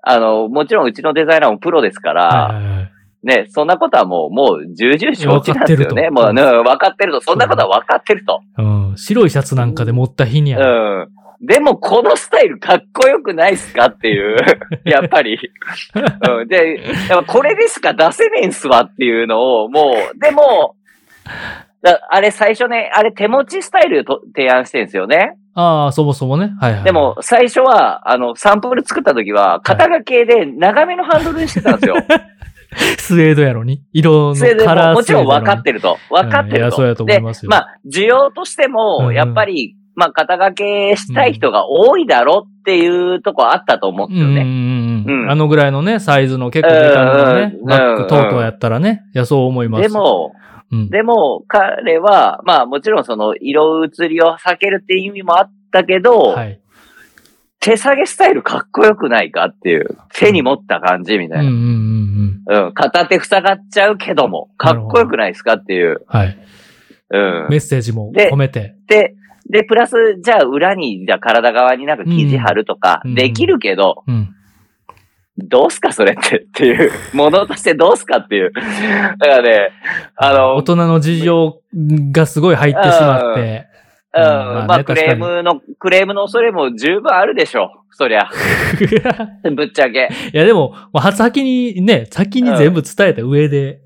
Speaker 1: あの、もちろんうちのデザイナーもプロですから、
Speaker 2: はいはいはい
Speaker 1: ね、そんなことはもう、もう、重々承知なんですよね。も
Speaker 2: 分かってると
Speaker 1: う、ね、分かってると。そんなことは分かってると。
Speaker 2: うん。白いシャツなんかで持った日に
Speaker 1: う
Speaker 2: は、
Speaker 1: ん。でも、このスタイルかっこよくないっすかって いう、やっぱり。うん、で、やっぱこれでしか出せねえんすわっていうのを、もう、でも、だあれ最初ね、あれ手持ちスタイルと提案してんですよね。
Speaker 2: ああ、そもそもね。はいはい。
Speaker 1: でも、最初は、あの、サンプル作った時は、肩掛けで長めのハンドルにしてたんです よ。
Speaker 2: スウェードやろに色の
Speaker 1: それで
Speaker 2: カラ
Speaker 1: も
Speaker 2: ー
Speaker 1: もちろん分かっててると。分かって
Speaker 2: うんいや
Speaker 1: る
Speaker 2: そうやと
Speaker 1: と。
Speaker 2: 思い
Speaker 1: で、
Speaker 2: ますよ
Speaker 1: まあ、需要として
Speaker 2: う
Speaker 1: も、
Speaker 2: ん
Speaker 1: やっぱり、まあ、肩掛けしたい人が多いだろうっていうとこあったと思うん
Speaker 2: うん
Speaker 1: です
Speaker 2: う
Speaker 1: よ
Speaker 2: ん
Speaker 1: ね。
Speaker 2: うんう。
Speaker 1: うんん
Speaker 2: あのぐらいのね、サイズの結構でかめのね
Speaker 1: う、ん
Speaker 2: バッ
Speaker 1: う
Speaker 2: グ
Speaker 1: ん
Speaker 2: とうとうやったらね、いや、そう思います。
Speaker 1: で、も、
Speaker 2: うん、
Speaker 1: でも、彼は、まあ、もちろんその、色移りを避けるっていう意味もあったけど、
Speaker 2: はい。
Speaker 1: 手下げスタイルかっこよくないかっていう、手に持った感じみ
Speaker 2: うん
Speaker 1: た
Speaker 2: うん
Speaker 1: い
Speaker 2: うん
Speaker 1: な。
Speaker 2: うん。
Speaker 1: うん、片手塞がっちゃうけども、かっこよくないですかっていう。
Speaker 2: はい。
Speaker 1: うん。
Speaker 2: メッセージも
Speaker 1: で
Speaker 2: 込めて。
Speaker 1: で、で、プラス、じゃあ裏に、じゃあ体側になんか生地貼るとか
Speaker 2: うん、
Speaker 1: できるけど、
Speaker 2: うん。
Speaker 1: どうすかそれって、っていう、 ものとしてどうすかっていう。だからね、あの、う
Speaker 2: 大
Speaker 1: ん、
Speaker 2: 人の事情がすごい入ってしまって。まあね
Speaker 1: まあ、ク
Speaker 2: 確か
Speaker 1: レー
Speaker 2: に
Speaker 1: ムの、クレームの恐れも十分あるでしょう。そりゃ、 ぶっちゃけ。
Speaker 2: いや、でも、まあ先にね、先に全部伝えた上で、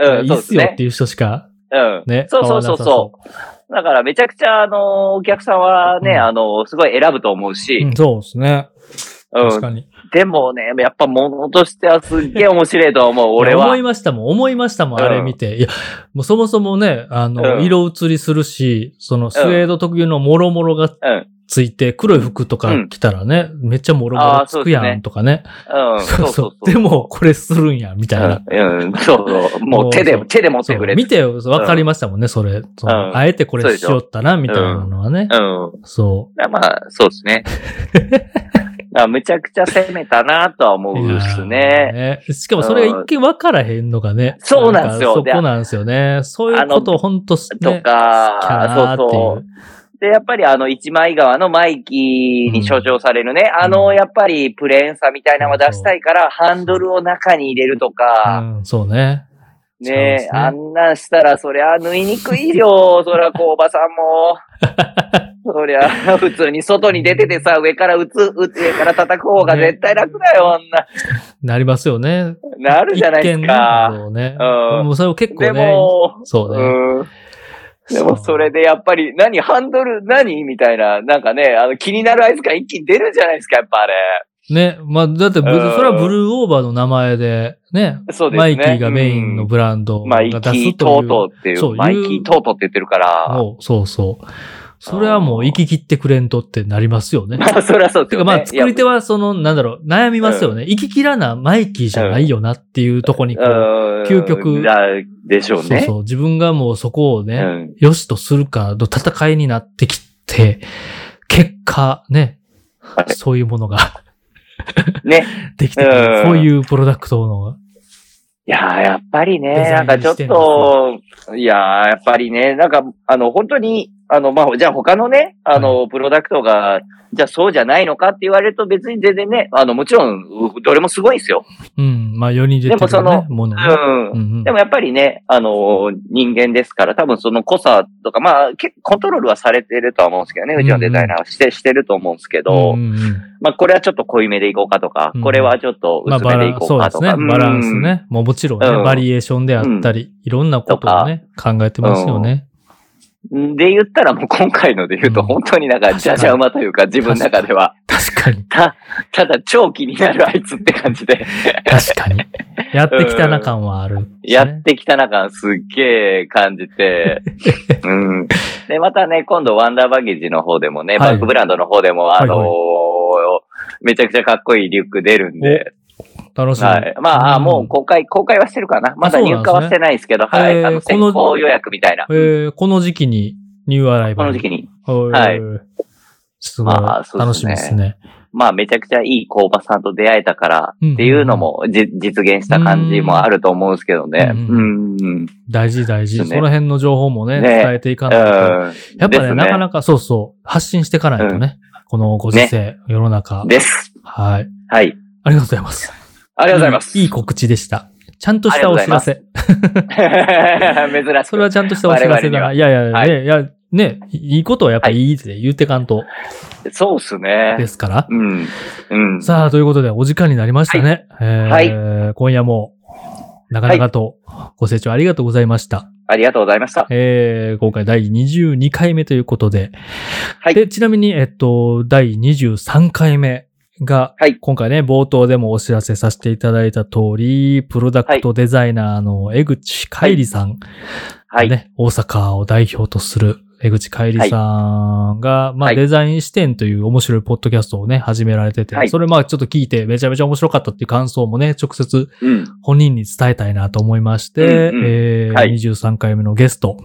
Speaker 1: うん、そう
Speaker 2: いやい
Speaker 1: で
Speaker 2: っ
Speaker 1: す
Speaker 2: すよっ
Speaker 1: ね
Speaker 2: て。いう人しか
Speaker 1: うん。
Speaker 2: ね、。
Speaker 1: そうそうそうそうう。だからめちゃくちゃ、あの、お客さんはね、
Speaker 2: うん
Speaker 1: あの、すごい選ぶと思うし、
Speaker 2: うんそうですね。
Speaker 1: うん。
Speaker 2: 確かに。
Speaker 1: でもね、やっぱ物としてはすっげえ面白いと思う、俺
Speaker 2: いや
Speaker 1: は
Speaker 2: 思い。ましたもん、思いましたもん、
Speaker 1: うん
Speaker 2: あれ見て。いや、もうそもそもね、あの、
Speaker 1: うん
Speaker 2: 色移りするし、そのスウェード特有のもろもろが
Speaker 1: うん。
Speaker 2: ついて、黒い服とか着たらね、めっちゃもろもろつくや
Speaker 1: あーそうです
Speaker 2: ん
Speaker 1: ね
Speaker 2: とかね。
Speaker 1: うん。そう そうそう。
Speaker 2: でも、これするんや、みたいな。
Speaker 1: うん、そうそう。
Speaker 2: も
Speaker 1: も
Speaker 2: う
Speaker 1: う手で
Speaker 2: そう、
Speaker 1: 手で持っ
Speaker 2: そ
Speaker 1: て
Speaker 2: う
Speaker 1: くれ
Speaker 2: 見
Speaker 1: る。
Speaker 2: て分かりましたもんね、それ。その
Speaker 1: うん
Speaker 2: あえてこれしよったな、みたいなのはね
Speaker 1: う。ん。
Speaker 2: そう。
Speaker 1: まあ、そうです ね。あむちゃくちゃ攻めたなとは思うっすね。
Speaker 2: ね。しかもそれが一見分からへんのがね。
Speaker 1: そうなんですよ
Speaker 2: かそこなんですよね。そういうことを本当
Speaker 1: とか、そうそう。で、やっぱりあの、一枚側のマイキに象徴されるね、あの、やっぱりプレーンさみたいなのは出したいから、ハンドルを中に入れるとか、
Speaker 2: うん、そうね。そうです
Speaker 1: ね
Speaker 2: ね
Speaker 1: あんなんしたら、そりゃ、縫いにくい よ、そりゃ、工場さんも。そりゃ、普通に外に出ててさ、上から打つ、打つ、上から叩く方が絶対楽だよ、あんな。
Speaker 2: なりますよね。
Speaker 1: なるじゃないです
Speaker 2: 一見ね
Speaker 1: か。
Speaker 2: そうね。
Speaker 1: うん
Speaker 2: もうそれを結構
Speaker 1: で
Speaker 2: ね。
Speaker 1: も、
Speaker 2: そうね。
Speaker 1: うん。でも、それ
Speaker 2: で。
Speaker 1: でやっぱり、何、ハンドル、何みたいな、なんかね、あの、気になる合図が一気に出るじゃないですか、やっぱあれ。
Speaker 2: ね。まあ、だってブル、
Speaker 1: うん
Speaker 2: それはブルーオーバーの名前で、ね。
Speaker 1: そうですね。
Speaker 2: マイキーがメインのブランド
Speaker 1: うんマ
Speaker 2: が
Speaker 1: イキ
Speaker 2: 出すという
Speaker 1: ー・。トートーってい
Speaker 2: そう
Speaker 1: う、マイキー・トートーって言ってるから、
Speaker 2: もう、そうそう。それはもう、行き切ってくれんとってなりますよね。
Speaker 1: まあ、それはそうで
Speaker 2: て
Speaker 1: す
Speaker 2: か
Speaker 1: よね。
Speaker 2: まあ、作り手
Speaker 1: は、
Speaker 2: は、その、なんだろう、悩みますよね。行き切らな、マイキーじゃないよなっていうとこにこう、
Speaker 1: うん
Speaker 2: 究極
Speaker 1: だでしょう
Speaker 2: そう
Speaker 1: ね。
Speaker 2: そう、自分がもうそこを
Speaker 1: う
Speaker 2: ね、
Speaker 1: ん
Speaker 2: 良しとするかの戦いになってきて、結果、ね
Speaker 1: は、い
Speaker 2: そういうものが
Speaker 1: ね。
Speaker 2: できてく
Speaker 1: う
Speaker 2: る、
Speaker 1: ん
Speaker 2: そういうプロダクトの、
Speaker 1: いやー、やっぱり
Speaker 2: デザ
Speaker 1: ね、
Speaker 2: イン
Speaker 1: なんかちょっ
Speaker 2: してる
Speaker 1: と、いやー、やっぱりね、なんか、あの、本当に、あの、まあ、じゃあ他のね、あの、プロダクトが、じゃあそうじゃないのかって言われると別に全然ね、あの、もちろん、うどれもすごいんですよ。
Speaker 2: うん、まあ、世に出て
Speaker 1: でも
Speaker 2: る
Speaker 1: そ
Speaker 2: ね
Speaker 1: の
Speaker 2: もの
Speaker 1: う
Speaker 2: ね。
Speaker 1: ん
Speaker 2: う。んうん
Speaker 1: でもやっぱりね、あの人間ですから、多分その濃さとか、まあ、結構コントロールはされてるとは思うんですけどね、うちのデザイナーはして、してると思うんですけど、
Speaker 2: うんうんうん
Speaker 1: まあ、これはちょっと濃いめでいこうかとか、
Speaker 2: うん
Speaker 1: これはちょっと
Speaker 2: まあ、
Speaker 1: 薄
Speaker 2: バ
Speaker 1: めでい
Speaker 2: ラン
Speaker 1: こ
Speaker 2: ス、
Speaker 1: う
Speaker 2: そう
Speaker 1: か
Speaker 2: で
Speaker 1: と
Speaker 2: す
Speaker 1: か。
Speaker 2: ね。バランス
Speaker 1: うん。
Speaker 2: ね。もうもちろんね、
Speaker 1: うん
Speaker 2: バリエーションであったり、いろんなことをね、考えてますよね。
Speaker 1: で言ったらもう今回ので言うと、
Speaker 2: うん
Speaker 1: 本当になんか、じゃじゃ馬というか、自分の中では、
Speaker 2: 確かに、
Speaker 1: ただ超気になるあいつって感じで、
Speaker 2: 確かに。やってきたな感はある、
Speaker 1: やってきたな感すっげえ感じて、 うん。で、またね、今度ワンダーバゲージの方でもね、
Speaker 2: はい
Speaker 1: バックブランドの方でも、あのー
Speaker 2: はい
Speaker 1: めちゃくちゃかっこいいリュック出るんで、
Speaker 2: 楽しみ。
Speaker 1: はい。まあ、あ
Speaker 2: うん
Speaker 1: もう公開、公開はしてるかなまだ
Speaker 2: そうな
Speaker 1: 入
Speaker 2: んですね
Speaker 1: 荷はしてないですけど、は
Speaker 2: え
Speaker 1: い。
Speaker 2: ー
Speaker 1: あの、
Speaker 2: この
Speaker 1: 先行予約みたいな。
Speaker 2: えーこの時期にニューアライ
Speaker 1: こ
Speaker 2: バ
Speaker 1: の
Speaker 2: ル。
Speaker 1: 時期に。
Speaker 2: はい。すごい、
Speaker 1: まあそう
Speaker 2: 楽
Speaker 1: で
Speaker 2: し
Speaker 1: す
Speaker 2: み
Speaker 1: ね
Speaker 2: ですね。
Speaker 1: まあ、めちゃくちゃいい工場さんと出会えたから
Speaker 2: うん
Speaker 1: っていうのも、じ実現した感じもあると思うんですけどね。
Speaker 2: う
Speaker 1: うんん。うん
Speaker 2: 大事大事。
Speaker 1: です
Speaker 2: そ
Speaker 1: ね
Speaker 2: の辺の情報もね、
Speaker 1: ね
Speaker 2: 伝えていかないと。やっぱ
Speaker 1: で
Speaker 2: ね
Speaker 1: すね
Speaker 2: なかなかそうそう、発信していかないとね。このご時世、世の中。
Speaker 1: です。
Speaker 2: はい。
Speaker 1: はい。
Speaker 2: ありがとうございます。
Speaker 1: ありがとうございます。
Speaker 2: いい告知でした。ちゃんとしたお知らせ。
Speaker 1: 珍しい。
Speaker 2: それはちゃんとしたお知らせだな。
Speaker 1: 我々
Speaker 2: いやいやいや、
Speaker 1: はい
Speaker 2: い、や、ね、いいことはやっぱいいって言ってかんと
Speaker 1: そうっすね。
Speaker 2: ですから。
Speaker 1: うん。うん。
Speaker 2: さあ、ということでお時間になりましたね。
Speaker 1: はい
Speaker 2: えー今夜も、なかなかとご清聴ありがとうございました。
Speaker 1: ありがとうございました。
Speaker 2: えー今回第22回目ということで。
Speaker 1: はい
Speaker 2: で、ちなみに、えっと、第23回目が、
Speaker 1: はい
Speaker 2: 今回ね、冒頭でもお知らせさせていただいた通り、プロダクトデザイナーの江口海里さん、
Speaker 1: はい。
Speaker 2: ね、大阪を代表とする江口海里さんが、まあ、
Speaker 1: はい
Speaker 2: デザイン視点という面白いポッドキャストをね、始められてて、
Speaker 1: はい
Speaker 2: それまあちょっと聞いてめちゃめちゃ面白かったっていう感想もね、直接
Speaker 1: うん。
Speaker 2: 本人に伝えたいなと思いまして、
Speaker 1: うんうん
Speaker 2: えー
Speaker 1: はい
Speaker 2: 23回目のゲスト、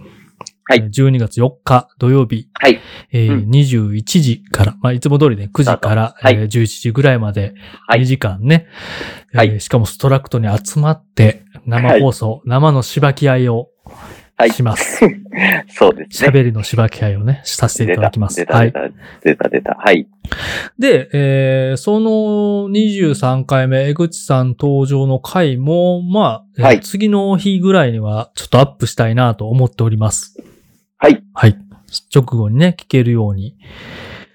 Speaker 1: はい
Speaker 2: えー12月4日土曜日、
Speaker 1: はい
Speaker 2: えー
Speaker 1: うん
Speaker 2: 21時から、まあ、いつも通りね、9時から、
Speaker 1: はい
Speaker 2: えー11時ぐらいまで、
Speaker 1: はい
Speaker 2: 2時間ね、
Speaker 1: はい
Speaker 2: えーしかもストラクトに集まって、生放送、生のしばき合いを
Speaker 1: はい
Speaker 2: します。
Speaker 1: そうですね。
Speaker 2: 喋、りのしばき合いをね、させていただきます。
Speaker 1: 出た、出た、出た、出た。はい。
Speaker 2: で、えーその23回目、江口さん登場の回も、まあ、えー
Speaker 1: はい
Speaker 2: 次の日ぐらいにはちょっとアップしたいなと思っております。
Speaker 1: はい。
Speaker 2: はい。直後にね、聞けるように。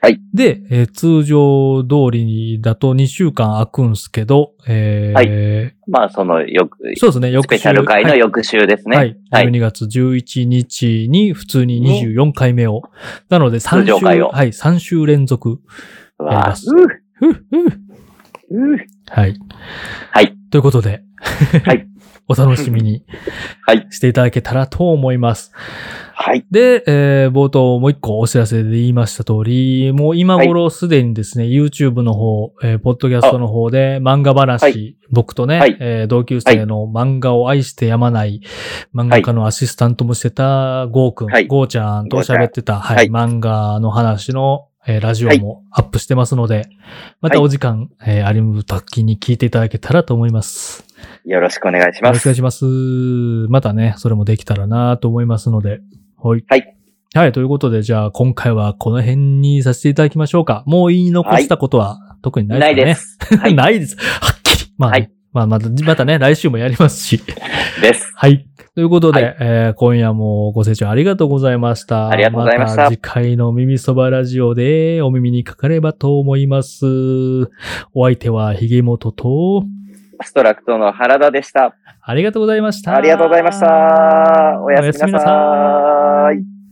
Speaker 1: はい。
Speaker 2: で、えー通常通りだと2週間空くんすけど、えー
Speaker 1: はまあ、その、よく、
Speaker 2: そうですね、
Speaker 1: ス
Speaker 2: 翌週。
Speaker 1: ペシャル会の
Speaker 2: はい
Speaker 1: 翌週ですね。
Speaker 2: はい。
Speaker 1: はい
Speaker 2: 12月11日に普通に24回目を。なので3
Speaker 1: 通常回
Speaker 2: 週、
Speaker 1: を
Speaker 2: はい、3週連続。
Speaker 1: う
Speaker 2: やり
Speaker 1: わ
Speaker 2: ま
Speaker 1: あ
Speaker 2: す
Speaker 1: うう
Speaker 2: ふっふっ
Speaker 1: うう
Speaker 2: はい。
Speaker 1: はい。
Speaker 2: ということで、
Speaker 1: はい。
Speaker 2: お楽しみに
Speaker 1: はい。
Speaker 2: していただけたらと思います。
Speaker 1: はい。
Speaker 2: で、えー冒頭もう一個お知らせで言いました通り、もう今頃すでにですね、YouTube の方、えーポッドキャストの方で漫画話、
Speaker 1: はい
Speaker 2: 僕とね、
Speaker 1: はい
Speaker 2: えー同級生の漫画を愛してやまない、漫画家のアシスタントもしてた、ゴーくん、
Speaker 1: はい
Speaker 2: ゴーちゃんと喋ってた、はい、
Speaker 1: はい
Speaker 2: 漫画の話の、えーラジオもアップしてますので、またお時間、えーありむときに聞いていただけたらと思います。
Speaker 1: よろしくお願いし
Speaker 2: よ
Speaker 1: ま
Speaker 2: ろしく
Speaker 1: す
Speaker 2: お願い。します。またね、それもできたらなと思いますので。はい。
Speaker 1: はい。
Speaker 2: はい、ということで、じゃあ今回はこの辺にさせていただきましょうか。もう言い残したことは特にな
Speaker 1: ないい
Speaker 2: で
Speaker 1: ですす。
Speaker 2: かね。ないです。はっきり。まあね、
Speaker 1: はい
Speaker 2: まあまた、またね、来週もやりますし。
Speaker 1: です。
Speaker 2: はい。ということで、
Speaker 1: はい
Speaker 2: えー今夜もご清聴ありがとうございました。
Speaker 1: ありがとうございました
Speaker 2: た次回の耳そばラジオでお耳にかかればと思います。お相手はひげもとと、
Speaker 1: ストラクトの原田でした。
Speaker 2: ありがとうございました。
Speaker 1: ありがとうございました。おやすみなさ
Speaker 2: おやすみなさ
Speaker 1: ー
Speaker 2: い
Speaker 1: い。